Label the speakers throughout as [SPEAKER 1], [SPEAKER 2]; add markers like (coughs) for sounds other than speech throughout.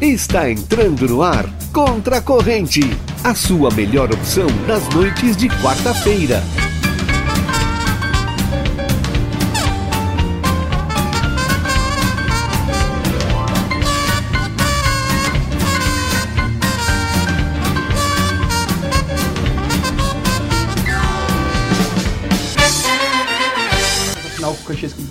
[SPEAKER 1] Está entrando no ar Contra a Corrente, a sua melhor opção nas noites de quarta-feira.
[SPEAKER 2] final com o Caxias comigo.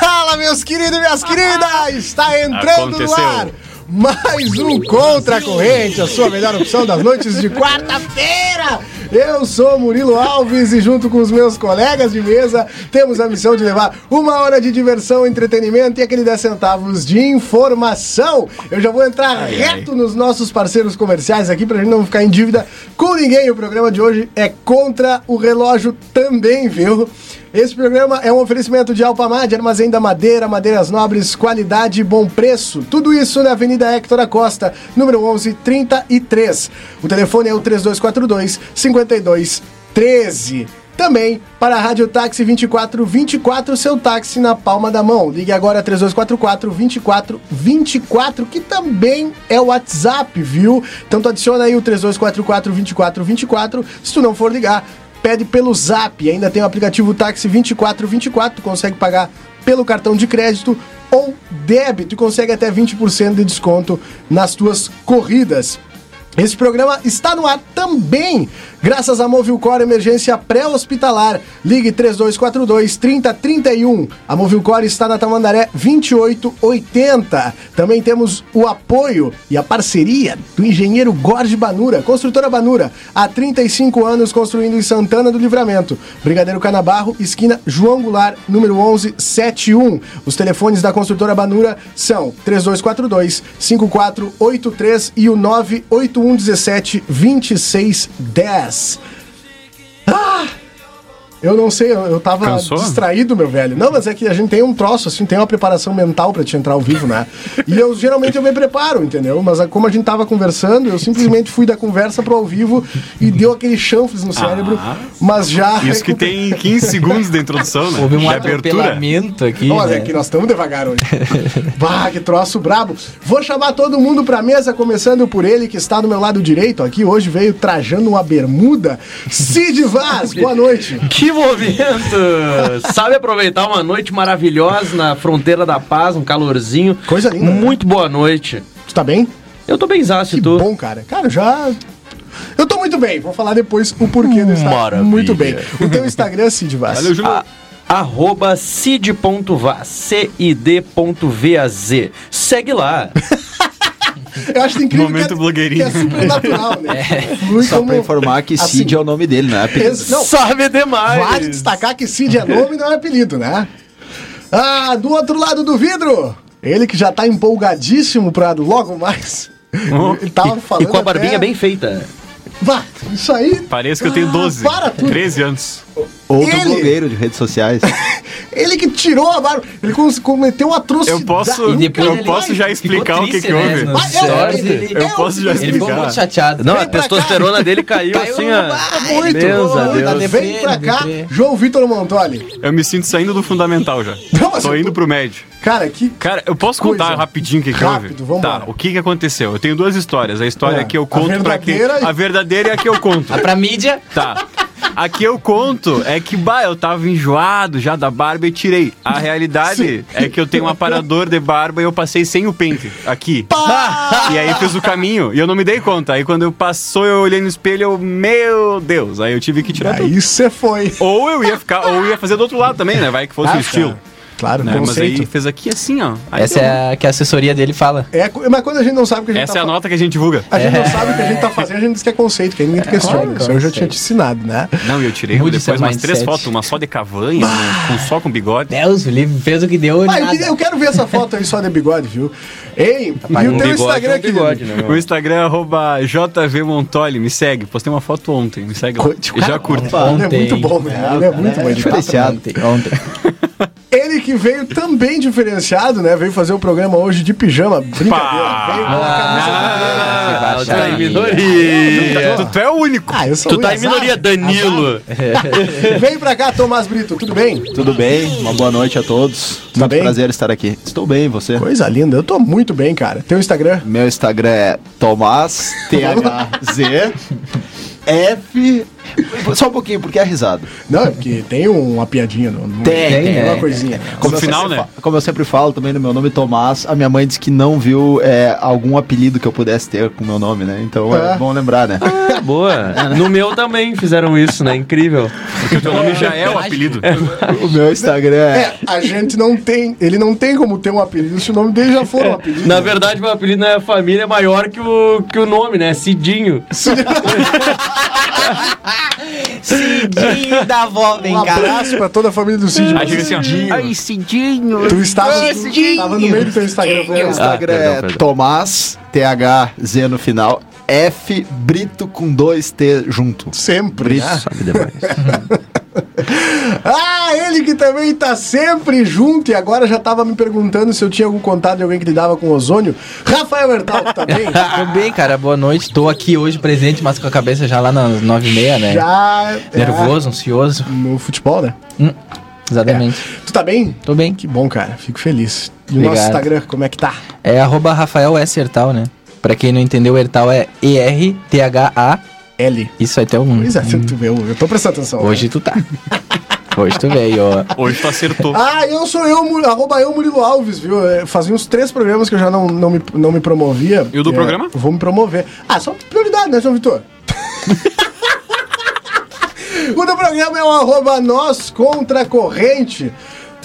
[SPEAKER 3] Fala, meus queridos e minhas queridas! Está entrando no
[SPEAKER 4] Aconteceu.
[SPEAKER 3] ar mais um Contra a Corrente, a sua melhor opção das noites de quarta-feira! Eu sou Murilo Alves e, junto com os meus colegas de mesa, temos a missão de levar uma hora de diversão, entretenimento e aquele 10 centavos de informação. Eu já vou entrar reto nos nossos parceiros comerciais aqui pra gente não ficar em dívida com ninguém. O programa de hoje é contra o relógio também, viu? Esse programa é um oferecimento de Alpamad, Armazém da Madeira, Madeiras Nobres, qualidade e bom preço. Tudo isso na Avenida Héctor Acosta, número 1133. O telefone é o 3242 5213. Também para a Rádio Táxi 2424, seu táxi na palma da mão. Ligue agora 3244 2424, que também é o WhatsApp, viu? Então tu adiciona aí o 3244 2424. Se tu não for ligar, pede pelo Zap. Ainda tem o aplicativo Táxi 2424, tu consegue pagar pelo cartão de crédito ou débito e consegue até 20% de desconto nas tuas corridas. Esse programa está no ar também, graças a Movilcore Emergência Pré-Hospitalar. Ligue 3242 3031. A Movilcore está na Tamandaré 2880. Também temos o apoio e a parceria do engenheiro Gorge Banura, construtora Banura, há 35 anos construindo em Santana do Livramento. Brigadeiro Canabarro, esquina João Goulart, número 1171. Os telefones da construtora Banura são 3242 5483 e o 98117 2610. Ah! Eu não sei, eu, eu tava
[SPEAKER 4] Cansou?
[SPEAKER 3] distraído, meu velho. Não, mas é que a gente tem um troço, assim, tem uma preparação mental pra te entrar ao vivo, né? E eu geralmente eu me preparo, entendeu? Mas ah, como a gente tava conversando, eu simplesmente fui da conversa pro ao vivo e deu aquele chanfles no cérebro. mas já.
[SPEAKER 4] Ah, Isso que tem 15 segundos da introdução, né?
[SPEAKER 2] Houve um
[SPEAKER 4] De abertura.
[SPEAKER 2] atropelamento aqui.
[SPEAKER 3] Olha,
[SPEAKER 2] né?
[SPEAKER 3] é que nós estamos devagar hoje. Bah, que troço brabo. Vou chamar todo mundo pra mesa, começando por ele, que está do meu lado direito aqui. Hoje veio trajando uma bermuda. Cid Vaz, boa noite.
[SPEAKER 5] Que momento! (laughs) Sabe aproveitar uma noite maravilhosa na fronteira da paz, um calorzinho.
[SPEAKER 3] Coisa linda, né?
[SPEAKER 5] Muito boa noite.
[SPEAKER 3] Tu tá bem?
[SPEAKER 5] Eu tô bem zaço,
[SPEAKER 3] Que
[SPEAKER 5] e tu?
[SPEAKER 3] bom, cara. Cara, já. Eu tô muito bem, vou falar depois o porquê do Instagram.
[SPEAKER 5] Maravilha.
[SPEAKER 3] Muito bem. O teu Instagram, é assim, Cid Vaz.
[SPEAKER 4] Valeu, Júlio.
[SPEAKER 5] A- Arroba cid.vaz, cid.vaz.
[SPEAKER 3] (laughs)
[SPEAKER 5] Segue lá.
[SPEAKER 3] Eu acho incrível
[SPEAKER 4] Momento
[SPEAKER 3] que é,
[SPEAKER 4] blogueirinho. É.
[SPEAKER 3] que é super natural,
[SPEAKER 4] (laughs)
[SPEAKER 3] né? Flui
[SPEAKER 6] Só pra
[SPEAKER 3] como-
[SPEAKER 6] informar que
[SPEAKER 3] assim,
[SPEAKER 6] Cid é o nome dele, né?
[SPEAKER 3] ex- Não,
[SPEAKER 5] Sabe demais.
[SPEAKER 3] vale destacar que Cid é nome e não é apelido, né? Ah, do outro lado do vidro, ele que já tá empolgadíssimo pra logo mais.
[SPEAKER 4] Oh.
[SPEAKER 3] Ele tava falando
[SPEAKER 5] E com a barbinha
[SPEAKER 3] até-
[SPEAKER 5] bem feita.
[SPEAKER 3] Vá, isso aí.
[SPEAKER 4] Parece que eu tenho
[SPEAKER 3] Ah,
[SPEAKER 4] 12,
[SPEAKER 3] Para tudo.
[SPEAKER 4] 13 anos.
[SPEAKER 6] Outro
[SPEAKER 3] Ele-
[SPEAKER 6] blogueiro de redes sociais. (laughs)
[SPEAKER 3] Ele que tirou a barba. Ele com- cometeu uma atrocidade.
[SPEAKER 4] Eu posso,
[SPEAKER 2] E depois
[SPEAKER 4] eu
[SPEAKER 2] ele-
[SPEAKER 4] posso já
[SPEAKER 2] ficou
[SPEAKER 4] explicar o que
[SPEAKER 2] triste,
[SPEAKER 4] que
[SPEAKER 2] né,
[SPEAKER 4] houve.
[SPEAKER 2] no-
[SPEAKER 3] Mas eu-
[SPEAKER 2] Sorte.
[SPEAKER 3] Ah, é, ele-
[SPEAKER 4] Eu posso já
[SPEAKER 2] Ele ficou
[SPEAKER 4] explicar.
[SPEAKER 2] muito chateado.
[SPEAKER 5] Não, a
[SPEAKER 3] Vem pra cá.
[SPEAKER 5] testosterona dele caiu, assim,
[SPEAKER 4] Ah,
[SPEAKER 5] ó.
[SPEAKER 3] É Muito
[SPEAKER 5] Deus a
[SPEAKER 3] bom,
[SPEAKER 5] Deus.
[SPEAKER 3] Vem pra
[SPEAKER 2] Deprê,
[SPEAKER 3] cá,
[SPEAKER 2] deprê.
[SPEAKER 3] João Vitor Montoli.
[SPEAKER 4] Eu me sinto saindo do fundamental já.
[SPEAKER 3] Não, mas
[SPEAKER 4] Tô
[SPEAKER 3] eu-
[SPEAKER 4] indo pro médio.
[SPEAKER 3] Cara, que.
[SPEAKER 4] Cara, eu posso
[SPEAKER 3] Coisa.
[SPEAKER 4] contar rapidinho o que, que houve?
[SPEAKER 3] Rápido, vambora.
[SPEAKER 4] Tá, o que, que aconteceu? Eu tenho duas histórias. A história
[SPEAKER 3] É,
[SPEAKER 4] que eu
[SPEAKER 3] a
[SPEAKER 4] conto pra quem.
[SPEAKER 3] verdadeira e-
[SPEAKER 4] A verdadeira é a que eu conto.
[SPEAKER 2] Ah, Pra mídia,
[SPEAKER 4] Tá. A que eu conto é que, bah, eu tava enjoado já da barba e tirei. A realidade é que eu tenho um aparador de barba e eu passei sem o pente aqui. E aí fiz o caminho e eu não me dei conta. Aí quando eu passou, eu olhei no espelho, eu, meu Deus, aí eu tive que tirar tudo.
[SPEAKER 3] Aí você foi.
[SPEAKER 4] Ou eu ia ficar, ou eu ia fazer do outro lado também, né? Vai que fosse
[SPEAKER 3] Ah,
[SPEAKER 4] o estilo.
[SPEAKER 3] cara. Claro,
[SPEAKER 4] Né? Mas
[SPEAKER 3] conceito.
[SPEAKER 4] aí fez aqui assim, ó. Aí
[SPEAKER 2] essa
[SPEAKER 4] deu.
[SPEAKER 2] é a que a assessoria dele fala.
[SPEAKER 3] É, co- mas quando a gente não sabe o que a gente
[SPEAKER 4] Essa
[SPEAKER 3] tá
[SPEAKER 4] é a
[SPEAKER 3] fa-
[SPEAKER 4] nota que a gente divulga.
[SPEAKER 3] A
[SPEAKER 5] É.
[SPEAKER 3] gente não sabe o que a gente tá fazendo, a gente diz que é conceito, que aí ninguém te questiona.
[SPEAKER 2] claro,
[SPEAKER 3] Isso eu já
[SPEAKER 2] conceito.
[SPEAKER 3] tinha te ensinado, né?
[SPEAKER 4] Não, e eu tirei
[SPEAKER 2] Mude seu
[SPEAKER 4] depois umas três
[SPEAKER 2] mindset.
[SPEAKER 4] fotos, uma só de cavanha, uma com, só com bigode.
[SPEAKER 2] Deus, o livro fez o que deu.
[SPEAKER 3] Ah, eu,
[SPEAKER 2] nada.
[SPEAKER 3] queria- eu quero ver essa foto aí só de bigode, viu? Ei, e
[SPEAKER 5] Um
[SPEAKER 3] o teu
[SPEAKER 5] bigode
[SPEAKER 3] Instagram
[SPEAKER 5] é um
[SPEAKER 3] aqui?
[SPEAKER 5] bigode, né, meu?
[SPEAKER 4] O Instagram é arroba jvmontoli, me segue. Postei uma foto ontem, me segue lá.
[SPEAKER 3] Co-
[SPEAKER 4] E já curto.
[SPEAKER 3] Ele é muito bom, né? Ele é muito bom.
[SPEAKER 6] Diferenciado. Ontem.
[SPEAKER 3] Ele que veio também diferenciado, né? Veio fazer o programa hoje de pijama. Brincadeira.
[SPEAKER 4] Pá.
[SPEAKER 3] Veio com a camisa do-
[SPEAKER 2] Ah,
[SPEAKER 5] Ah, tu tá em
[SPEAKER 2] baixaria.
[SPEAKER 5] minoria.
[SPEAKER 4] Tu, tu é o único.
[SPEAKER 3] Ah, eu sou
[SPEAKER 5] Tu
[SPEAKER 3] ruim,
[SPEAKER 5] tá em
[SPEAKER 3] azar.
[SPEAKER 5] minoria, Danilo.
[SPEAKER 4] É
[SPEAKER 3] (laughs) Vem pra cá, Tomás Brito, tudo bem?
[SPEAKER 6] Tudo bem? Uma boa noite a todos. Muito
[SPEAKER 3] bem?
[SPEAKER 6] prazer estar aqui. Estou bem, e você?
[SPEAKER 3] Coisa linda, eu tô muito bem, cara. Tem o Instagram?
[SPEAKER 6] Meu Instagram é Tomás (laughs) THZ F. Só um pouquinho, porque é risada.
[SPEAKER 3] Não, é porque tem uma piadinha no. no-
[SPEAKER 6] Tem,
[SPEAKER 2] tem,
[SPEAKER 3] uma
[SPEAKER 2] é.
[SPEAKER 3] coisinha.
[SPEAKER 4] No
[SPEAKER 6] eu
[SPEAKER 4] final,
[SPEAKER 6] sempre
[SPEAKER 4] né?
[SPEAKER 6] fa- Como eu sempre falo também no meu nome Tomás, a minha mãe disse que não viu é, algum apelido que eu pudesse ter com o meu nome, né? Então é,
[SPEAKER 3] Ah.
[SPEAKER 6] bom lembrar, né?
[SPEAKER 5] Ah, boa. No meu também fizeram isso, né? Incrível.
[SPEAKER 4] Porque o teu nome já é o apelido.
[SPEAKER 6] (laughs) O meu Instagram é.
[SPEAKER 3] É, a gente não tem. Ele não tem como ter um apelido se o nome dele já for um apelido.
[SPEAKER 5] Na verdade, meu apelido na família é maior que o, que o nome, né? Cidinho.
[SPEAKER 2] Cidinho da avó, vem
[SPEAKER 3] Um
[SPEAKER 2] cá.
[SPEAKER 3] abraço pra toda a família do Cid.
[SPEAKER 4] Aí fica assim, ó. Ai, Cidinho.
[SPEAKER 3] Tu estava,
[SPEAKER 2] Ô, Cidinho!
[SPEAKER 3] tava no meio do teu Instagram.
[SPEAKER 6] O meu
[SPEAKER 3] Né?
[SPEAKER 6] Instagram
[SPEAKER 5] Ah, perdão,
[SPEAKER 6] é
[SPEAKER 5] perdão.
[SPEAKER 6] Tomás THZ no final. F Brito com dois T junto.
[SPEAKER 3] Sempre.
[SPEAKER 6] Brito.
[SPEAKER 3] né?
[SPEAKER 6] Sabe demais.
[SPEAKER 3] Ah, ele que também tá sempre junto e agora já tava me perguntando se eu tinha algum contato de alguém que lidava com ozônio. Rafael Hertal que tá
[SPEAKER 2] (laughs)
[SPEAKER 3] bem?
[SPEAKER 2] Tudo bem, cara? Boa noite. Tô aqui hoje presente, mas com a cabeça já lá nas nove e meia, né?
[SPEAKER 3] Já. é,
[SPEAKER 2] Nervoso, ansioso.
[SPEAKER 3] no futebol, né?
[SPEAKER 2] Exatamente.
[SPEAKER 3] Tu tá bem?
[SPEAKER 2] Tô bem.
[SPEAKER 3] Que bom, cara. Fico feliz. E o
[SPEAKER 2] Obrigado.
[SPEAKER 3] nosso Instagram, como é que tá?
[SPEAKER 2] É arroba Rafael S. Hertal, né? Pra quem não entendeu, Hertal é E-R-T-H-A.
[SPEAKER 3] L.
[SPEAKER 2] Isso aí até um.
[SPEAKER 3] Pois é, tu vê, eu eu tô prestando atenção. né?
[SPEAKER 2] Hoje tu tá. Hoje tu veio, ó.
[SPEAKER 4] Hoje tu acertou.
[SPEAKER 3] Ah, eu sou eu, Mu- arroba eu, Murilo Alves, viu? É, Fazia uns três programas que eu já não, não, me, não me promovia.
[SPEAKER 4] E o do
[SPEAKER 3] É,
[SPEAKER 4] programa?
[SPEAKER 3] Vou me promover. Ah, só prioridade, né, João
[SPEAKER 4] (laughs)
[SPEAKER 3] Vitor? o do programa é o arroba nós contra a corrente.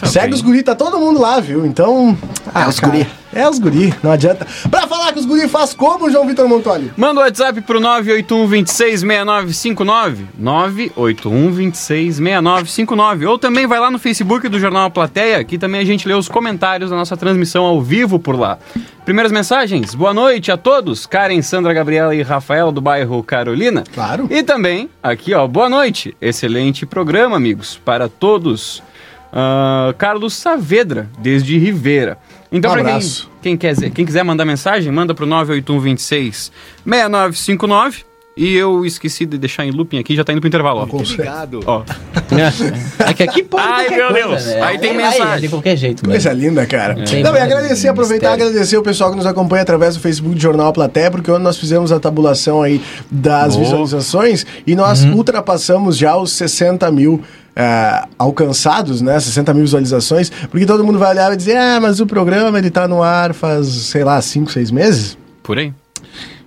[SPEAKER 3] Segue os guri, tá todo mundo lá, viu? Então...
[SPEAKER 6] É, os
[SPEAKER 3] cara,
[SPEAKER 6] guri.
[SPEAKER 3] É os guri, não adianta. Pra falar que os guri faz como, João Vitor Montoli?
[SPEAKER 4] Manda o WhatsApp pro 981 26 6959 981 26 6959 Ou também vai lá no Facebook do Jornal A Plateia, que também a gente lê os comentários da nossa transmissão ao vivo por lá. Primeiras mensagens, boa noite a todos, Karen, Sandra, Gabriela e Rafael do bairro Carolina.
[SPEAKER 3] Claro.
[SPEAKER 4] E também, aqui ó, boa noite, excelente programa, amigos, para todos. Ah, Carlos Saavedra, desde Rivera. Então,
[SPEAKER 3] Um
[SPEAKER 4] pra quem,
[SPEAKER 3] abraço.
[SPEAKER 4] quem, quer, quem quiser mandar mensagem, manda pro 981266959. E eu esqueci de deixar em looping aqui, já tá indo pro intervalo, ó.
[SPEAKER 6] Obrigado.
[SPEAKER 4] Ó,
[SPEAKER 2] Aqui, É aqui pode.
[SPEAKER 4] Ai,
[SPEAKER 2] qualquer
[SPEAKER 4] meu
[SPEAKER 2] coisa,
[SPEAKER 4] Deus.
[SPEAKER 2] né?
[SPEAKER 4] Aí tem
[SPEAKER 2] Ai,
[SPEAKER 4] mensagem.
[SPEAKER 2] De qualquer jeito,
[SPEAKER 3] Coisa
[SPEAKER 2] mesmo.
[SPEAKER 3] linda, cara.
[SPEAKER 2] É.
[SPEAKER 3] Não, e agradecer, aproveitar e
[SPEAKER 2] Mistério.
[SPEAKER 3] agradecer o pessoal que nos acompanha através do Facebook do Jornal A Plateia, porque ontem nós fizemos a tabulação aí das
[SPEAKER 4] Boa.
[SPEAKER 3] visualizações e nós ultrapassamos já os 60 mil ah, alcançados, né? 60 mil visualizações, porque todo mundo vai olhar e vai dizer, ah, mas o programa ele tá no ar faz, sei lá, 5, 6 meses.
[SPEAKER 4] por aí.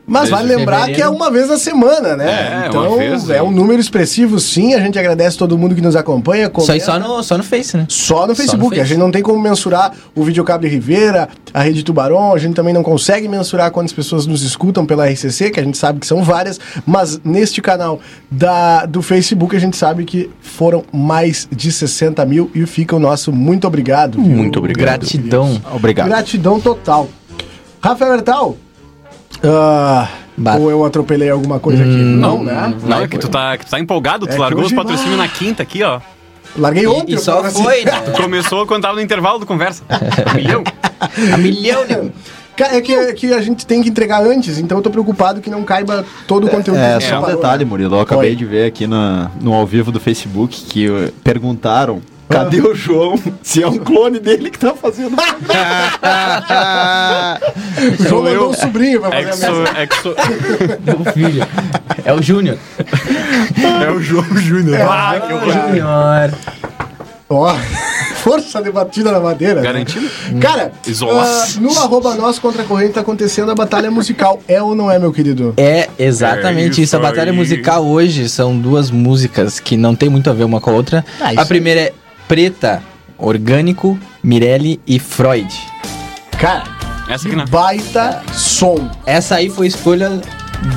[SPEAKER 3] Mas
[SPEAKER 4] Desde
[SPEAKER 3] vale lembrar
[SPEAKER 2] fevereiro.
[SPEAKER 3] que é uma vez na semana, né?
[SPEAKER 4] É,
[SPEAKER 3] então
[SPEAKER 4] uma vez,
[SPEAKER 3] é
[SPEAKER 4] hein?
[SPEAKER 3] um número expressivo, sim. A gente agradece todo mundo que nos acompanha.
[SPEAKER 2] Isso aí
[SPEAKER 3] comenta.
[SPEAKER 2] só no, só no Face, né?
[SPEAKER 3] Só no
[SPEAKER 2] Só
[SPEAKER 3] Facebook.
[SPEAKER 2] no
[SPEAKER 3] A
[SPEAKER 2] Face.
[SPEAKER 3] gente não tem como mensurar o Videocable Rivera, a Rede Tubarão, a gente também não consegue mensurar quantas pessoas nos escutam pela RCC, que a gente sabe que são várias, mas neste canal da, do Facebook a gente sabe que foram mais de 60 mil e fica o nosso muito obrigado. viu?
[SPEAKER 6] Muito obrigado.
[SPEAKER 2] Gratidão.
[SPEAKER 6] (laughs) Obrigado.
[SPEAKER 3] Gratidão total. Rafael Hertal, ah,
[SPEAKER 2] Ba-
[SPEAKER 3] ou eu atropelei alguma coisa aqui? Não, né?
[SPEAKER 4] Não, é que tu tá, que tu tá empolgado, tu
[SPEAKER 3] É que
[SPEAKER 4] largou os
[SPEAKER 3] hoje-
[SPEAKER 4] patrocínios na quinta aqui, ó.
[SPEAKER 3] Larguei ontem.
[SPEAKER 2] E, e
[SPEAKER 3] eu
[SPEAKER 2] só
[SPEAKER 3] tava assim.
[SPEAKER 2] foi, né?
[SPEAKER 3] (laughs)
[SPEAKER 4] Começou quando tava no intervalo do conversa. Um milhão.
[SPEAKER 2] A milhão, né?
[SPEAKER 3] Ca- É que, é que a gente tem que entregar antes, então eu tô preocupado que não caiba todo o conteúdo.
[SPEAKER 6] É,
[SPEAKER 3] que
[SPEAKER 6] só um
[SPEAKER 3] separou,
[SPEAKER 6] detalhe,
[SPEAKER 3] né?
[SPEAKER 6] Murilo. Eu acabei
[SPEAKER 3] Oi.
[SPEAKER 6] de ver aqui na- no ao vivo do Facebook que eh, perguntaram cadê
[SPEAKER 3] Ah.
[SPEAKER 6] o João se é um clone dele que tá
[SPEAKER 4] (laughs)
[SPEAKER 6] fazendo.
[SPEAKER 3] O João
[SPEAKER 4] Sou eu.
[SPEAKER 3] mandou um sobrinho pra
[SPEAKER 4] É que
[SPEAKER 3] fazer a
[SPEAKER 4] sou,
[SPEAKER 3] mesa.
[SPEAKER 4] é que sou,
[SPEAKER 2] O filho. É o Júnior.
[SPEAKER 4] é o João Júnior. Ah, que horror.
[SPEAKER 2] Júnior.
[SPEAKER 3] (laughs) Ó, força de batida na madeira. né?
[SPEAKER 4] Garantido?
[SPEAKER 3] Cara,
[SPEAKER 4] Isolaço.
[SPEAKER 3] ah, no arroba nós contra a corrente tá acontecendo a batalha musical. É ou não é, meu querido?
[SPEAKER 2] É exatamente
[SPEAKER 4] É
[SPEAKER 2] isso.
[SPEAKER 4] isso
[SPEAKER 2] A batalha
[SPEAKER 4] aí.
[SPEAKER 2] musical hoje são duas músicas que não tem muito a ver uma com a outra.
[SPEAKER 3] Ah, isso
[SPEAKER 2] a primeira é Preta, Orgânico, Mirelle e Freud.
[SPEAKER 3] Cara,
[SPEAKER 4] Essa aqui não. é.
[SPEAKER 3] baita som.
[SPEAKER 2] Essa aí foi escolha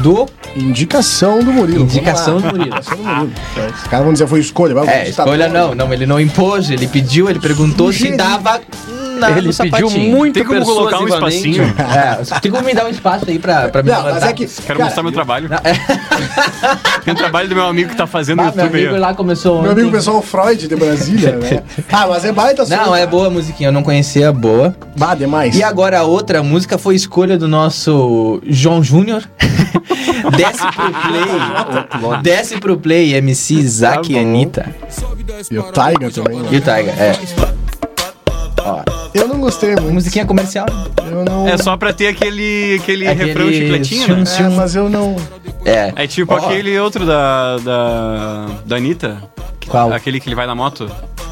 [SPEAKER 2] do
[SPEAKER 3] Indicação do Murilo. vamos lá.
[SPEAKER 2] Indicação do Murilo.
[SPEAKER 3] Indicação do Murilo. Os caras vão dizer foi escolha. mas
[SPEAKER 2] É,
[SPEAKER 3] tá
[SPEAKER 2] escolha
[SPEAKER 3] bom.
[SPEAKER 2] não, não, ele não impôs, ele pediu, ele perguntou
[SPEAKER 3] Sugeriu.
[SPEAKER 2] se dava na,
[SPEAKER 5] Ele
[SPEAKER 2] no
[SPEAKER 5] pediu
[SPEAKER 2] sapatinho.
[SPEAKER 5] muito
[SPEAKER 4] Tem como colocar um
[SPEAKER 5] persuasivamente.
[SPEAKER 4] espacinho?
[SPEAKER 2] É, tem como me dar um espaço aí pra, pra me
[SPEAKER 3] Não, mas
[SPEAKER 2] levantar?
[SPEAKER 3] é que.
[SPEAKER 4] Quero
[SPEAKER 3] cara,
[SPEAKER 4] mostrar meu trabalho.
[SPEAKER 2] Não, é.
[SPEAKER 4] Tem um trabalho do meu amigo que tá fazendo no
[SPEAKER 2] Ah, meu
[SPEAKER 4] YouTube
[SPEAKER 2] amigo
[SPEAKER 4] aí.
[SPEAKER 2] lá começou
[SPEAKER 3] Meu amigo
[SPEAKER 2] ontem.
[SPEAKER 3] pessoal Freud de Brasília,
[SPEAKER 2] (laughs)
[SPEAKER 3] né? Ah, mas é baita som,
[SPEAKER 2] Não, é
[SPEAKER 3] cara.
[SPEAKER 2] boa a musiquinha, eu não conhecia, boa.
[SPEAKER 3] Bah, demais.
[SPEAKER 2] E agora a outra música foi escolha do nosso João Júnior. (laughs) desce pro play, desce pro play, MC Isaac e
[SPEAKER 4] Tá bom.
[SPEAKER 2] Anitta.
[SPEAKER 3] E o Taiga também. né?
[SPEAKER 2] E o Tiger, é. Ó,
[SPEAKER 3] Eu não gostei muito.
[SPEAKER 2] musiquinha comercial.
[SPEAKER 3] Eu não.
[SPEAKER 4] É só pra ter aquele, aquele,
[SPEAKER 2] Aquele
[SPEAKER 4] refrão chicletinho, né?
[SPEAKER 3] É, mas eu não.
[SPEAKER 2] É.
[SPEAKER 4] É tipo
[SPEAKER 2] Ó,
[SPEAKER 4] aquele outro da. da. da Anitta.
[SPEAKER 2] Qual?
[SPEAKER 4] Aquele que ele vai na moto.
[SPEAKER 2] Na-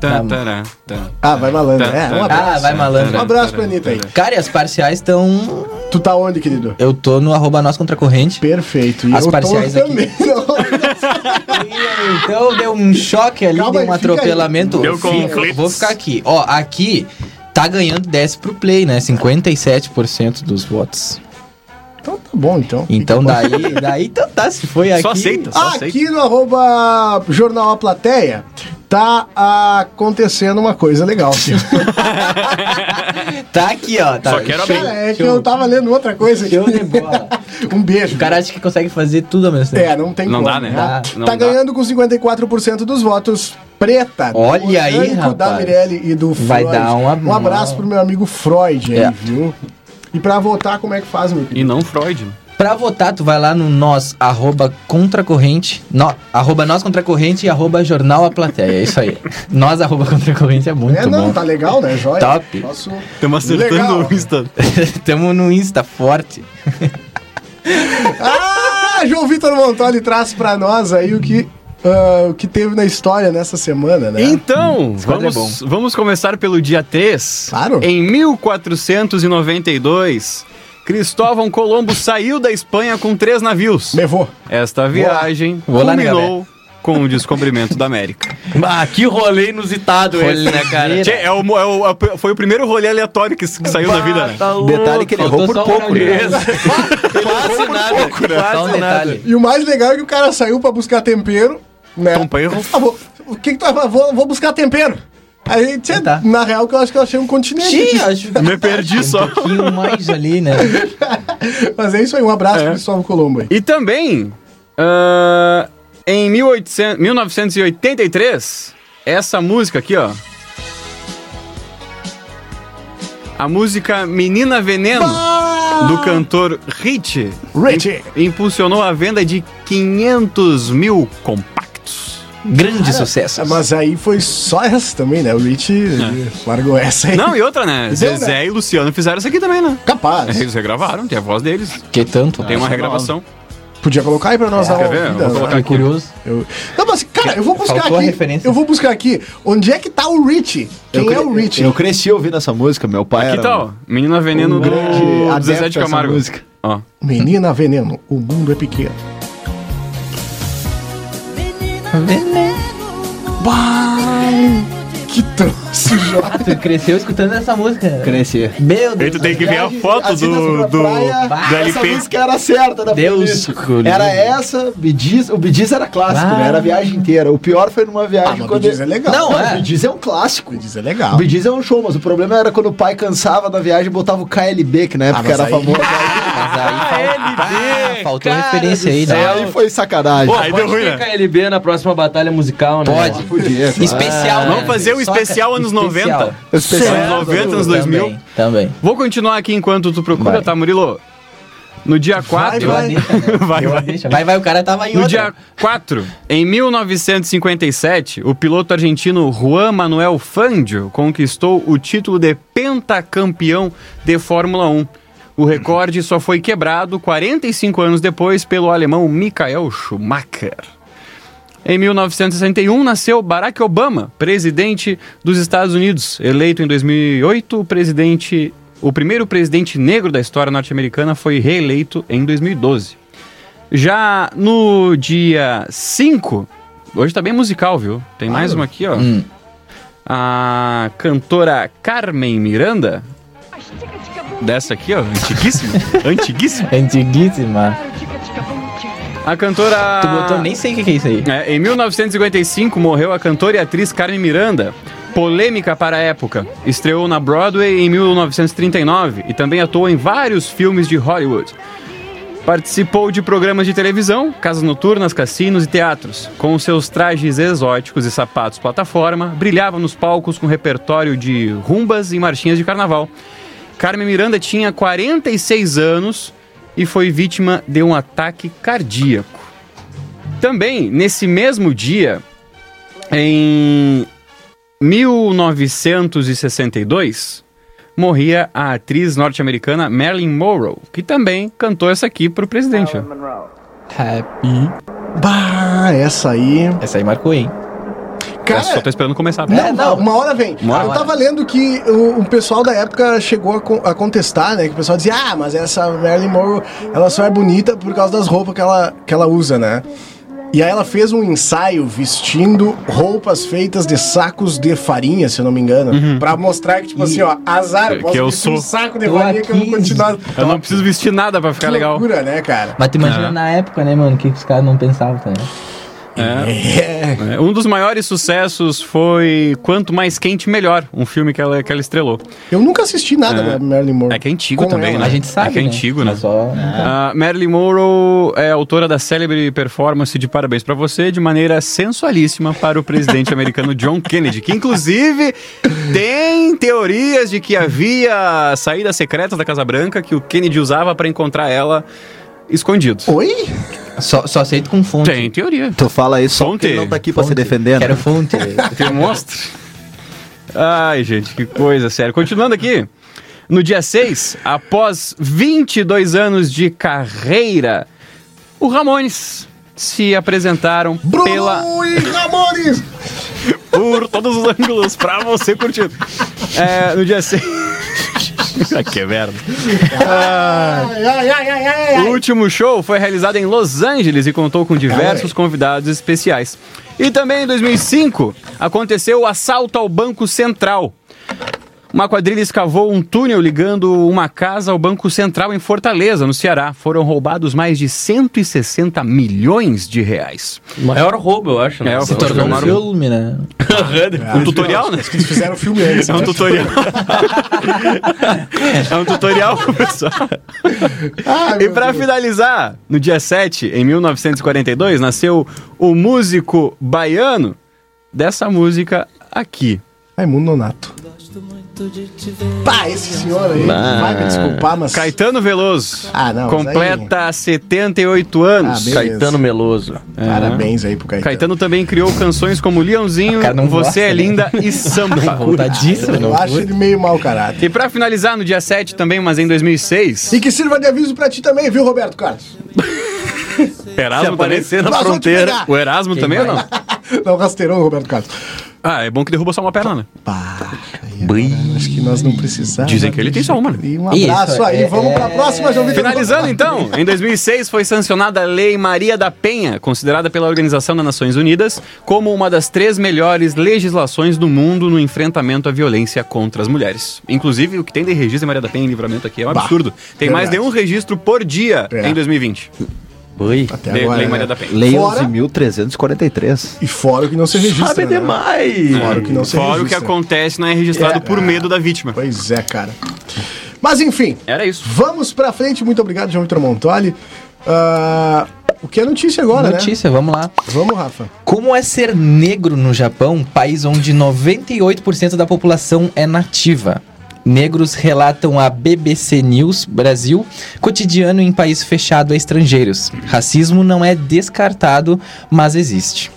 [SPEAKER 4] Tan, tará, tan.
[SPEAKER 3] Ah, vai malandro.
[SPEAKER 4] Tá,
[SPEAKER 3] É, um abraço.
[SPEAKER 2] Ah, vai malandro.
[SPEAKER 3] Um abraço pra Anitta aí.
[SPEAKER 2] Cara, e as parciais estão.
[SPEAKER 3] Tu tá onde, querido?
[SPEAKER 2] Eu tô no arroba nós contra a corrente.
[SPEAKER 3] Perfeito. E
[SPEAKER 2] As
[SPEAKER 3] eu
[SPEAKER 2] parciais
[SPEAKER 3] tô
[SPEAKER 2] aqui.
[SPEAKER 3] também. (laughs) Não.
[SPEAKER 2] Então deu um choque ali,
[SPEAKER 3] Calma
[SPEAKER 2] deu um
[SPEAKER 3] aí, fica aí.
[SPEAKER 2] atropelamento.
[SPEAKER 4] Deu
[SPEAKER 2] Fica-
[SPEAKER 4] conflitos.
[SPEAKER 2] Vou ficar aqui. Ó, aqui tá ganhando 10 pro play, né? 57% dos votos.
[SPEAKER 3] Então tá bom, então.
[SPEAKER 2] Então
[SPEAKER 3] Fica bom.
[SPEAKER 2] daí, daí então tá, se foi aqui.
[SPEAKER 4] Só aceita. Só aceita.
[SPEAKER 3] Aqui no arroba Jornal A Plateia tá acontecendo uma coisa legal. assim.
[SPEAKER 2] Tá aqui, ó. Tá,
[SPEAKER 4] Só quero
[SPEAKER 3] Cara, é que eu tava lendo outra coisa aqui.
[SPEAKER 2] Show de bola.
[SPEAKER 3] (laughs) Um beijo.
[SPEAKER 2] O cara acha que consegue fazer tudo ao mesmo tempo.
[SPEAKER 3] É, não tem
[SPEAKER 4] Não
[SPEAKER 3] como.
[SPEAKER 4] dá, né?
[SPEAKER 3] Tá,
[SPEAKER 4] Não
[SPEAKER 3] tá
[SPEAKER 4] dá.
[SPEAKER 3] ganhando com 54% dos votos. Preta. do
[SPEAKER 2] Olha aí,
[SPEAKER 3] Orgânico, Da
[SPEAKER 2] rapaz.
[SPEAKER 3] Mirelle e do
[SPEAKER 2] Vai
[SPEAKER 3] Freud.
[SPEAKER 2] dar uma-
[SPEAKER 3] Um abraço pro meu amigo Freud aí,
[SPEAKER 2] É.
[SPEAKER 3] viu? E pra votar, como é que faz, meu
[SPEAKER 4] E não Freud.
[SPEAKER 2] Pra votar, tu vai lá no nós, arroba contracorrente, no, arroba nós contracorrente e arroba jornal a plateia, é isso aí. nós, arroba contracorrente é muito
[SPEAKER 3] É, não,
[SPEAKER 2] bom.
[SPEAKER 3] tá legal, né? Joia.
[SPEAKER 2] Top.
[SPEAKER 3] Nosso...
[SPEAKER 4] Estamos acertando
[SPEAKER 3] Legal.
[SPEAKER 4] o Insta.
[SPEAKER 2] (laughs) Tamo no Insta forte.
[SPEAKER 3] Ah, João Vitor Montoli traz pra nós aí o que, ah, o que teve na história nessa semana, né?
[SPEAKER 4] Então,
[SPEAKER 2] quadro é
[SPEAKER 4] vamos, vamos começar pelo dia 3.
[SPEAKER 3] Claro.
[SPEAKER 4] Em 1492, Cristóvão Colombo saiu da Espanha com três navios.
[SPEAKER 3] Levou.
[SPEAKER 4] Esta viagem
[SPEAKER 2] Vou lá, nega,
[SPEAKER 4] culminou com o descobrimento da América.
[SPEAKER 5] Ah, que rolê inusitado esse, né, cara?
[SPEAKER 4] (laughs) Tchê, é o, é o- é o- foi o primeiro rolê aleatório que, s- que saiu da vida, né?
[SPEAKER 5] Tá louco.
[SPEAKER 6] Detalhe é que ele errou por
[SPEAKER 2] Faltou só
[SPEAKER 6] pouco,
[SPEAKER 2] um
[SPEAKER 6] né?
[SPEAKER 5] Beleza.
[SPEAKER 2] (laughs)
[SPEAKER 5] Quase nada,
[SPEAKER 2] Só um
[SPEAKER 5] quase nada.
[SPEAKER 2] detalhe.
[SPEAKER 3] E o mais legal é que o cara saiu pra buscar tempero, né?
[SPEAKER 4] Tempero.
[SPEAKER 3] Ah, vou, o que que tu vai fazer? Vou, vou buscar tempero. Aí, tchê,
[SPEAKER 2] Tá.
[SPEAKER 3] na real, que eu acho que eu achei um continente.
[SPEAKER 2] Sim, acho que
[SPEAKER 4] Me perdi
[SPEAKER 2] um
[SPEAKER 4] só.
[SPEAKER 2] pouquinho mais ali, né?
[SPEAKER 3] (laughs) Mas é isso aí, um abraço pro Cristóvão Colombo aí.
[SPEAKER 4] E também, ah, em 1800 1983, essa música aqui, ó. A música Menina Veneno, do cantor Rich,
[SPEAKER 3] Richie.
[SPEAKER 4] impulsionou a venda de 500 mil
[SPEAKER 6] (laughs)
[SPEAKER 4] compactos.
[SPEAKER 2] Grande sucesso.
[SPEAKER 3] Mas aí foi só essa também, né? O Rich ele largou essa aí.
[SPEAKER 4] É. Não, e outra, né?
[SPEAKER 3] Deu, né?
[SPEAKER 4] Zezé e Luciano fizeram isso aqui também, né?
[SPEAKER 3] Capaz.
[SPEAKER 4] Eles regravaram, tem a voz deles.
[SPEAKER 2] Que tanto.
[SPEAKER 4] Tem uma regravação.
[SPEAKER 3] Podia colocar aí pra nós dar uma
[SPEAKER 4] É, Quer ver?
[SPEAKER 3] ouvida,
[SPEAKER 4] Vou
[SPEAKER 3] né?
[SPEAKER 4] colocar
[SPEAKER 2] Fiquei
[SPEAKER 4] aqui.
[SPEAKER 2] curioso.
[SPEAKER 3] Eu... Não, mas, cara, eu vou buscar
[SPEAKER 2] Faltou a
[SPEAKER 3] aqui.
[SPEAKER 2] referência.
[SPEAKER 3] Eu vou buscar aqui. Onde é que tá o Rich? Quem
[SPEAKER 6] Eu
[SPEAKER 3] é o
[SPEAKER 6] cre-
[SPEAKER 3] Rich?
[SPEAKER 6] Eu cresci ouvindo essa música, meu pai
[SPEAKER 4] Aqui
[SPEAKER 6] era
[SPEAKER 4] tá,
[SPEAKER 6] um
[SPEAKER 4] ó. Menina Veneno do
[SPEAKER 6] grande adepto
[SPEAKER 4] Zezé de
[SPEAKER 6] dessa
[SPEAKER 4] Camargo.
[SPEAKER 6] música.
[SPEAKER 4] Ó.
[SPEAKER 3] Menina Veneno, o mundo é pequeno. Que trouxe, Jorge.
[SPEAKER 2] Ah, tu cresceu escutando essa música.
[SPEAKER 6] Cresci.
[SPEAKER 2] Meu
[SPEAKER 4] Aí
[SPEAKER 2] Deus.
[SPEAKER 4] tu tem que ver a foto
[SPEAKER 6] As idas
[SPEAKER 4] do,
[SPEAKER 6] pra
[SPEAKER 4] do,
[SPEAKER 6] praia,
[SPEAKER 4] do
[SPEAKER 6] Essa
[SPEAKER 4] LP.
[SPEAKER 6] música era certa da
[SPEAKER 2] Deus
[SPEAKER 6] playlist.
[SPEAKER 2] colhido.
[SPEAKER 6] Era essa, Bidiz. O Bidiz era clássico,
[SPEAKER 2] Ah.
[SPEAKER 6] né? Era a viagem inteira. O pior foi numa
[SPEAKER 3] Ah,
[SPEAKER 6] viagem
[SPEAKER 3] mas o
[SPEAKER 6] quando.
[SPEAKER 3] Bidiz é legal.
[SPEAKER 2] Não,
[SPEAKER 6] Não,
[SPEAKER 2] é.
[SPEAKER 6] o Bidiz é um clássico.
[SPEAKER 3] O Bidiz é
[SPEAKER 6] O
[SPEAKER 3] legal.
[SPEAKER 6] Bidiz é um show, mas o problema era quando o pai cansava da viagem e botava o KLB, que na época
[SPEAKER 3] Ah, mas
[SPEAKER 6] era
[SPEAKER 3] aí- (laughs)
[SPEAKER 6] famoso.
[SPEAKER 2] Ah, Mas aí Ah,
[SPEAKER 5] LB,
[SPEAKER 2] faltou
[SPEAKER 5] cara
[SPEAKER 2] referência
[SPEAKER 5] do
[SPEAKER 2] aí, né?
[SPEAKER 5] céu.
[SPEAKER 6] Aí foi sacanagem.
[SPEAKER 4] Aí deu
[SPEAKER 5] Pode
[SPEAKER 4] ruim,
[SPEAKER 5] ter
[SPEAKER 4] né?
[SPEAKER 5] KLB na próxima batalha musical, né?
[SPEAKER 2] Pode.
[SPEAKER 6] Podia, claro.
[SPEAKER 2] Especial.
[SPEAKER 4] Vamos
[SPEAKER 2] né?
[SPEAKER 4] fazer um
[SPEAKER 2] Só ca-
[SPEAKER 4] especial anos 90.
[SPEAKER 6] Especial
[SPEAKER 4] Anos 90, anos
[SPEAKER 2] É, Também,
[SPEAKER 4] 2000.
[SPEAKER 2] Também.
[SPEAKER 4] Vou continuar aqui enquanto tu procura,
[SPEAKER 2] Vai.
[SPEAKER 4] tá, Murilo? No dia 4...
[SPEAKER 2] Deu a deixa, né?
[SPEAKER 4] (laughs) Vai,
[SPEAKER 2] Deu a
[SPEAKER 4] vai.
[SPEAKER 2] deixa. Vai, vai, o cara tava em
[SPEAKER 4] No
[SPEAKER 2] outra.
[SPEAKER 4] dia 4, em 1957, o piloto argentino Juan Manuel Fangio conquistou o título de pentacampeão de Fórmula 1. O recorde só foi quebrado 45 anos depois pelo alemão Michael Schumacher. Em 1961 nasceu Barack Obama, presidente dos Estados Unidos, eleito em 2008, o presidente, o primeiro presidente negro da história norte-americana foi reeleito em 2012. Já no dia 5, hoje tá bem musical, viu? Tem mais uma aqui, ó.
[SPEAKER 2] Hum.
[SPEAKER 4] A cantora Carmen Miranda. Dessa aqui, ó, antiguíssima. antiguíssima.
[SPEAKER 2] Antiguíssima.
[SPEAKER 4] A cantora.
[SPEAKER 2] Tu botou, nem sei o que que é isso aí.
[SPEAKER 4] É, em 1955 morreu a cantora e atriz Carmen Miranda. Polêmica para a época. Estreou na Broadway em 1939 e também atuou em vários filmes de Hollywood. Participou de programas de televisão, casas noturnas, cassinos e teatros. Com seus trajes exóticos e sapatos plataforma, brilhava nos palcos com repertório de rumbas e marchinhas de carnaval. Carmen Miranda tinha 46 anos e foi vítima de um ataque cardíaco. Também, nesse mesmo dia, em 1962, morria a atriz norte-americana Marilyn Monroe, que também cantou essa aqui pro presidente. ó.
[SPEAKER 3] Ah,
[SPEAKER 2] Happy.
[SPEAKER 3] Bah, essa aí.
[SPEAKER 2] Essa aí marcou, hein?
[SPEAKER 4] Eu só tô esperando começar.
[SPEAKER 3] Não,
[SPEAKER 2] É,
[SPEAKER 3] não,
[SPEAKER 2] não.
[SPEAKER 3] uma hora vem.
[SPEAKER 2] Uma
[SPEAKER 3] eu
[SPEAKER 2] hora.
[SPEAKER 3] tava lendo que o, o pessoal da época chegou a, con- a contestar, né? Que o pessoal dizia, ah, mas essa Marilyn Monroe, ela só é bonita por causa das roupas que ela, que ela usa, né? E aí ela fez um ensaio vestindo roupas feitas de sacos de farinha, se eu não me engano, pra mostrar que, tipo assim, ó, azar,
[SPEAKER 4] Uhum.
[SPEAKER 3] posso
[SPEAKER 4] Que eu
[SPEAKER 3] vestir um
[SPEAKER 4] sou-
[SPEAKER 3] saco de
[SPEAKER 2] Tô
[SPEAKER 3] farinha que eu vou
[SPEAKER 2] aqui.
[SPEAKER 3] continuar...
[SPEAKER 4] (laughs) Eu não preciso vestir nada pra
[SPEAKER 3] Que
[SPEAKER 4] ficar legal.
[SPEAKER 3] loucura, né, cara?
[SPEAKER 2] Mas tu imagina
[SPEAKER 4] É.
[SPEAKER 2] na época, né, mano? O que que os caras não pensavam também.
[SPEAKER 3] É.
[SPEAKER 4] É, Um dos maiores sucessos foi Quanto Mais Quente Melhor, um filme que ela, que ela estrelou.
[SPEAKER 3] Eu nunca assisti nada da Marilyn Monroe.
[SPEAKER 4] É que é antigo
[SPEAKER 3] Com
[SPEAKER 4] também,
[SPEAKER 3] ela.
[SPEAKER 4] né?
[SPEAKER 2] A gente sabe.
[SPEAKER 4] É que é
[SPEAKER 2] né?
[SPEAKER 4] antigo, né?
[SPEAKER 2] Mas só.
[SPEAKER 4] A Marilyn Monroe é autora da célebre performance de Parabéns pra Você de maneira sensualíssima para o presidente americano John Kennedy, que inclusive tem teorias de que havia saídas secretas da Casa Branca que o Kennedy usava pra encontrar ela escondido.
[SPEAKER 3] Oi?
[SPEAKER 2] Só, só aceito com fonte.
[SPEAKER 4] Tem teoria.
[SPEAKER 6] Tu fala isso só porque
[SPEAKER 4] Fonte.
[SPEAKER 6] ele não tá aqui pra se
[SPEAKER 2] Fonte.
[SPEAKER 6] defender, né?
[SPEAKER 2] Quero fonte.
[SPEAKER 4] Demonstra. (laughs) Ai, gente, que coisa séria. Continuando aqui. No dia 6, após 22 anos de carreira, o Ramones se apresentaram
[SPEAKER 3] Bruno
[SPEAKER 4] pela
[SPEAKER 3] e Ramones!
[SPEAKER 4] por todos os ângulos pra você curtir. É, no dia (laughs) 6. Tá que merda.
[SPEAKER 3] Ai, ai, ai, ai, ai, ai.
[SPEAKER 4] O último show foi realizado em Los Angeles e contou com diversos convidados especiais. E também em 2005 aconteceu o assalto ao Banco Central. Uma quadrilha escavou um túnel ligando uma casa ao Banco Central em Fortaleza, no Ceará. Foram roubados mais de 160 milhões de reais.
[SPEAKER 5] Maior roubo, eu acho. né?
[SPEAKER 4] É, o
[SPEAKER 2] Se tornou um filme, né?
[SPEAKER 4] Um tutorial, né?
[SPEAKER 3] É. Acho que eles fizeram o filme antes.
[SPEAKER 4] (laughs) É um
[SPEAKER 3] né?
[SPEAKER 5] (laughs)
[SPEAKER 4] tutorial. é um tutorial, pessoal.
[SPEAKER 3] Ai,
[SPEAKER 4] E
[SPEAKER 3] Ah, meu
[SPEAKER 4] pra
[SPEAKER 3] Deus.
[SPEAKER 4] finalizar, no dia 7, em 1942, nasceu o músico baiano dessa música aqui.
[SPEAKER 3] Raimundo Nonato. Pá, esse senhor aí
[SPEAKER 5] Ah,
[SPEAKER 3] vai me desculpar, mas.
[SPEAKER 4] Caetano Veloso.
[SPEAKER 3] Ah, não, mas
[SPEAKER 4] Completa 78
[SPEAKER 3] Ah,
[SPEAKER 4] anos.
[SPEAKER 3] beleza.
[SPEAKER 5] Caetano Meloso.
[SPEAKER 3] Parabéns aí pro Caetano.
[SPEAKER 4] É. Caetano também criou canções como Leãozinho,
[SPEAKER 2] cara não
[SPEAKER 4] Você
[SPEAKER 2] gosta,
[SPEAKER 4] é
[SPEAKER 2] né?
[SPEAKER 4] Linda
[SPEAKER 2] (laughs)
[SPEAKER 4] e Samba.
[SPEAKER 2] Contadíssimo,
[SPEAKER 3] Eu
[SPEAKER 2] não
[SPEAKER 3] acho
[SPEAKER 2] foi?
[SPEAKER 3] ele meio mau caráter.
[SPEAKER 4] E pra finalizar, no dia 7 também, mas em 2006...
[SPEAKER 3] E que sirva de aviso pra ti também, viu, Roberto Carlos?
[SPEAKER 4] Erasmo também?
[SPEAKER 3] Nós
[SPEAKER 5] na
[SPEAKER 3] vamos te
[SPEAKER 5] fronteira.
[SPEAKER 3] pegar.
[SPEAKER 4] O Erasmo também ou não?
[SPEAKER 3] Não, rasteirão, Roberto Carlos.
[SPEAKER 4] Ah, é bom que derruba só uma perna, né?
[SPEAKER 3] Pá, aí agora acho que nós não precisamos.
[SPEAKER 4] Dizem que ele tem só uma, né?
[SPEAKER 3] E um
[SPEAKER 2] Isso,
[SPEAKER 3] abraço aí.
[SPEAKER 2] é-
[SPEAKER 3] Vamos pra próxima, João Vitor.
[SPEAKER 4] Finalizando então, em 2006 foi sancionada a Lei Maria da Penha, considerada pela Organização das Nações Unidas como uma das três melhores legislações do mundo no enfrentamento à violência contra as mulheres. Inclusive, o que tem de registro de Maria da Penha em livramento aqui é um
[SPEAKER 3] Bah,
[SPEAKER 4] absurdo. Tem mais de
[SPEAKER 3] verdade.
[SPEAKER 4] um registro por dia
[SPEAKER 3] É.
[SPEAKER 4] em 2020.
[SPEAKER 5] Oi.
[SPEAKER 3] Até
[SPEAKER 4] Lei-
[SPEAKER 3] agora,
[SPEAKER 4] Lei
[SPEAKER 3] né?
[SPEAKER 4] Maria da Penha.
[SPEAKER 6] Lei
[SPEAKER 3] Fora-
[SPEAKER 6] 11.343.
[SPEAKER 3] E fora o que não se registra.
[SPEAKER 5] Sabe
[SPEAKER 3] né?
[SPEAKER 5] demais.
[SPEAKER 3] Fora o que não se
[SPEAKER 4] Fora o que
[SPEAKER 3] registra.
[SPEAKER 4] acontece não é registrado
[SPEAKER 3] É.
[SPEAKER 4] por medo da vítima.
[SPEAKER 3] Pois é, cara. Mas enfim,
[SPEAKER 4] Era isso.
[SPEAKER 3] Vamos pra frente, muito obrigado, João Vitor Montoli. Ah, o que é notícia agora,
[SPEAKER 2] Notícia, vamos lá.
[SPEAKER 3] né? Vamos, Rafa.
[SPEAKER 2] Como é ser negro no Japão, país onde 98% da população é nativa? Negros relatam a BBC News Brasil cotidiano em país fechado a estrangeiros. Racismo não é descartado, mas existe.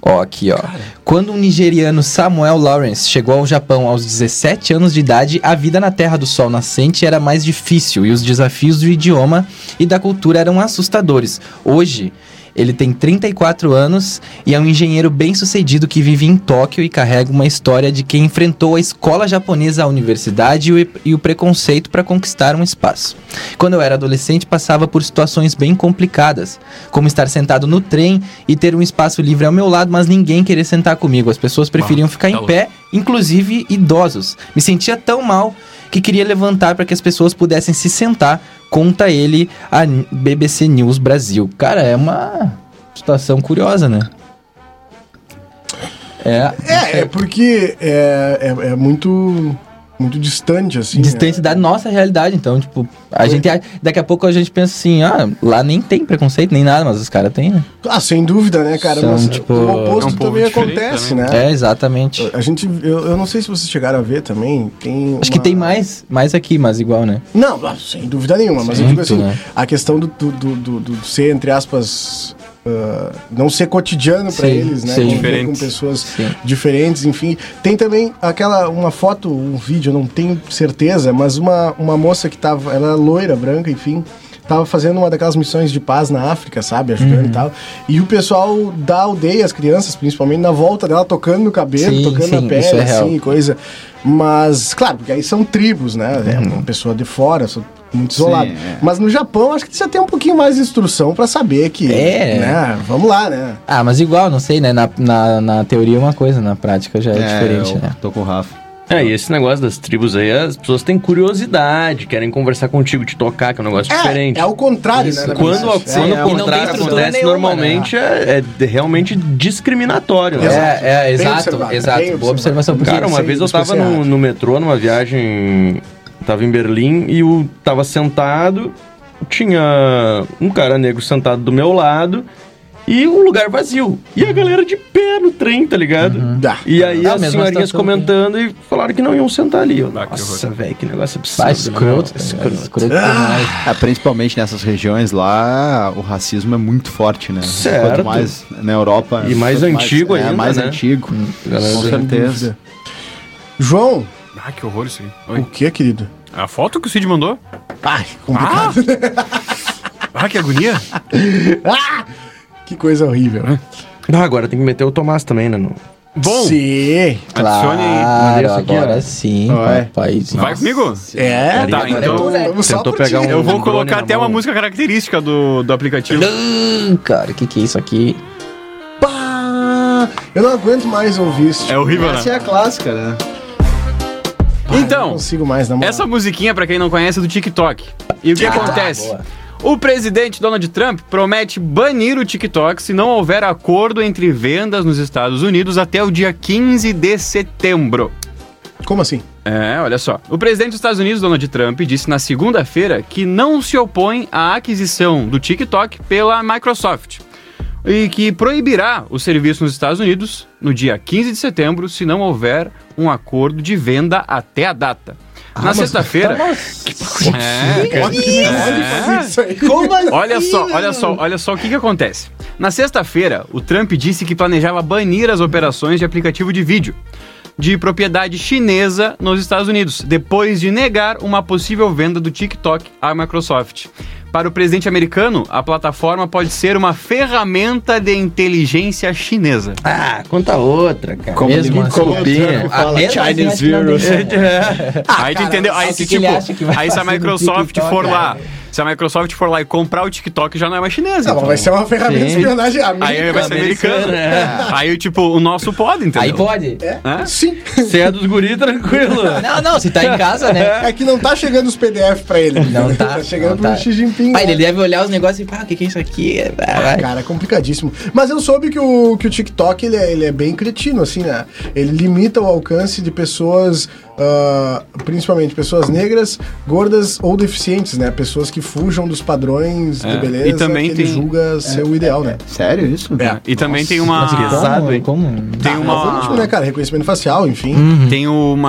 [SPEAKER 2] Ó, aqui, ó. Quando o nigeriano Samuel Lawrence chegou ao Japão aos 17 anos de idade, a vida na Terra do Sol Nascente era mais difícil e os desafios do idioma e da cultura eram assustadores. Hoje, ele tem 34 anos e é um engenheiro bem-sucedido que vive em Tóquio e carrega uma história de quem enfrentou a escola japonesa, a universidade e o, e o preconceito para conquistar um espaço. Quando eu era adolescente, passava por situações bem complicadas, como estar sentado no trem e ter um espaço livre ao meu lado, mas ninguém querer sentar comigo. As pessoas preferiam ficar em pé, inclusive idosos. Me sentia tão mal que queria levantar para que as pessoas pudessem se sentar, conta ele a N- BBC News Brasil. Cara, é uma situação curiosa, né? É.
[SPEAKER 3] É, é porque é, é- é muito, muito distante, assim.
[SPEAKER 2] Distante da nossa realidade, então, tipo, a gente. a- Daqui a pouco a gente pensa assim, ah, lá nem tem preconceito, nem nada, mas os caras têm, né?
[SPEAKER 3] Ah, sem dúvida, né, cara?
[SPEAKER 2] São,
[SPEAKER 3] Mas
[SPEAKER 2] tipo,
[SPEAKER 3] o oposto
[SPEAKER 4] é um povo
[SPEAKER 3] também
[SPEAKER 4] diferente
[SPEAKER 3] acontece,
[SPEAKER 4] também.
[SPEAKER 3] né?
[SPEAKER 2] É, exatamente.
[SPEAKER 3] A gente, eu, eu não sei se vocês chegaram a ver também, tem
[SPEAKER 2] Acho que
[SPEAKER 3] uma-
[SPEAKER 2] tem mais, mais aqui, mas igual, né?
[SPEAKER 3] Não, ah, sem dúvida nenhuma, mas eu
[SPEAKER 2] Sim,
[SPEAKER 3] digo assim,
[SPEAKER 2] né?
[SPEAKER 3] a questão do, do, do, do- do ser, entre aspas, ah, não ser cotidiano pra
[SPEAKER 2] Sim,
[SPEAKER 3] eles, né?
[SPEAKER 2] sim.
[SPEAKER 3] Conviver Com
[SPEAKER 4] Diferentes.
[SPEAKER 3] pessoas
[SPEAKER 2] Sim.
[SPEAKER 3] diferentes, enfim. Tem também aquela, uma foto, um vídeo, eu não tenho certeza, mas uma, uma moça que tava, ela é loira, branca, enfim, tava fazendo uma daquelas missões de paz na África, sabe? Ajudando
[SPEAKER 2] Uhum.
[SPEAKER 3] e tal. E o pessoal da aldeia, as crianças principalmente, na volta dela, tocando no cabelo,
[SPEAKER 2] Sim,
[SPEAKER 3] tocando
[SPEAKER 2] sim,
[SPEAKER 3] na pele,
[SPEAKER 2] isso é real.
[SPEAKER 3] assim, e coisa. Mas, claro, porque aí são tribos, né? É uma pessoa de fora, sou muito isolado.
[SPEAKER 6] é.
[SPEAKER 3] Mas no Japão, acho que você tem um pouquinho mais de instrução pra saber que.
[SPEAKER 2] É.
[SPEAKER 3] Né? Vamos lá, né?
[SPEAKER 2] Ah, mas igual, não sei, né? Na, na, na teoria é uma coisa, na prática já é, diferente,
[SPEAKER 6] eu
[SPEAKER 2] né?
[SPEAKER 6] Tô com o Rafa.
[SPEAKER 5] É, e esse negócio das tribos aí, as pessoas têm curiosidade, querem conversar contigo, te tocar, que é um negócio diferente.
[SPEAKER 3] É, é o contrário, né? na
[SPEAKER 5] Quando,
[SPEAKER 3] verdade.
[SPEAKER 5] quando
[SPEAKER 2] é,
[SPEAKER 5] o
[SPEAKER 2] e não tem
[SPEAKER 5] contrário
[SPEAKER 2] estrutura
[SPEAKER 5] acontece,
[SPEAKER 2] nenhuma,
[SPEAKER 5] normalmente
[SPEAKER 2] né?
[SPEAKER 5] é, é de- realmente discriminatório. né?
[SPEAKER 3] Exato.
[SPEAKER 2] É, é,
[SPEAKER 3] Bem
[SPEAKER 2] exato,
[SPEAKER 3] observado,
[SPEAKER 2] exato.
[SPEAKER 3] bem
[SPEAKER 2] Boa observação.
[SPEAKER 3] observado.
[SPEAKER 2] Porque,
[SPEAKER 5] Cara, uma
[SPEAKER 3] sem-
[SPEAKER 5] vez eu
[SPEAKER 3] isso vai
[SPEAKER 5] tava
[SPEAKER 3] ser
[SPEAKER 5] no,
[SPEAKER 3] errado.
[SPEAKER 5] no metrô, numa viagem. Tava em Berlim e eu tava sentado. Tinha um cara negro sentado do meu lado e um lugar vazio. E a galera de pé no trem, tá ligado?
[SPEAKER 3] Uhum. Dá.
[SPEAKER 5] E aí
[SPEAKER 2] Ah,
[SPEAKER 5] as
[SPEAKER 2] mesma
[SPEAKER 5] senhorinhas
[SPEAKER 2] situação,
[SPEAKER 5] comentando e falaram que não iam sentar ali. Eu,
[SPEAKER 4] Ah, que
[SPEAKER 5] Nossa, velho, que negócio absurdo.
[SPEAKER 2] pá,
[SPEAKER 5] né?
[SPEAKER 2] escroto, tá ligado? escroto. demais.
[SPEAKER 6] Ah, principalmente nessas regiões lá, o racismo é muito forte, né?
[SPEAKER 5] Certo.
[SPEAKER 6] Quanto mais na Europa.
[SPEAKER 5] E mais
[SPEAKER 6] quanto
[SPEAKER 5] antigo
[SPEAKER 6] é,
[SPEAKER 5] ainda,
[SPEAKER 6] mais
[SPEAKER 5] né?
[SPEAKER 6] antigo.
[SPEAKER 5] galera,
[SPEAKER 6] com
[SPEAKER 5] sem
[SPEAKER 6] certeza.
[SPEAKER 3] João,
[SPEAKER 4] Ah, que horror isso aí.
[SPEAKER 3] o que, querido?
[SPEAKER 4] A foto que o Cid mandou?
[SPEAKER 3] Ai, complicado. (laughs)
[SPEAKER 4] Ah, que agonia.
[SPEAKER 3] Que coisa horrível.
[SPEAKER 5] Ah, agora tem que meter o Tomás também, né? no-
[SPEAKER 4] Bom,
[SPEAKER 3] Sim.
[SPEAKER 4] adicione aí.
[SPEAKER 5] Mandei
[SPEAKER 2] Claro,
[SPEAKER 5] essa aqui,
[SPEAKER 2] agora
[SPEAKER 5] ó.
[SPEAKER 2] sim,
[SPEAKER 6] Ué.
[SPEAKER 2] papaizinho.
[SPEAKER 4] Vai comigo?
[SPEAKER 3] É,
[SPEAKER 5] Tá,
[SPEAKER 3] agora
[SPEAKER 4] então,
[SPEAKER 3] eu tô- vamos só
[SPEAKER 5] tentou
[SPEAKER 3] por ti.
[SPEAKER 5] pegar um-
[SPEAKER 4] Eu vou
[SPEAKER 5] drone
[SPEAKER 4] colocar
[SPEAKER 5] na
[SPEAKER 4] até
[SPEAKER 5] mão.
[SPEAKER 4] uma música característica do, do aplicativo.
[SPEAKER 2] Hum, Cara, o que que é isso aqui?
[SPEAKER 3] Pá! Eu não aguento mais ouvir isso.
[SPEAKER 4] É horrível, né?
[SPEAKER 6] Essa é a clássica, né?
[SPEAKER 3] Não
[SPEAKER 5] é
[SPEAKER 4] Então,
[SPEAKER 3] consigo mais, na moral.
[SPEAKER 4] essa musiquinha, pra quem não conhece, é do TikTok. E o
[SPEAKER 5] Ah,
[SPEAKER 4] que
[SPEAKER 5] tá,
[SPEAKER 4] acontece?
[SPEAKER 2] Ah, tá, boa.
[SPEAKER 4] O presidente Donald Trump promete banir o TikTok se não houver acordo entre vendas nos Estados Unidos até o dia 15 de setembro.
[SPEAKER 3] Como assim?
[SPEAKER 4] É, olha só. O presidente dos Estados Unidos, Donald Trump, disse na segunda-feira que não se opõe à aquisição do TikTok pela Microsoft e que proibirá o serviço nos Estados Unidos no dia 15 de setembro se não houver um acordo de venda até a data. na sexta-feira. É, cara.
[SPEAKER 3] Olha isso aí.
[SPEAKER 4] Olha só, olha só, olha só o que, que acontece. Na sexta-feira, o Trump disse que planejava banir as operações de aplicativo de vídeo de propriedade chinesa nos Estados Unidos, depois de negar uma possível venda do TikTok à Microsoft. Para o presidente americano, a plataforma pode ser uma ferramenta de inteligência chinesa.
[SPEAKER 5] Ah, conta outra, cara.
[SPEAKER 6] Como
[SPEAKER 2] Mesmo
[SPEAKER 6] ninguém
[SPEAKER 2] assim,
[SPEAKER 6] copia,
[SPEAKER 2] a
[SPEAKER 6] fala
[SPEAKER 2] mesma
[SPEAKER 6] Chinese
[SPEAKER 2] cidade
[SPEAKER 6] virus.
[SPEAKER 2] que mandou.
[SPEAKER 4] aí tu
[SPEAKER 2] cara,
[SPEAKER 4] entendeu?
[SPEAKER 2] mas
[SPEAKER 4] Aí
[SPEAKER 2] Ah, o
[SPEAKER 4] se
[SPEAKER 2] que que ele
[SPEAKER 4] tipo,
[SPEAKER 2] acha que vai
[SPEAKER 4] aí se a
[SPEAKER 2] fazer no
[SPEAKER 4] Microsoft
[SPEAKER 2] TikTok, É.
[SPEAKER 4] for lá,
[SPEAKER 2] cara?
[SPEAKER 4] se a Microsoft for lá e comprar o TikTok já não é mais chinesa.
[SPEAKER 3] Não,
[SPEAKER 4] então.
[SPEAKER 3] vai ser uma ferramenta de
[SPEAKER 2] Sim.
[SPEAKER 3] espionagem
[SPEAKER 4] Aí
[SPEAKER 3] americana.
[SPEAKER 4] vai ser americano. Aí, tipo, o nosso pode, entendeu? Né?
[SPEAKER 2] Aí pode.
[SPEAKER 3] É.
[SPEAKER 4] Hã?
[SPEAKER 3] Sim.
[SPEAKER 5] Você é dos guri, tranquilo. (laughs)
[SPEAKER 2] Não, não, se tá em
[SPEAKER 3] (laughs)
[SPEAKER 2] casa, né?
[SPEAKER 3] É que não tá chegando os PDF pra ele.
[SPEAKER 2] Não tá.
[SPEAKER 3] (laughs) tá chegando
[SPEAKER 2] não
[SPEAKER 3] pro
[SPEAKER 2] tá.
[SPEAKER 3] Xi Jinping.
[SPEAKER 2] Pai,
[SPEAKER 3] né?
[SPEAKER 2] ele deve olhar os negócios e pá, o que que é isso aqui? Vai, vai.
[SPEAKER 3] Cara, é complicadíssimo. Mas eu soube que o, que o TikTok ele é, ele é bem cretino, assim, né? Ele limita o alcance de pessoas, ah, principalmente pessoas negras, gordas ou deficientes, né? Pessoas que fujam dos padrões
[SPEAKER 4] É,
[SPEAKER 3] de
[SPEAKER 4] e
[SPEAKER 3] beleza
[SPEAKER 4] também
[SPEAKER 3] que ele
[SPEAKER 4] tem-
[SPEAKER 3] julga ser o ideal, né?
[SPEAKER 6] Sério isso?
[SPEAKER 4] É, E também tem
[SPEAKER 2] Mas que
[SPEAKER 4] uma.
[SPEAKER 5] pesado,
[SPEAKER 2] como,
[SPEAKER 5] hein?
[SPEAKER 2] como?
[SPEAKER 4] Tem
[SPEAKER 3] Mas é útil,
[SPEAKER 4] uma.
[SPEAKER 3] né, cara? Reconhecimento facial, enfim.
[SPEAKER 2] Hum.
[SPEAKER 4] Tem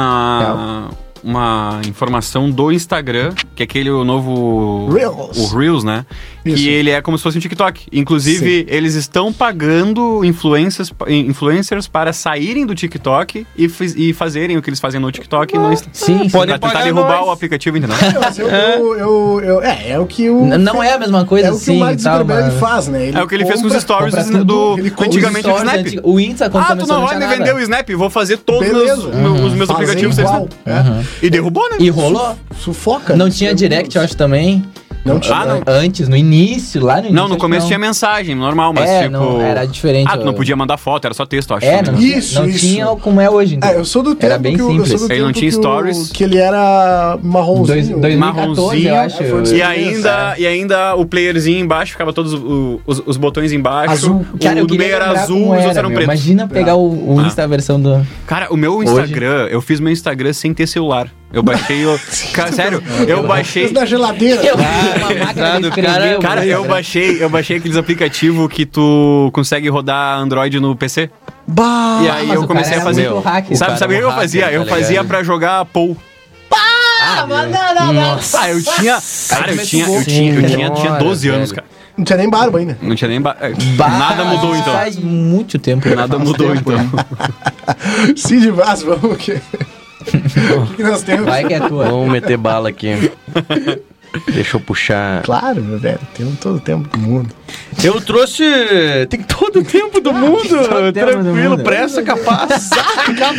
[SPEAKER 4] uma. Uma informação do Instagram, que é aquele o novo.
[SPEAKER 3] Reels.
[SPEAKER 4] O Reels, né?
[SPEAKER 3] Isso.
[SPEAKER 4] Que ele é como se fosse um TikTok. Inclusive, eles estão pagando influencers, influencers para saírem do TikTok e, fiz- e fazerem o que eles fazem no TikTok e no Instagram.
[SPEAKER 2] Sim, sim.
[SPEAKER 4] Pra tentar
[SPEAKER 5] pagar
[SPEAKER 4] derrubar
[SPEAKER 5] nós.
[SPEAKER 4] o aplicativo, entendeu?
[SPEAKER 3] Mas eu, assim, eu, eu- eu- é, é o que o.
[SPEAKER 2] N- Não é a mesma coisa,
[SPEAKER 3] é o que
[SPEAKER 2] sim.
[SPEAKER 3] o Mark
[SPEAKER 2] tal,
[SPEAKER 3] Zuckerberg
[SPEAKER 2] mas-
[SPEAKER 3] faz, né?
[SPEAKER 4] É o que ele fez com os
[SPEAKER 3] compra-
[SPEAKER 4] stories
[SPEAKER 3] compra
[SPEAKER 4] do-
[SPEAKER 3] tudo,
[SPEAKER 4] do-
[SPEAKER 3] ele compra os
[SPEAKER 4] antigamente o
[SPEAKER 2] Stories
[SPEAKER 4] Snap.
[SPEAKER 2] antigo- O Insta, quando
[SPEAKER 4] Ah, tu
[SPEAKER 2] começou,
[SPEAKER 4] não vai
[SPEAKER 2] tinha
[SPEAKER 4] me
[SPEAKER 2] nada.
[SPEAKER 4] vender o Snap, vou fazer todos os meus,
[SPEAKER 3] Beleza. Uhum.
[SPEAKER 4] os meus
[SPEAKER 3] Fazer
[SPEAKER 4] aplicativos.
[SPEAKER 3] igual, É.
[SPEAKER 4] E derrubou, né?
[SPEAKER 2] Uhum. E rolou?
[SPEAKER 3] Sufoca.
[SPEAKER 2] Não tinha direct, eu acho também.
[SPEAKER 3] Não tinha.
[SPEAKER 4] é Ah, não.
[SPEAKER 2] Antes, no início, lá no início.
[SPEAKER 4] Não, no
[SPEAKER 2] acho
[SPEAKER 4] começo
[SPEAKER 2] que
[SPEAKER 4] tinha mensagem, normal, mas
[SPEAKER 2] um É,
[SPEAKER 4] tipo.
[SPEAKER 2] não, era diferente,
[SPEAKER 4] Ah, tu
[SPEAKER 2] eu-
[SPEAKER 4] não podia mandar foto, era só texto, eu acho.
[SPEAKER 2] É, não, tinha-
[SPEAKER 3] Isso,
[SPEAKER 2] não
[SPEAKER 3] isso.
[SPEAKER 2] tinha como é hoje. então.
[SPEAKER 3] É, eu sou do tempo
[SPEAKER 2] Era bem
[SPEAKER 3] que o, eu
[SPEAKER 2] simples.
[SPEAKER 3] sou do
[SPEAKER 4] Ele não
[SPEAKER 3] tempo
[SPEAKER 4] tinha
[SPEAKER 3] que o-
[SPEAKER 4] stories.
[SPEAKER 3] que ele era
[SPEAKER 2] Dois,
[SPEAKER 3] um marronzinho.
[SPEAKER 2] 2014, eu
[SPEAKER 4] marronzinho.
[SPEAKER 2] acho.
[SPEAKER 3] É, foi
[SPEAKER 4] E
[SPEAKER 3] Beleza,
[SPEAKER 4] ainda, e ainda o playerzinho embaixo, ficava todos o- os, os botões embaixo.
[SPEAKER 3] Azul.
[SPEAKER 4] O
[SPEAKER 2] Cara, eu
[SPEAKER 4] do
[SPEAKER 2] queria
[SPEAKER 4] meio era
[SPEAKER 2] lembrar
[SPEAKER 4] azul, os
[SPEAKER 2] como
[SPEAKER 4] outros
[SPEAKER 2] era,
[SPEAKER 4] eram
[SPEAKER 2] meu.
[SPEAKER 4] pretos.
[SPEAKER 2] Imagina pegar o, o
[SPEAKER 4] Ah.
[SPEAKER 2] Insta, a versão do...
[SPEAKER 4] Cara, o meu Instagram, eu fiz meu Instagram sem ter celular. Eu
[SPEAKER 2] (laughs)
[SPEAKER 4] baixei o. Cara, sério, eu baixei.
[SPEAKER 3] Da geladeira.
[SPEAKER 2] Eu, uma máquina de
[SPEAKER 5] exato, cara-
[SPEAKER 2] escrever,
[SPEAKER 4] Cara,
[SPEAKER 2] meu,
[SPEAKER 4] eu baixei, eu baixei aqueles aplicativos que tu consegue rodar Android no PC.
[SPEAKER 3] Bah!
[SPEAKER 4] E aí
[SPEAKER 2] mas
[SPEAKER 4] eu
[SPEAKER 2] o
[SPEAKER 4] comecei
[SPEAKER 2] cara
[SPEAKER 4] a
[SPEAKER 2] é
[SPEAKER 4] fazer.
[SPEAKER 2] muito hacker. O cara
[SPEAKER 4] Sabe, sabe o
[SPEAKER 2] é
[SPEAKER 4] que
[SPEAKER 2] um
[SPEAKER 4] eu fazia?
[SPEAKER 2] hacker,
[SPEAKER 4] Eu
[SPEAKER 2] tá
[SPEAKER 4] fazia
[SPEAKER 2] ligado?
[SPEAKER 4] pra jogar Pou.
[SPEAKER 2] Ah, mas não, não, não.
[SPEAKER 4] Ah, eu tinha. Cara, eu
[SPEAKER 2] começou
[SPEAKER 4] tinha,
[SPEAKER 2] bom.
[SPEAKER 4] eu tinha, eu tinha, tinha
[SPEAKER 2] Senhora,
[SPEAKER 4] 12 anos,
[SPEAKER 2] velho.
[SPEAKER 4] cara.
[SPEAKER 3] Não tinha nem barba
[SPEAKER 2] (laughs)
[SPEAKER 3] ainda.
[SPEAKER 4] Não tinha nem. ba- é,
[SPEAKER 2] Bah,
[SPEAKER 4] Nada mudou
[SPEAKER 2] isso
[SPEAKER 4] então.
[SPEAKER 2] Faz muito tempo.
[SPEAKER 4] Nada mudou então.
[SPEAKER 3] Cid Vaz, vamos que...
[SPEAKER 2] (laughs)
[SPEAKER 3] o que, que nós temos?
[SPEAKER 2] Vai que é tua.
[SPEAKER 5] Vamos meter bala aqui. Deixa eu puxar.
[SPEAKER 3] Claro, meu velho. Tem um todo o tempo do mundo.
[SPEAKER 5] Eu trouxe. Tem todo o tempo do mundo.
[SPEAKER 2] todo o tempo do
[SPEAKER 5] tranquilo,
[SPEAKER 2] mundo. (laughs)
[SPEAKER 5] pressa, capaz.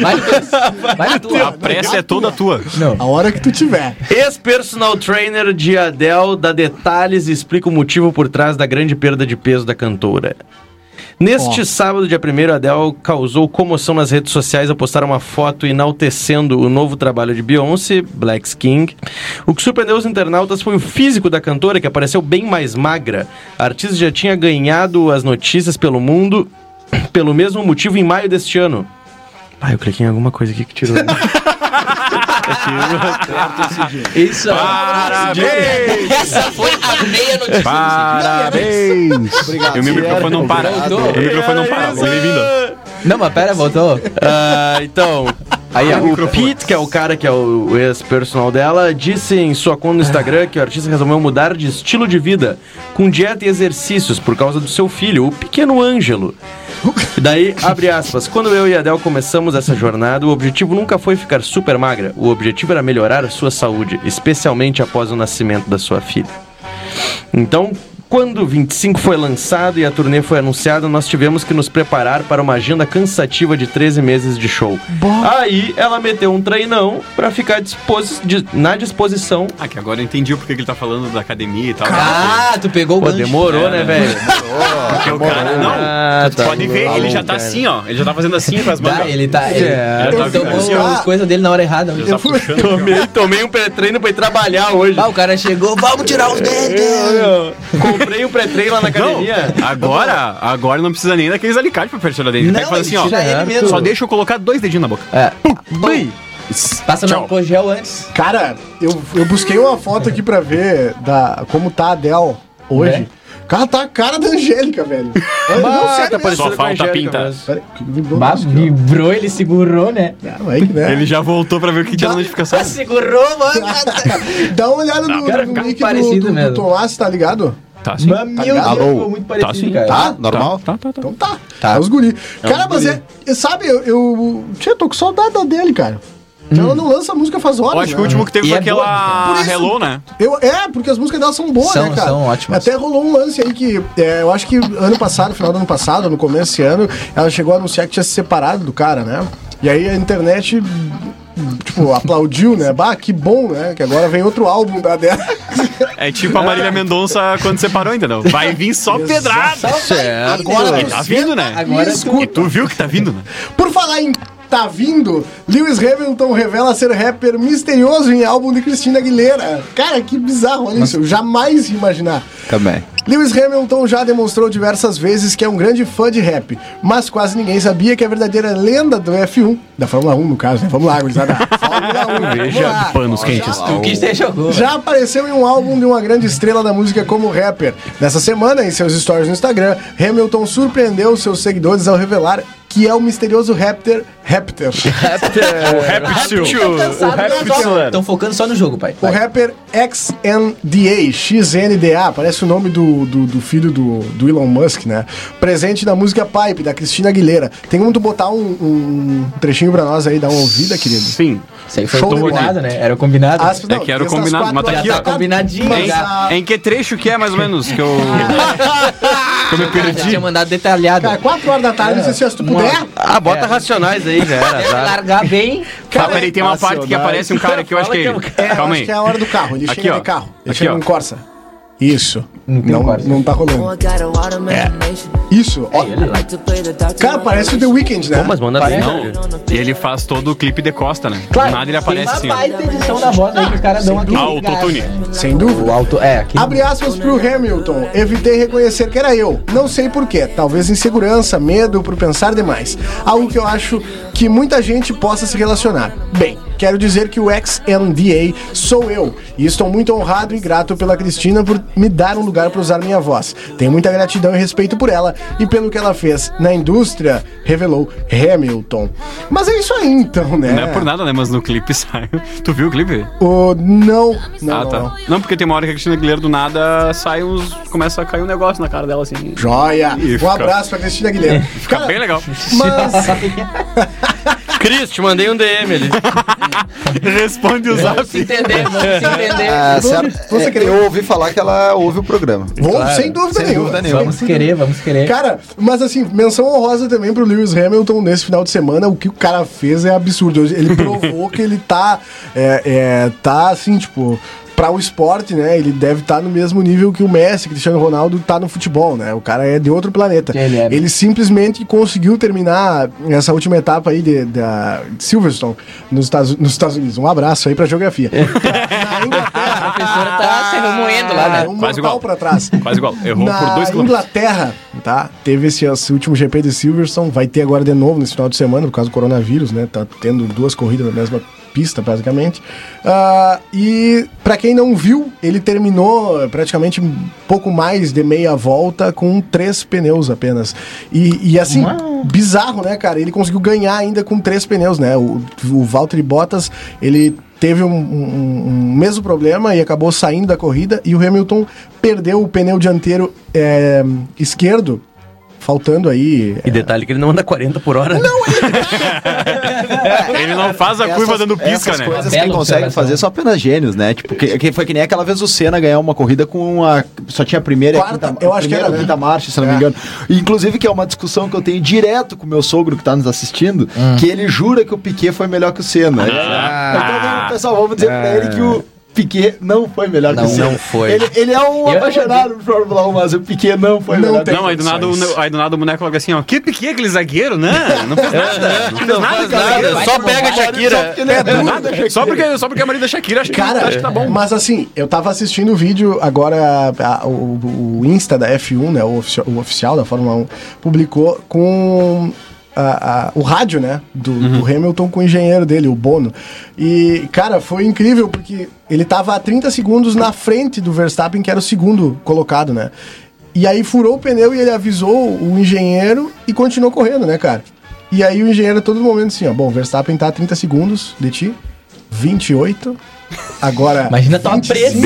[SPEAKER 2] Vai tu. Vai tu.
[SPEAKER 4] A pressa é toda tua.
[SPEAKER 3] A hora que tu tiver.
[SPEAKER 5] Ex-personal trainer de Adele dá detalhes e explica o motivo por trás da grande perda de peso da cantora. Neste sábado, dia 1 Adele causou comoção nas redes sociais ao postar uma foto enaltecendo o novo trabalho de Beyoncé, Black King. O que surpreendeu os internautas foi o físico da cantora, que apareceu bem mais magra. A artista já tinha ganhado as notícias pelo mundo (coughs) pelo mesmo motivo em maio deste ano. Ah, eu cliquei em alguma coisa aqui que tirou.
[SPEAKER 2] Isso.
[SPEAKER 4] Parabéns!
[SPEAKER 2] Essa foi a meia notícia. é
[SPEAKER 4] Parabéns!
[SPEAKER 6] Obrigado.
[SPEAKER 4] E o meu microfone não para.
[SPEAKER 2] Obrigado.
[SPEAKER 4] O meu microfone não para. Bem-vindo.
[SPEAKER 2] Não, mas pera, voltou.
[SPEAKER 5] Ah, então. Aí
[SPEAKER 4] Ah,
[SPEAKER 5] o Pete, que é o cara que é o ex-personal dela, disse em sua conta no Instagram que o artista resolveu mudar de estilo de vida, com dieta e exercícios, por causa do seu filho, o pequeno Ângelo. Daí, abre aspas, quando eu e a Adele começamos essa jornada, o objetivo nunca foi ficar super magra, o objetivo era melhorar a sua saúde, especialmente após o nascimento da sua filha. Então, quando o 25 foi lançado e a turnê foi anunciada, nós tivemos que nos preparar para uma agenda cansativa de 13 meses de show. Aí ela meteu um treinão pra ficar disposi- de- na disposição.
[SPEAKER 4] Ah, que agora eu entendi o porquê que ele tá falando da academia e tal.
[SPEAKER 2] Ah, tu pegou o
[SPEAKER 5] Pô,
[SPEAKER 2] gancho.
[SPEAKER 5] demorou, né, velho?
[SPEAKER 4] Porque o cara, não.
[SPEAKER 5] Ah,
[SPEAKER 4] tu
[SPEAKER 5] tá.
[SPEAKER 4] pode ver, ele já tá
[SPEAKER 5] Cara.
[SPEAKER 4] assim, ó. Ele já tá fazendo assim com as mãos.
[SPEAKER 2] Tá, ele tá. Ele,
[SPEAKER 5] É,
[SPEAKER 2] ele
[SPEAKER 4] tá
[SPEAKER 2] tomou
[SPEAKER 4] vendo?
[SPEAKER 2] as coisas dele na hora errada.
[SPEAKER 4] Ele tá puxando.
[SPEAKER 5] (laughs) Tomei, tomei um pré-treino pra ir trabalhar hoje.
[SPEAKER 2] Ah, o cara chegou, vamos tirar os dentes.
[SPEAKER 5] Eu- eu Comprei o pré-treino lá na academia.
[SPEAKER 4] Não, agora, agora não precisa nem daqueles alicates pra fechar a dente.
[SPEAKER 2] Não,
[SPEAKER 4] Tem que fazer assim,
[SPEAKER 2] ele
[SPEAKER 4] ó.
[SPEAKER 2] tira ele mesmo.
[SPEAKER 4] Só deixa eu colocar dois dedinhos na boca.
[SPEAKER 2] É,
[SPEAKER 5] Bem,
[SPEAKER 2] passa no
[SPEAKER 4] Tchau.
[SPEAKER 2] álcool gel antes.
[SPEAKER 3] Cara, eu, eu busquei uma foto aqui pra ver da, como tá a Adele hoje.
[SPEAKER 2] Né?
[SPEAKER 3] Cara, tá a cara da Angélica, velho. Olha, não,
[SPEAKER 5] ah,
[SPEAKER 3] sério
[SPEAKER 5] tá
[SPEAKER 3] mesmo.
[SPEAKER 5] parecendo
[SPEAKER 4] Só
[SPEAKER 5] com a
[SPEAKER 4] falta
[SPEAKER 5] Angélica
[SPEAKER 4] pinta.
[SPEAKER 5] mesmo.
[SPEAKER 3] Peraí, que vibrou
[SPEAKER 2] Bah,
[SPEAKER 3] isso aqui,
[SPEAKER 2] vibrou, ele segurou, né?
[SPEAKER 3] ó. Não, aí que, né?
[SPEAKER 4] Ele já voltou pra ver o que
[SPEAKER 2] Tá,
[SPEAKER 4] tinha na notificação.
[SPEAKER 2] assim, Segurou, mano.
[SPEAKER 3] (laughs) Dá uma olhada no,
[SPEAKER 2] cara,
[SPEAKER 3] no
[SPEAKER 2] fica
[SPEAKER 3] nick do,
[SPEAKER 2] parecido
[SPEAKER 3] do, do
[SPEAKER 2] mesmo.
[SPEAKER 3] Tomás, tá ligado?
[SPEAKER 4] Tá assim.
[SPEAKER 2] Mas meu Deus,
[SPEAKER 6] Alô?
[SPEAKER 2] ficou muito parecido,
[SPEAKER 4] sim.
[SPEAKER 2] cara.
[SPEAKER 6] Tá? Normal?
[SPEAKER 4] Tá, tá, tá.
[SPEAKER 3] Então tá.
[SPEAKER 2] Tá.
[SPEAKER 3] É os guri. cara, mas é. é, Sabe, eu. eu tia, tô com saudade da dele, cara.
[SPEAKER 2] Hum.
[SPEAKER 3] Ela não lança música faz horas.
[SPEAKER 4] Eu acho que o
[SPEAKER 3] né?
[SPEAKER 4] último que teve
[SPEAKER 2] E
[SPEAKER 4] foi
[SPEAKER 2] é boa,
[SPEAKER 4] aquela
[SPEAKER 3] Por isso-
[SPEAKER 4] Hello, né?
[SPEAKER 3] Eu, é, porque as músicas dela são boas,
[SPEAKER 2] São-
[SPEAKER 3] né, cara?
[SPEAKER 2] são ótimas.
[SPEAKER 3] Até rolou um lance aí que é, eu acho que ano passado, final do ano passado, no começo desse ano, ela chegou a anunciar que tinha se separado do cara, né? E aí a internet. Tipo, aplaudiu, né? Bah, que bom, né? Que agora vem outro álbum da dela.
[SPEAKER 4] É tipo a Marília Mendonça quando separou, entendeu? Vai
[SPEAKER 2] (laughs)
[SPEAKER 4] vir só
[SPEAKER 6] Tá.
[SPEAKER 4] pedrada.
[SPEAKER 5] Certo.
[SPEAKER 4] E
[SPEAKER 3] Agora
[SPEAKER 4] tá
[SPEAKER 3] você
[SPEAKER 4] vindo, né?
[SPEAKER 2] Agora
[SPEAKER 3] me
[SPEAKER 2] tu-
[SPEAKER 4] E
[SPEAKER 3] escuta.
[SPEAKER 4] tu viu que tá vindo, né?
[SPEAKER 3] Por falar em tá vindo, Lewis Hamilton revela ser rapper misterioso em álbum de Cristina Aguilera. Cara, que bizarro, olha isso. Eu jamais ia imaginar.
[SPEAKER 6] Também.
[SPEAKER 3] Lewis Hamilton já demonstrou diversas vezes que é um grande fã de rap, mas quase ninguém sabia que a verdadeira lenda do F1, da Fórmula 1 no caso, né? Vamos lá, gurizada. Fórmula 1. Veja
[SPEAKER 4] Panos quentes.
[SPEAKER 2] Tu quis ter jogou.
[SPEAKER 3] já apareceu em um álbum de uma grande estrela da música como rapper. Nessa semana, em seus stories no Instagram, Hamilton surpreendeu seus seguidores ao revelar que é o misterioso rapper Raptor.
[SPEAKER 2] Estão focando só no jogo, pai.
[SPEAKER 4] Tá
[SPEAKER 3] O rapper XNDA, XNDA, parece o nome do, do, do filho do, do Elon Musk, né? Presente na música Pipe, da Cristina Aguilera. Tem como tu botar um, um trechinho pra nós aí, dar uma ouvida, querido?
[SPEAKER 4] Sim.
[SPEAKER 2] Isso aí foi
[SPEAKER 3] Show de
[SPEAKER 2] combinado, né? Era combinado.
[SPEAKER 3] Aspas,
[SPEAKER 4] É que era o
[SPEAKER 3] tem essas
[SPEAKER 4] combinado,
[SPEAKER 3] quatro
[SPEAKER 4] mas tá
[SPEAKER 3] aí,
[SPEAKER 4] aqui,
[SPEAKER 2] ó.
[SPEAKER 3] tá
[SPEAKER 2] Combinadinho,
[SPEAKER 3] mas
[SPEAKER 2] já.
[SPEAKER 3] a-
[SPEAKER 4] Em que trecho que é, mais ou menos, que eu... que eu
[SPEAKER 2] Cara,
[SPEAKER 4] me
[SPEAKER 2] já
[SPEAKER 4] perdi?
[SPEAKER 2] tinha mandado detalhado.
[SPEAKER 3] Cara, É. 4 horas da
[SPEAKER 4] É.
[SPEAKER 3] tarde, não sei se- se tu puder.
[SPEAKER 5] Ah, bota racionais aí, já era.
[SPEAKER 2] Deve
[SPEAKER 5] azar.
[SPEAKER 2] largar bem.
[SPEAKER 4] Tá, peraí, tem uma parte que aparece um cara que eu acho que é ele.
[SPEAKER 3] É, eu acho
[SPEAKER 4] Calma aí.
[SPEAKER 3] que é a hora do carro. Ele
[SPEAKER 4] Aqui,
[SPEAKER 3] chega
[SPEAKER 4] ó.
[SPEAKER 3] de carro. Ele
[SPEAKER 4] Aqui,
[SPEAKER 3] chega
[SPEAKER 4] ó.
[SPEAKER 3] em Corsa. Isso.
[SPEAKER 2] Não tem
[SPEAKER 3] Não,
[SPEAKER 2] quarto.
[SPEAKER 3] não tá rolando. Isso. ó. Cara, parece o The Weeknd, né?
[SPEAKER 5] Pô,
[SPEAKER 2] assim?
[SPEAKER 5] mas manda bem,
[SPEAKER 4] Não.
[SPEAKER 5] cara.
[SPEAKER 4] E ele faz todo o clipe de costa, né? Do nada ele aparece assim.
[SPEAKER 2] tem
[SPEAKER 4] ó. Ah,
[SPEAKER 2] uma baita edição da voz aí que os caras dão aqui.
[SPEAKER 4] Autotune.
[SPEAKER 3] Sem dúvida.
[SPEAKER 2] O auto... É, aqui.
[SPEAKER 3] Abre aspas pro Hamilton. Evitei reconhecer que era eu. Não sei porquê. Talvez insegurança, medo por pensar demais. Algo que eu acho que muita gente possa se relacionar. Bem, quero dizer que o ex-NDA sou eu. E estou muito honrado e grato pela Cristina por me dar um lugar para usar minha voz. Tenho muita gratidão e respeito por ela e pelo que ela fez na indústria, revelou Hamilton. Mas é isso aí então, né?
[SPEAKER 4] Não é por nada, né? Mas no clipe (laughs) sai. Tu viu o clipe?
[SPEAKER 3] O- não, não,
[SPEAKER 4] ah, tá.
[SPEAKER 3] não.
[SPEAKER 4] Não. porque tem uma hora que a Cristina Aguilera do nada sai uns. Começa a cair um negócio na cara dela assim.
[SPEAKER 3] Joia!
[SPEAKER 4] Ih,
[SPEAKER 3] Um
[SPEAKER 4] fica-
[SPEAKER 3] abraço pra Cristina
[SPEAKER 4] (laughs)
[SPEAKER 3] Guilherme.
[SPEAKER 4] Fica bem legal.
[SPEAKER 3] Mas
[SPEAKER 5] Cris, te mandei um DM ali.
[SPEAKER 4] (laughs) Responde o zap.
[SPEAKER 2] entender, vamos se entender.
[SPEAKER 7] Ah, se ela-
[SPEAKER 3] Você
[SPEAKER 7] é,
[SPEAKER 3] quer-
[SPEAKER 7] eu ouvi falar que ela ouve o programa.
[SPEAKER 3] Vou, sem dúvida
[SPEAKER 7] sem
[SPEAKER 3] nenhuma.
[SPEAKER 7] dúvida nenhuma.
[SPEAKER 2] Vamos querer, vamos querer.
[SPEAKER 3] Cara, mas assim, menção honrosa também pro Lewis Hamilton nesse final de semana. O que o cara fez é absurdo. Ele provou que ele tá. É, é, tá assim, tipo. Pra o esporte, né? Ele deve estar no mesmo nível que o Messi, Cristiano Ronaldo, tá no futebol, né? O cara é de outro planeta.
[SPEAKER 2] Ele é.
[SPEAKER 3] ele simplesmente conseguiu terminar essa última etapa aí de, da Silverstone nos Estados, nos Estados Unidos. Um abraço aí pra
[SPEAKER 2] (laughs)
[SPEAKER 3] geografia. Na
[SPEAKER 2] A
[SPEAKER 3] Inglaterra.
[SPEAKER 2] professora tá se remoendo lá,
[SPEAKER 3] Ah,
[SPEAKER 2] né?
[SPEAKER 3] um mortal
[SPEAKER 4] Quase igual.
[SPEAKER 3] pra trás.
[SPEAKER 4] Quase igual. Errou
[SPEAKER 3] Na
[SPEAKER 4] por dois quilômetros.
[SPEAKER 3] Inglaterra, tá? Teve esse, esse último GP de Silverstone, vai ter agora de novo nesse final de semana, por causa do coronavírus, né? Tá tendo duas corridas na mesma pista, basicamente. Ah, e pra quem não viu, ele terminou praticamente um pouco mais de meia volta com três pneus apenas. E, e assim, bizarro, né, cara? Ele conseguiu ganhar ainda com três pneus, né? O, o Valtteri Bottas, ele teve um, um- um mesmo problema e acabou saindo da corrida e o Hamilton perdeu o pneu dianteiro é, esquerdo, faltando aí.
[SPEAKER 5] E detalhe que ele não anda 40 por hora. né? Não,
[SPEAKER 4] Ele não faz a curva dando pisca,
[SPEAKER 7] essas
[SPEAKER 4] né?
[SPEAKER 7] coisas
[SPEAKER 2] Bela
[SPEAKER 7] quem consegue
[SPEAKER 2] observação.
[SPEAKER 7] fazer só apenas gênios, né? Tipo, que, que foi que nem aquela vez o Senna ganhou uma corrida com a. Só tinha a primeira e a
[SPEAKER 3] Quarta,
[SPEAKER 7] quinta,
[SPEAKER 3] eu acho que
[SPEAKER 7] primeira
[SPEAKER 3] era,
[SPEAKER 7] ou quinta marcha, se não
[SPEAKER 3] É.
[SPEAKER 7] me engano. E, inclusive, que é uma discussão que eu tenho direto com o meu sogro que tá nos assistindo, que ele jura que o Piquet foi melhor que o Senna. Então, pessoal, vamos dizer pra ele que o. Piquet não foi melhor que
[SPEAKER 2] Não,
[SPEAKER 7] o Senna.
[SPEAKER 2] não foi.
[SPEAKER 7] Ele, ele é um
[SPEAKER 2] Eu-
[SPEAKER 7] apaixonado por Fórmula 1, mas o Piquet não foi melhor que o
[SPEAKER 4] Não, aí do, nada, o- aí do nada o boneco logo assim, ó. Que pique aquele zagueiro? Não, não fez nada. né? Não fez nada, cara.
[SPEAKER 5] Só pega a Shakira.
[SPEAKER 7] Ele é duro, né, Shakira?
[SPEAKER 4] Só porque, só porque a marido da Shakira acho que,
[SPEAKER 3] Cara,
[SPEAKER 4] acho que tá bom.
[SPEAKER 3] mas assim, eu tava assistindo o vídeo agora, a- o, o Insta da F1, né? O, ofici- o oficial da Fórmula 1, publicou com a- a- o rádio, né? Do, do
[SPEAKER 4] Uhum.
[SPEAKER 3] Hamilton com o engenheiro dele, o Bono. E, cara, foi incrível, porque ele tava a 30 segundos na frente do Verstappen, que era o segundo colocado, né? E aí furou o pneu e ele avisou o engenheiro e continuou correndo, né, cara? E aí o engenheiro a todo momento assim, ó, bom, Verstappen tá a 30 segundos de ti, 28. Agora.
[SPEAKER 2] Imagina tá uma
[SPEAKER 3] 25.
[SPEAKER 2] pressão.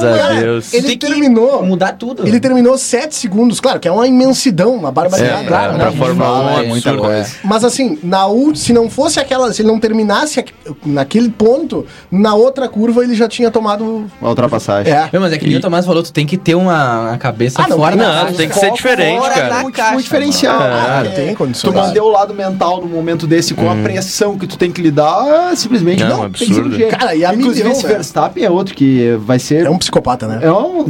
[SPEAKER 5] Benza
[SPEAKER 2] cara.
[SPEAKER 5] Deus.
[SPEAKER 3] Ele
[SPEAKER 2] Tem que
[SPEAKER 3] terminou.
[SPEAKER 2] Mudar tudo.
[SPEAKER 3] Ele terminou 7 segundos, claro, que é uma imensidão, uma barbaridade.
[SPEAKER 2] É,
[SPEAKER 3] claro,
[SPEAKER 2] é,
[SPEAKER 3] né?
[SPEAKER 5] pra Fórmula 1
[SPEAKER 7] Fala,
[SPEAKER 5] é muita
[SPEAKER 7] absurdo,
[SPEAKER 5] coisa.
[SPEAKER 7] é.
[SPEAKER 3] Mas assim, na ult- se não fosse aquela, se ele não terminasse aqu- naquele ponto, na outra curva ele já tinha tomado.
[SPEAKER 7] Uma ultrapassagem.
[SPEAKER 3] É.
[SPEAKER 2] Meu, mas é que nem o Tomás falou, tu tem que ter uma, uma cabeça
[SPEAKER 3] Ah, não,
[SPEAKER 2] fora
[SPEAKER 3] tem-
[SPEAKER 2] da
[SPEAKER 3] não,
[SPEAKER 2] caixa.
[SPEAKER 5] tem que ser
[SPEAKER 2] Foco
[SPEAKER 5] é diferente,
[SPEAKER 2] fora
[SPEAKER 5] cara.
[SPEAKER 2] da
[SPEAKER 7] muito,
[SPEAKER 2] caixa,
[SPEAKER 7] muito diferencial.
[SPEAKER 5] mano.
[SPEAKER 7] cara.
[SPEAKER 3] Ah, tem condições.
[SPEAKER 7] Tu manter o lado mental no momento desse com a pressão que tu tem que lidar, simplesmente
[SPEAKER 5] É
[SPEAKER 7] não, tem
[SPEAKER 5] um
[SPEAKER 7] que ser um
[SPEAKER 5] absurdo.
[SPEAKER 7] jeito.
[SPEAKER 3] Cara, e a
[SPEAKER 7] Inclusive
[SPEAKER 3] milhão,
[SPEAKER 7] esse
[SPEAKER 3] né?
[SPEAKER 7] Verstappen é outro que vai ser...
[SPEAKER 3] É um psicopata, né? (laughs)
[SPEAKER 7] é um-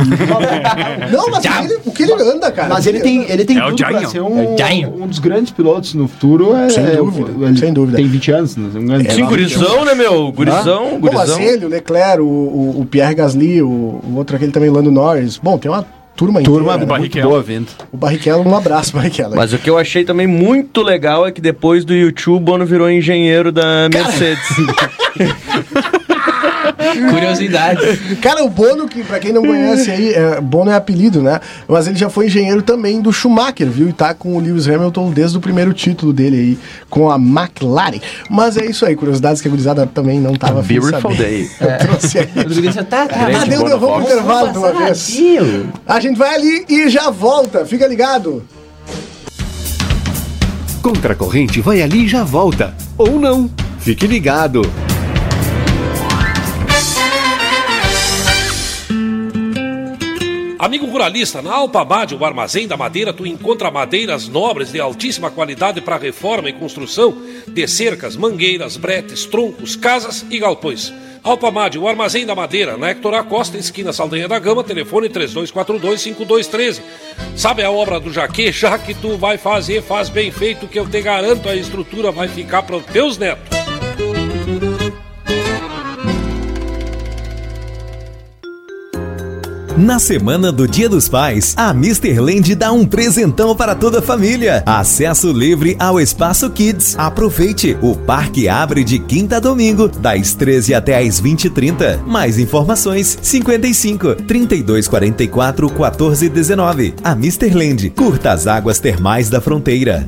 [SPEAKER 3] Não, mas ele- o que ele anda, cara?
[SPEAKER 7] mas ele tem, ele tem
[SPEAKER 4] É o
[SPEAKER 7] tudo pra
[SPEAKER 4] Jainho.
[SPEAKER 7] ser
[SPEAKER 2] É o
[SPEAKER 7] um,
[SPEAKER 2] Jainho.
[SPEAKER 7] um dos grandes pilotos no futuro. É,
[SPEAKER 3] Sem
[SPEAKER 7] é-
[SPEAKER 3] dúvida,
[SPEAKER 7] ele
[SPEAKER 3] sem dúvida. É,
[SPEAKER 7] Tem 20 anos, né? Um grande
[SPEAKER 5] Sim, gurizão, né, meu? Gurizão,
[SPEAKER 3] Bom, mas
[SPEAKER 5] gurizão.
[SPEAKER 3] ele, o Leclerc, o, o- o Pierre Gasly, o, o outro aquele também, o Lando Norris. Bom, tem uma turma
[SPEAKER 7] Turma
[SPEAKER 3] inteira, né?
[SPEAKER 7] muito boa vindo.
[SPEAKER 3] O Barrichello, um abraço, Barrichello.
[SPEAKER 5] Mas o que eu achei também muito legal é que depois do YouTube, o Bono virou engenheiro da Mercedes.
[SPEAKER 3] (laughs)
[SPEAKER 2] Curiosidade.
[SPEAKER 3] Cara, o Bono, que pra quem não conhece aí, é, Bono é apelido, né? Mas ele já foi engenheiro também do Schumacher, viu? E tá com o Lewis Hamilton desde o primeiro título dele aí, com a McLaren. Mas é isso aí, curiosidades que a gurizada também não tava afim de
[SPEAKER 5] Beautiful
[SPEAKER 3] saber.
[SPEAKER 5] day.
[SPEAKER 3] (laughs)
[SPEAKER 5] É.
[SPEAKER 3] Eu trouxe aí.
[SPEAKER 2] Os guris já tá, tá.
[SPEAKER 3] Ah, deu, deu, vamos pro intervalo de uma vez. A gente vai ali e já volta, fica ligado.
[SPEAKER 1] Contra a corrente, vai ali e já volta. Ou não. Fique ligado.
[SPEAKER 8] (laughs) Amigo ruralista, na Alpamade, o armazém da madeira, tu encontra madeiras nobres de altíssima qualidade para reforma e construção de cercas, mangueiras, bretes, troncos, casas e galpões. Alpamade, o armazém da madeira, na Hector Acosta, esquina Saldanha da Gama, telefone 32425213. Sabe a obra do Jaque? Já que tu vai fazer, faz bem feito, que eu te garanto, a estrutura vai ficar para os teus netos.
[SPEAKER 9] Na semana do Dia dos Pais, a Mr. Land dá um presentão para toda a família. Acesso livre ao Espaço Kids. Aproveite! O parque abre de quinta a domingo, das 13 até às 20h30. Mais informações: 55 32 44 14 19. A Mr. Land. Curta as águas termais da fronteira.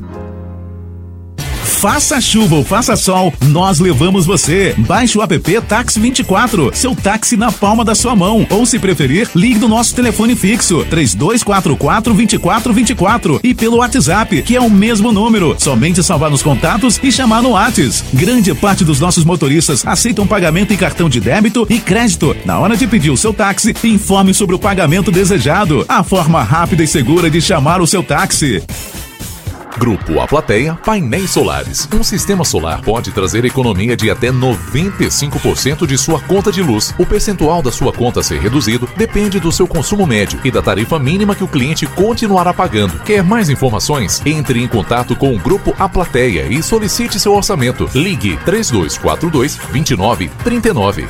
[SPEAKER 10] Faça chuva ou faça sol, nós levamos você. Baixe o app Táxi 24, seu táxi na palma da sua mão. Ou se preferir, ligue no nosso telefone fixo 3244 2424 e pelo WhatsApp, que é o mesmo número. Somente salvar nos contatos e chamar no WhatsApp. Grande parte dos nossos motoristas aceitam pagamento em cartão de débito e crédito. Na hora de pedir o seu táxi, informe sobre o pagamento desejado. A forma rápida e segura de chamar o seu táxi.
[SPEAKER 11] Grupo A Plateia Painéis Solares. Um sistema solar pode trazer economia de até 95% de sua conta de luz. O percentual da sua conta ser reduzido depende do seu consumo médio e da tarifa mínima que o cliente continuará pagando. Quer mais informações? Entre em contato com o Grupo A Plateia e solicite seu orçamento. Ligue 3242 2939.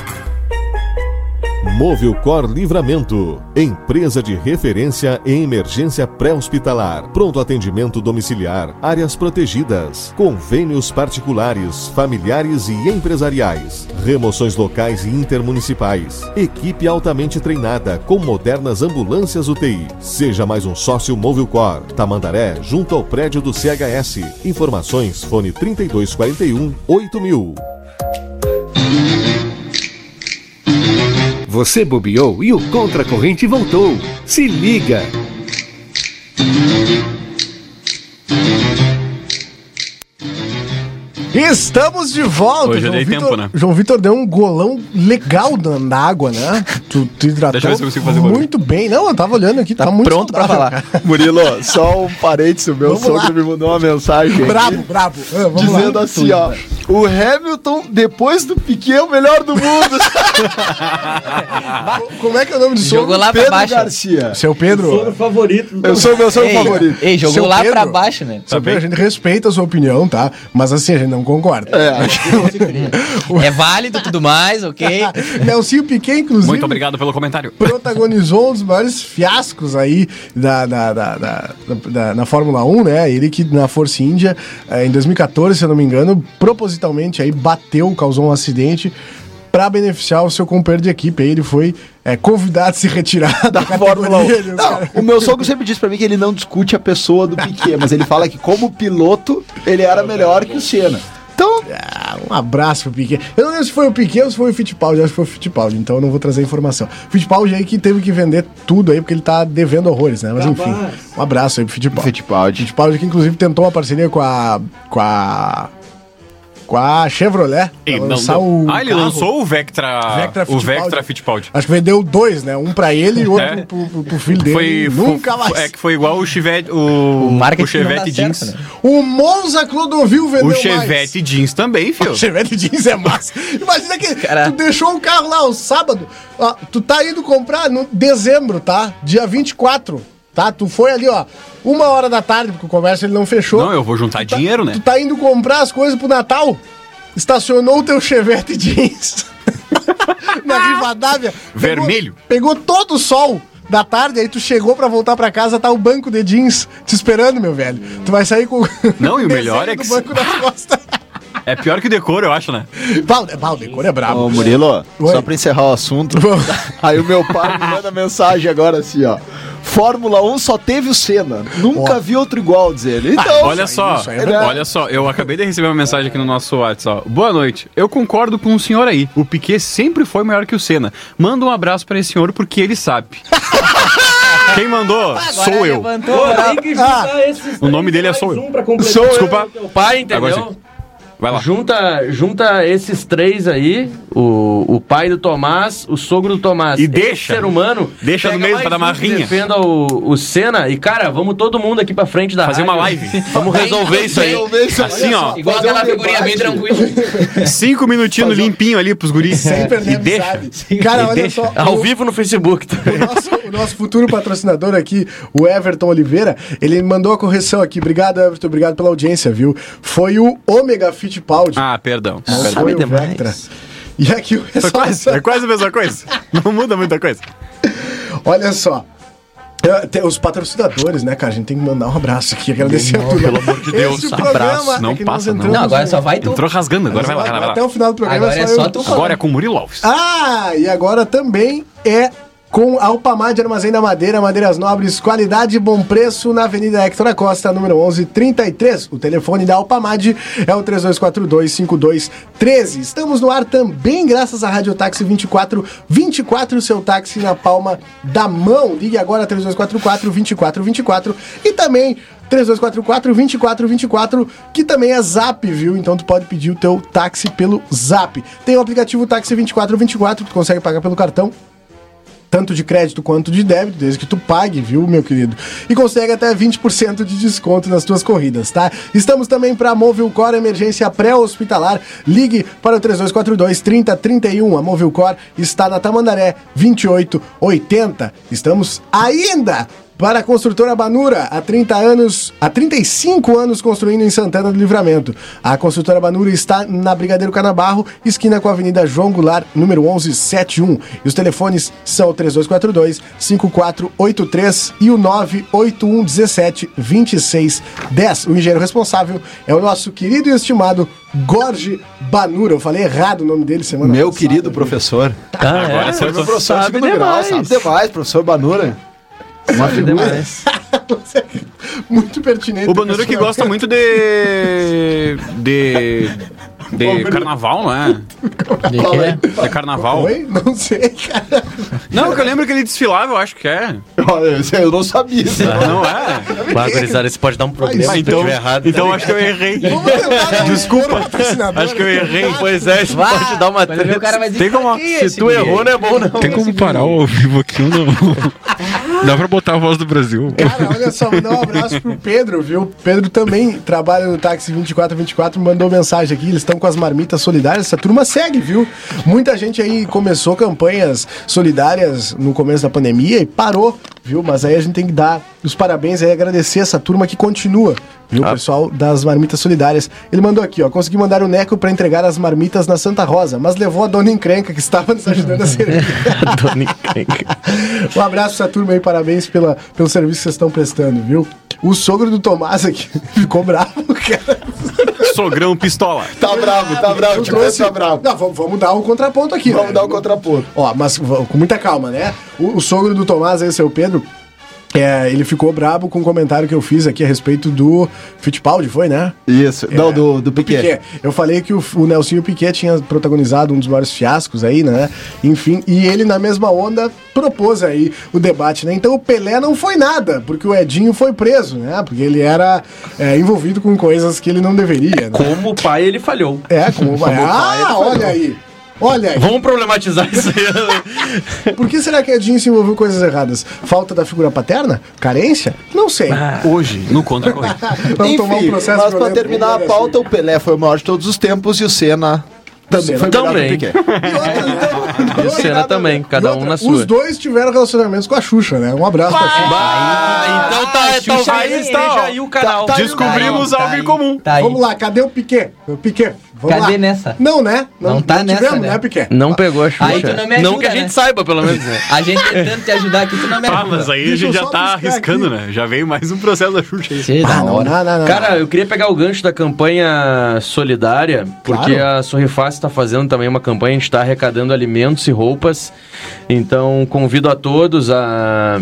[SPEAKER 12] Móvel Cor Livramento, empresa de referência em emergência pré-hospitalar, pronto atendimento domiciliar, áreas protegidas, convênios particulares, familiares e empresariais, remoções locais e intermunicipais, equipe altamente treinada com modernas ambulâncias UTI. Seja mais um sócio Móvel Cor, Tamandaré, junto ao prédio do CHS. Informações fone 3241 8000.
[SPEAKER 1] Você bobeou e o contracorrente voltou. Se liga!
[SPEAKER 3] Estamos de volta.
[SPEAKER 4] Hoje eu
[SPEAKER 3] João
[SPEAKER 4] dei
[SPEAKER 3] Vitor,
[SPEAKER 4] tempo, né?
[SPEAKER 3] João Vitor deu um golão legal na, na água, né? Tu, tu hidratou
[SPEAKER 4] Deixa eu ver se eu consigo fazer barulho.
[SPEAKER 3] muito bem. Não, eu tava olhando aqui, tá,
[SPEAKER 2] Tá
[SPEAKER 3] muito
[SPEAKER 2] pronto pra
[SPEAKER 3] saudável,
[SPEAKER 2] falar.
[SPEAKER 3] cara.
[SPEAKER 7] Murilo, só um parênteses, o meu
[SPEAKER 3] Vamos lá.
[SPEAKER 7] sogro me mandou uma mensagem. aqui,
[SPEAKER 3] Brabo, brabo. Ah, vamos lá.
[SPEAKER 7] Dizendo assim, ó, o Hamilton, depois do Piquet, é o melhor do mundo.
[SPEAKER 3] (laughs) Como é que é o nome do sogro?
[SPEAKER 2] Jogou
[SPEAKER 3] Então,
[SPEAKER 2] lá pra
[SPEAKER 7] Pedro
[SPEAKER 2] baixo.
[SPEAKER 7] Garcia.
[SPEAKER 3] Seu Pedro.
[SPEAKER 5] favorito.
[SPEAKER 7] Eu sou o meu sogro
[SPEAKER 2] Ei,
[SPEAKER 7] favorito.
[SPEAKER 2] ei, jogou
[SPEAKER 3] Seu
[SPEAKER 2] lá
[SPEAKER 3] Pedro.
[SPEAKER 2] pra baixo, né?
[SPEAKER 3] Seu Pedro, a gente respeita a sua opinião, tá? Mas assim, a gente não concorda.
[SPEAKER 7] É, acho que
[SPEAKER 2] É válido tudo mais,
[SPEAKER 7] É.
[SPEAKER 2] ok?
[SPEAKER 3] (laughs) Nelsinho Piquet, inclusive.
[SPEAKER 4] Muito obrigado pelo comentário.
[SPEAKER 3] protagonizou um dos maiores fiascos aí da, da, da, da- da- na Fórmula 1, né? Ele que na Força Índia, eh, em 2014, se eu não me engano, propositalmente aí bateu, causou um acidente para beneficiar o seu companheiro de equipe. Aí ele foi eh, convidado a se retirar (laughs) da,
[SPEAKER 7] Fórmula 1.
[SPEAKER 3] categoria. né, os caras-
[SPEAKER 7] Não, o meu sogro sempre diz pra mim que ele não discute a pessoa do Piquet, mas ele fala que como piloto, ele era melhor que o Senna. Então,
[SPEAKER 3] Ah, um abraço pro Piquet. Eu não lembro se foi o Piquet ou se foi o Fittipaldi. Eu acho que foi o Fittipaldi, então eu não vou trazer a informação. O Fittipaldi aí que teve que vender tudo aí, porque ele tá devendo horrores, né? Mas enfim, um abraço aí pro Fittipaldi.
[SPEAKER 7] Fittipaldi.
[SPEAKER 3] Fittipaldi que inclusive tentou uma parceria com a. com a. com a Chevrolet. pra
[SPEAKER 4] Ei, não,
[SPEAKER 3] lançar
[SPEAKER 4] não.
[SPEAKER 3] o
[SPEAKER 4] ah, ele
[SPEAKER 3] carro.
[SPEAKER 4] lançou o Vectra,
[SPEAKER 3] Vectra
[SPEAKER 4] o
[SPEAKER 3] Fittipaldi.
[SPEAKER 4] Vectra Fittipaldi.
[SPEAKER 3] Acho que vendeu dois, né? Um pra ele e outro
[SPEAKER 4] (laughs) É.
[SPEAKER 3] pro, pro- pro filho dele.
[SPEAKER 4] Foi,
[SPEAKER 3] Nunca mais.
[SPEAKER 4] É que foi igual o Chevette, o, o,
[SPEAKER 2] marketing
[SPEAKER 4] Chevette
[SPEAKER 2] não dá
[SPEAKER 4] Jeans.
[SPEAKER 2] certo, né?
[SPEAKER 3] O Monza Clodovil vendeu
[SPEAKER 4] O
[SPEAKER 3] mais.
[SPEAKER 4] Chevette Jeans também, filho.
[SPEAKER 3] O Chevette jeans é massa. Imagina que
[SPEAKER 2] Cara.
[SPEAKER 3] tu deixou o carro lá o sábado. ó, tu tá indo comprar no dezembro, tá? Dia 24, tá? Tu foi ali, ó, uma hora da tarde, porque o comércio ele não fechou.
[SPEAKER 4] Não, eu vou juntar dinheiro, né?
[SPEAKER 3] Tu tá indo comprar as coisas pro Natal, estacionou o teu Chevette jeans (laughs) na Rivadavia.
[SPEAKER 4] Vermelho.
[SPEAKER 3] Pegou, pegou todo o sol da tarde, aí tu chegou pra voltar pra casa, tá o banco de jeans te esperando, meu velho. Tu vai sair com
[SPEAKER 4] Não, e
[SPEAKER 3] (laughs) desenho
[SPEAKER 4] o melhor é
[SPEAKER 3] do
[SPEAKER 4] que-
[SPEAKER 3] banco nas costas.
[SPEAKER 4] É pior que o decor, eu acho, né?
[SPEAKER 3] Pau, pau, o decor é brabo.
[SPEAKER 7] Ô, Murilo,
[SPEAKER 3] Oi.
[SPEAKER 7] só pra encerrar o assunto, (laughs) aí o meu pai me manda mensagem agora assim, ó. Fórmula 1 só teve o Senna. Nunca
[SPEAKER 3] Ó.
[SPEAKER 7] vi outro igual, diz ele. Então,
[SPEAKER 4] Olha só,
[SPEAKER 3] isso aí é
[SPEAKER 7] verdade.
[SPEAKER 4] olha só, eu acabei de receber uma mensagem aqui no nosso WhatsApp. ó. Boa noite, eu concordo com o senhor aí. O Piquet sempre foi maior que o Senna. Manda um abraço pra esse senhor porque ele sabe. Quem mandou? Sou eu.
[SPEAKER 5] Então, tem que juntar esses
[SPEAKER 4] O nome
[SPEAKER 5] três
[SPEAKER 4] dele é
[SPEAKER 5] mais
[SPEAKER 4] Sou eu.
[SPEAKER 5] um pra completar
[SPEAKER 4] Sou eu. Desculpa.
[SPEAKER 5] o teu pai,
[SPEAKER 4] Agora
[SPEAKER 5] entendeu?
[SPEAKER 4] sim. Vai lá.
[SPEAKER 5] Junta, junta esses três aí, o, o pai do Tomás, o sogro do Tomás.
[SPEAKER 4] E
[SPEAKER 5] Esse
[SPEAKER 4] deixa.
[SPEAKER 5] ser humano.
[SPEAKER 4] Deixa
[SPEAKER 5] pega
[SPEAKER 4] no meio
[SPEAKER 5] mais
[SPEAKER 4] pra dar
[SPEAKER 5] um
[SPEAKER 4] uma
[SPEAKER 5] que
[SPEAKER 4] rinha.
[SPEAKER 5] Defenda o, o Senna. E, cara, vamos todo mundo aqui pra frente da
[SPEAKER 4] Fazer
[SPEAKER 5] rádio.
[SPEAKER 4] uma
[SPEAKER 5] (laughs)
[SPEAKER 4] live.
[SPEAKER 5] Vamos resolver isso aí.
[SPEAKER 4] Resolver isso aí. Assim, ó.
[SPEAKER 5] Igual
[SPEAKER 4] Fazer
[SPEAKER 5] aquela
[SPEAKER 4] um
[SPEAKER 5] figurinha bem
[SPEAKER 4] debate.
[SPEAKER 5] tranquila.
[SPEAKER 4] Cinco minutinhos limpinho ali pros guris. É.
[SPEAKER 3] Sem perder
[SPEAKER 4] e deixa.
[SPEAKER 3] amizade. Cara,
[SPEAKER 4] E
[SPEAKER 3] olha
[SPEAKER 4] deixa.
[SPEAKER 3] só,
[SPEAKER 5] Ao
[SPEAKER 3] o-
[SPEAKER 5] vivo no Facebook. tá?
[SPEAKER 3] O nosso futuro patrocinador aqui, o Everton Oliveira, ele mandou a correção aqui. Obrigado, Everton, obrigado pela audiência, viu? Foi o Omega Fittipaldi.
[SPEAKER 4] Ah, perdão.
[SPEAKER 3] Não
[SPEAKER 4] Perdão.
[SPEAKER 3] foi o Vectra. E aqui o
[SPEAKER 4] Foi
[SPEAKER 3] pessoal-
[SPEAKER 4] quase, é quase a mesma coisa. Não muda muita coisa.
[SPEAKER 3] (laughs) Olha só. Eu- tem Os patrocinadores, né, cara? A gente tem que mandar um abraço aqui, agradecer a turma.
[SPEAKER 4] Pelo amor de Deus,
[SPEAKER 3] Esse programa é
[SPEAKER 4] abraço. Não
[SPEAKER 3] que nós
[SPEAKER 4] passa, não.
[SPEAKER 3] entramos Não, agora
[SPEAKER 2] só vai tu.
[SPEAKER 4] Entrou rasgando, agora vai lá,
[SPEAKER 3] Vai-
[SPEAKER 4] vai lá.
[SPEAKER 3] até o final do programa
[SPEAKER 2] Agora
[SPEAKER 3] é só
[SPEAKER 2] é só
[SPEAKER 3] eu-
[SPEAKER 2] tu falar.
[SPEAKER 4] Agora é com o Murilo Alves.
[SPEAKER 3] Ah, e agora também é com a Alpamar de Armazém da Madeira, Madeiras Nobres, qualidade e bom preço na Avenida Hector da Costa, número 1133. O telefone da Alpamad é o 32425213. Estamos no ar também graças à Rádio Táxi 24, 24 seu táxi na palma da mão. Ligue agora 3244 2424 e também 3244 2424, que também é Zap, viu? Então tu pode pedir o teu táxi pelo Zap. Tem o aplicativo Táxi 2424, tu consegue pagar pelo cartão. Tanto de crédito quanto de débito, desde que tu pague, viu, meu querido? E consegue até 20% de desconto nas tuas corridas, tá? Estamos também para Movilcor Emergência Pré-Hospitalar. Ligue para o 3242-3031. A Movilcor está na Tamandaré 2880. Estamos ainda para a construtora Banura, há 30 anos, há 35 anos construindo em Santana do Livramento. A construtora Banura está na Brigadeiro Canabarro, esquina com a Avenida João Goulart, número 1171. E os telefones são o 3242 5483 e o 981 17 26 10. O engenheiro responsável é o nosso querido e estimado Gorge Banura. Eu falei errado o nome dele semana
[SPEAKER 7] Meu
[SPEAKER 3] passada.
[SPEAKER 7] querido professor.
[SPEAKER 5] Tá,
[SPEAKER 4] Tá,
[SPEAKER 5] é.
[SPEAKER 4] Agora é
[SPEAKER 7] Foi
[SPEAKER 4] acertou.
[SPEAKER 7] meu professor de
[SPEAKER 5] Sabe
[SPEAKER 7] segundo grau,
[SPEAKER 5] demais.
[SPEAKER 7] sabe demais, professor Banura. Uma figura.
[SPEAKER 3] (laughs) Muito pertinente.
[SPEAKER 4] O Banura que
[SPEAKER 3] pessoal.
[SPEAKER 4] gosta muito de. de. de carnaval, não é? É carnaval.
[SPEAKER 3] Oi? Não sei, cara.
[SPEAKER 4] Não, que eu lembro que ele desfilava, eu acho que é.
[SPEAKER 7] Olha, isso aí eu não sabia.
[SPEAKER 3] (laughs)
[SPEAKER 4] Não é?
[SPEAKER 5] Bah, gurizada, isso pode dar um problema
[SPEAKER 4] Ah,
[SPEAKER 5] se eu
[SPEAKER 4] então,
[SPEAKER 5] tiver errado.
[SPEAKER 4] então acho que eu errei.
[SPEAKER 3] Vamos tentar
[SPEAKER 4] Desculpa,
[SPEAKER 3] patrocinador.
[SPEAKER 4] acho que eu errei.
[SPEAKER 5] Pois é, isso pode dar uma treta.
[SPEAKER 2] o cara vai dizer,
[SPEAKER 4] Tem como-
[SPEAKER 2] "Tá aqui esse
[SPEAKER 5] Se tu
[SPEAKER 2] guri".
[SPEAKER 5] errou, não é bom, não.
[SPEAKER 13] Tem como parar o ao vivo aqui ou não?
[SPEAKER 4] (laughs)
[SPEAKER 13] Dá pra botar a voz do Brasil.
[SPEAKER 3] Cara, olha só, mandar um abraço pro Pedro, viu? Pedro também trabalha no táxi 2424, mandou mensagem aqui. Eles estão com as marmitas solidárias. Essa turma segue, viu? Muita gente aí começou campanhas solidárias no começo da pandemia e parou, viu? Mas aí a gente tem que dar os parabéns aí, agradecer essa turma que continua. Viu,
[SPEAKER 4] Ah.
[SPEAKER 3] pessoal das marmitas solidárias? Ele mandou aqui, ó. Consegui mandar o Neco pra entregar as marmitas na Santa Rosa, mas levou a dona encrenca que estava nos ajudando a servir. (laughs) Um abraço pra essa turma aí, parabéns pela, pelo serviço que vocês estão prestando, viu? O sogro do Tomás aqui (laughs) ficou bravo, cara.
[SPEAKER 4] Sogrão pistola.
[SPEAKER 7] Tá bravo, tá bravo,
[SPEAKER 3] Eu
[SPEAKER 7] tipo,
[SPEAKER 3] trouxe-
[SPEAKER 7] tá bravo.
[SPEAKER 3] Não, vamos, vamos dar um contraponto aqui.
[SPEAKER 7] Vamos
[SPEAKER 3] né?
[SPEAKER 7] dar o contraponto.
[SPEAKER 3] Ó, mas v- com muita calma, né? O, o sogro do Tomás aí, seu Pedro, é, ele ficou brabo com o comentário que eu fiz aqui a respeito do Fittipaldi, foi, né?
[SPEAKER 7] Isso. Não, do, do
[SPEAKER 3] Piquet.
[SPEAKER 7] Piquet.
[SPEAKER 3] Eu falei que o, o Nelsinho Piquet tinha protagonizado um dos maiores fiascos aí, né? Enfim, e ele na mesma onda propôs aí o debate, né? Então o Pelé não foi nada, porque o Edinho foi preso, né? Porque ele era é, envolvido com coisas que ele não deveria, né?
[SPEAKER 5] Como o pai, ele falhou.
[SPEAKER 3] É, como vai.
[SPEAKER 7] pai, ele
[SPEAKER 3] Ah,
[SPEAKER 7] foi
[SPEAKER 3] olha
[SPEAKER 7] bom.
[SPEAKER 3] aí. Olha aí.
[SPEAKER 5] Vamos problematizar isso aí.
[SPEAKER 3] Por que será que Edinho se envolveu com coisas erradas? Falta da figura paterna? Carência? Não sei.
[SPEAKER 7] Ah.
[SPEAKER 4] Hoje, no Contra Corrente.
[SPEAKER 3] Vamos tomar um
[SPEAKER 7] Enfim,
[SPEAKER 3] processo
[SPEAKER 7] mas pra
[SPEAKER 3] violento.
[SPEAKER 7] terminar a pauta,
[SPEAKER 3] assim.
[SPEAKER 7] o Pelé foi o maior de todos os tempos e o Senna também
[SPEAKER 3] Senna
[SPEAKER 7] foi o melhor
[SPEAKER 5] também.
[SPEAKER 7] que o Piquet.
[SPEAKER 2] É.
[SPEAKER 3] E outra, então,
[SPEAKER 5] (laughs) E o Senna também,
[SPEAKER 3] E
[SPEAKER 5] cada um
[SPEAKER 3] outra,
[SPEAKER 5] na
[SPEAKER 3] Os
[SPEAKER 5] sua.
[SPEAKER 3] dois tiveram relacionamentos com a Xuxa, né? Um abraço pra Xuxa.
[SPEAKER 5] Ah, então tá, talvez esteja aí o canal.
[SPEAKER 7] Tá- tá aí o
[SPEAKER 4] Descobrimos
[SPEAKER 2] Tá aí,
[SPEAKER 4] algo em
[SPEAKER 2] tá
[SPEAKER 4] comum.
[SPEAKER 2] Tá aí.
[SPEAKER 3] Vamos lá, cadê o Piquet? O Piquet, vamos
[SPEAKER 2] Cadê
[SPEAKER 3] lá.
[SPEAKER 2] nessa?
[SPEAKER 3] Não, né?
[SPEAKER 2] Não tá nessa,
[SPEAKER 3] tivemos,
[SPEAKER 2] né?
[SPEAKER 3] né, Piquet?
[SPEAKER 5] Não pegou a Xuxa.
[SPEAKER 2] Aí tu não me ajuda,
[SPEAKER 5] que a gente
[SPEAKER 2] né?
[SPEAKER 5] saiba, pelo menos. né?
[SPEAKER 2] A gente tentando te ajudar aqui, tu não é me
[SPEAKER 4] Ah, mas
[SPEAKER 2] ajuda.
[SPEAKER 4] aí a
[SPEAKER 3] Deixa eu
[SPEAKER 4] gente já
[SPEAKER 3] só
[SPEAKER 4] tá
[SPEAKER 3] buscar
[SPEAKER 4] arriscando,
[SPEAKER 3] aqui.
[SPEAKER 4] né? Já veio mais um processo da Xuxa aí.
[SPEAKER 2] Tchê, tá na hora.
[SPEAKER 3] Ah, não, não.
[SPEAKER 5] Cara, eu queria pegar o gancho da campanha solidária, porque a Sorriface está fazendo também uma campanha, a gente está arrecadando alimentos e roupas. Então, convido a todos a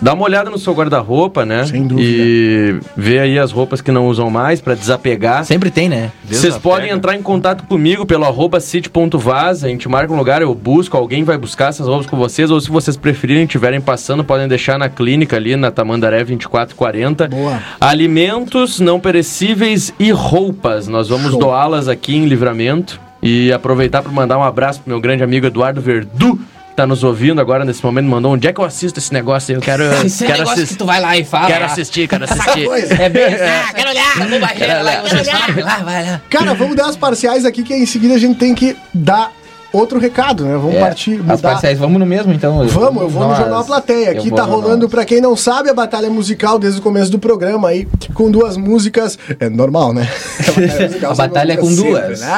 [SPEAKER 5] dar uma olhada no seu guarda-roupa, né?
[SPEAKER 3] Sem dúvida.
[SPEAKER 5] E ver aí as roupas que não usam mais para desapegar.
[SPEAKER 2] Sempre tem, né?
[SPEAKER 5] Vocês podem entrar em contato comigo pelo arroba city.vaz, a gente marca um lugar, eu busco, alguém vai buscar essas roupas com vocês, ou se vocês preferirem, estiverem passando, podem deixar na clínica ali, na Tamandaré 2440.
[SPEAKER 3] Boa.
[SPEAKER 5] Alimentos não perecíveis e roupas, nós vamos
[SPEAKER 3] Show.
[SPEAKER 5] doá-las aqui em livramento. E aproveitar para mandar um abraço pro meu grande amigo Eduardo Verdu, que tá nos ouvindo agora nesse momento, mandou onde é que eu assisto esse negócio aí? Eu quero,
[SPEAKER 2] Esse
[SPEAKER 5] É,
[SPEAKER 2] é
[SPEAKER 5] quero
[SPEAKER 2] negócio
[SPEAKER 5] assistir.
[SPEAKER 2] que tu vai lá e fala.
[SPEAKER 5] Quero assistir, quero
[SPEAKER 2] Essa
[SPEAKER 5] assistir.
[SPEAKER 2] coisa. É
[SPEAKER 5] (laughs)
[SPEAKER 2] bem. Ah,
[SPEAKER 3] quero
[SPEAKER 2] olhar, vou
[SPEAKER 3] Quero
[SPEAKER 2] barreira lá,
[SPEAKER 3] olhar,
[SPEAKER 2] vocês
[SPEAKER 3] quero
[SPEAKER 2] falam, lá, vai lá.
[SPEAKER 3] Cara, vamos dar as parciais aqui, que em seguida a gente tem que dar outro recado, né? Vamos
[SPEAKER 2] É,
[SPEAKER 3] partir,
[SPEAKER 2] As
[SPEAKER 3] mudar.
[SPEAKER 2] parciais, vamos no mesmo então?
[SPEAKER 3] Vamos, eu vou no
[SPEAKER 2] Nós.
[SPEAKER 3] Jornal Plateia.
[SPEAKER 2] Eu
[SPEAKER 3] Aqui
[SPEAKER 2] vou
[SPEAKER 3] tá
[SPEAKER 2] no Jornal.
[SPEAKER 3] rolando, pra quem não sabe, a batalha musical desde o começo do programa aí, com duas músicas. É normal, né? (laughs) musical,
[SPEAKER 2] A batalha é com
[SPEAKER 3] sempre,
[SPEAKER 2] duas. É.
[SPEAKER 3] né?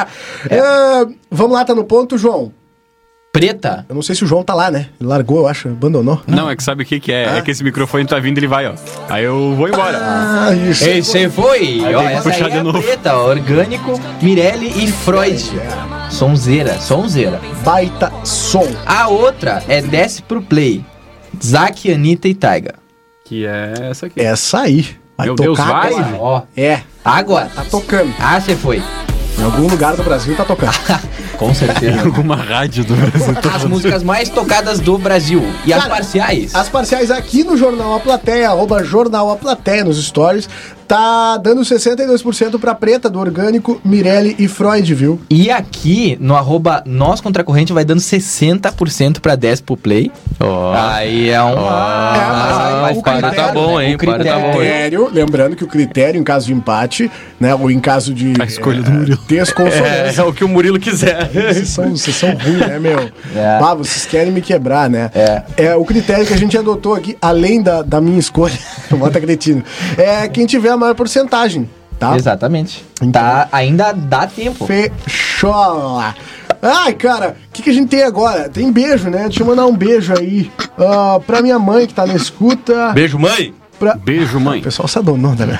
[SPEAKER 3] Ah, vamos lá, tá no ponto, João.
[SPEAKER 2] Preta?
[SPEAKER 3] Eu não sei se o João tá lá, né? Ele largou, eu acho, abandonou.
[SPEAKER 4] Não, é que sabe o que, que é? É que esse microfone tá vindo e ele vai, ó. Aí eu vou embora.
[SPEAKER 3] Ah, isso.
[SPEAKER 2] Esse foi!
[SPEAKER 4] Aí
[SPEAKER 2] Ó,
[SPEAKER 4] tem que
[SPEAKER 2] essa
[SPEAKER 4] puxar
[SPEAKER 2] aí
[SPEAKER 4] de
[SPEAKER 2] é
[SPEAKER 4] novo.
[SPEAKER 2] preta, ó, orgânico, Mirelle e Freud. um Sonzeira, sonzeira.
[SPEAKER 3] Baita som.
[SPEAKER 2] A outra é desce pro play. Zack, Anitta e Taiga.
[SPEAKER 4] Que é essa aqui.
[SPEAKER 3] Essa aí. Vai
[SPEAKER 2] Meu
[SPEAKER 3] tocar
[SPEAKER 2] Deus, vai?
[SPEAKER 3] agora.
[SPEAKER 2] Ó.
[SPEAKER 3] É.
[SPEAKER 2] Agora.
[SPEAKER 3] Tá tocando.
[SPEAKER 2] Ah, você foi.
[SPEAKER 3] Em algum lugar do Brasil tá tocando.
[SPEAKER 2] Com certeza.
[SPEAKER 4] (laughs) Alguma rádio do Brasil.
[SPEAKER 2] As músicas mais tocadas do Brasil. E as
[SPEAKER 3] Cara,
[SPEAKER 2] parciais?
[SPEAKER 3] As parciais aqui no Jornal A Plateia, arroba Jornal A Plateia nos stories, tá dando 62% pra Preta, do Orgânico, Mirelle e Freud, viu?
[SPEAKER 2] E aqui, no arroba Nós Contra a Corrente, vai dando 60% pra 10 pro play. Aí é um... Ah, vai
[SPEAKER 3] o
[SPEAKER 2] ficar
[SPEAKER 3] critério-
[SPEAKER 2] na- o critério-
[SPEAKER 5] É.
[SPEAKER 3] critério, lembrando que o critério em caso de empate, né, ou em caso de a escolha do Murilo.
[SPEAKER 5] É, é
[SPEAKER 3] desconsolência.
[SPEAKER 5] o que o Murilo quiser.
[SPEAKER 3] Vocês são, vocês são ruins, né, meu?
[SPEAKER 5] É.
[SPEAKER 3] Bah, vocês querem me quebrar, né? É. o critério que a gente adotou aqui, além da, da minha escolha, (laughs) bota cretino, é quem tiver a maior porcentagem, tá?
[SPEAKER 2] Exatamente. Tá, ainda dá tempo.
[SPEAKER 3] Fechola. Ai, cara, o que, que a gente tem agora? Tem beijo, né? Deixa eu mandar um beijo aí ah, pra minha mãe que tá na escuta.
[SPEAKER 5] Beijo, mãe!
[SPEAKER 3] Pra...
[SPEAKER 4] Beijo, mãe.
[SPEAKER 3] O pessoal se adonou, né?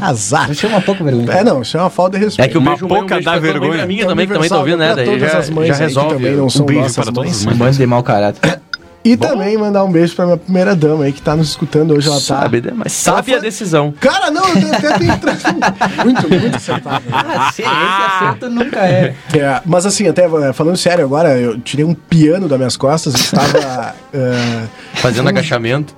[SPEAKER 3] Azar.
[SPEAKER 2] Deixa uma pouca vergonha.
[SPEAKER 3] É, não, isso é uma falta de respeito.
[SPEAKER 5] né? É que o Uma beijo mãe, pouca um beijo dá pra tua mãe, vergonha. pra minha também, que também tá ouvindo, né?
[SPEAKER 3] Pra
[SPEAKER 5] Daí
[SPEAKER 3] todas
[SPEAKER 5] já-
[SPEAKER 3] as mães
[SPEAKER 5] já
[SPEAKER 3] aí que
[SPEAKER 5] resolve.
[SPEAKER 3] também não
[SPEAKER 5] Um
[SPEAKER 3] são
[SPEAKER 5] beijo
[SPEAKER 3] nossas
[SPEAKER 5] para todas
[SPEAKER 3] mães.
[SPEAKER 5] as mães.
[SPEAKER 2] Mães de
[SPEAKER 3] (laughs)
[SPEAKER 2] mau caráter.
[SPEAKER 3] E também mandar um beijo pra minha primeira dama aí que tá nos escutando hoje. Ela tá.
[SPEAKER 5] Sabe, né? Mas sabe a decisão.
[SPEAKER 3] Cara, não, eu até tenho (laughs) Muito, muito acertado.
[SPEAKER 2] Ah, sim, esse acerto nunca é.
[SPEAKER 3] É, mas assim, até eh, falando sério agora, eu tirei um piano das minhas costas e estava. eh,
[SPEAKER 5] Fazendo agachamento.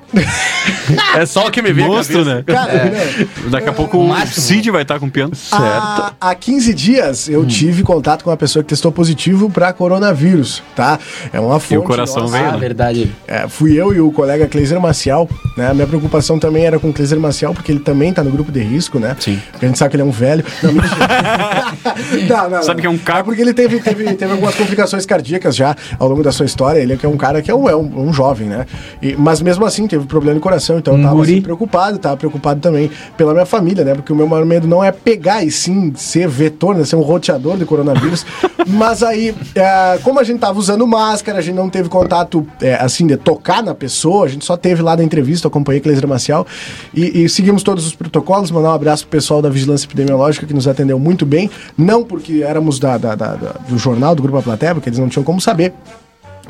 [SPEAKER 5] é só o que me vê.
[SPEAKER 4] Monstro, né?
[SPEAKER 3] Cara,
[SPEAKER 4] É.
[SPEAKER 3] né? Ah,
[SPEAKER 4] Daqui a pouco o Cid vai estar com o piano.
[SPEAKER 3] Há, há 15 dias
[SPEAKER 4] Hum.
[SPEAKER 3] eu tive contato com uma pessoa que testou positivo para coronavírus, tá? É uma fonte.
[SPEAKER 4] o coração
[SPEAKER 3] nossa.
[SPEAKER 4] veio,
[SPEAKER 2] Ah,
[SPEAKER 4] né?
[SPEAKER 2] verdade.
[SPEAKER 3] É, fui eu e o colega Cleiser Maciel, né? A minha preocupação também era com o Cleiser Maciel, porque ele também tá no grupo de risco, né? Sim. Porque a gente sabe que ele é um velho.
[SPEAKER 4] (laughs)
[SPEAKER 3] Não, mentira. não, não,
[SPEAKER 4] Sabe que é um
[SPEAKER 3] cara. porque ele teve, teve, teve algumas complicações cardíacas já ao longo da sua história. Ele é que é um cara que é um, é um, um jovem, né? E- mas mesmo assim, teve problema no coração, então eu tava assim, preocupado, tava preocupado também pela minha família, né? Porque o meu maior medo não é pegar e sim ser vetor, né? Ser um roteador de
[SPEAKER 4] (laughs)
[SPEAKER 3] coronavírus. mas aí, é, como a gente tava usando máscara, a gente não teve contato, é, assim, de tocar na pessoa, a gente só teve lá na entrevista, eu acompanhei com Cleisra Maciel e, e seguimos todos os protocolos. Mandar um abraço pro pessoal da Vigilância Epidemiológica que nos atendeu muito bem, não porque éramos da, da- da- da- do jornal, do Grupo A Plateia, porque eles não tinham como saber.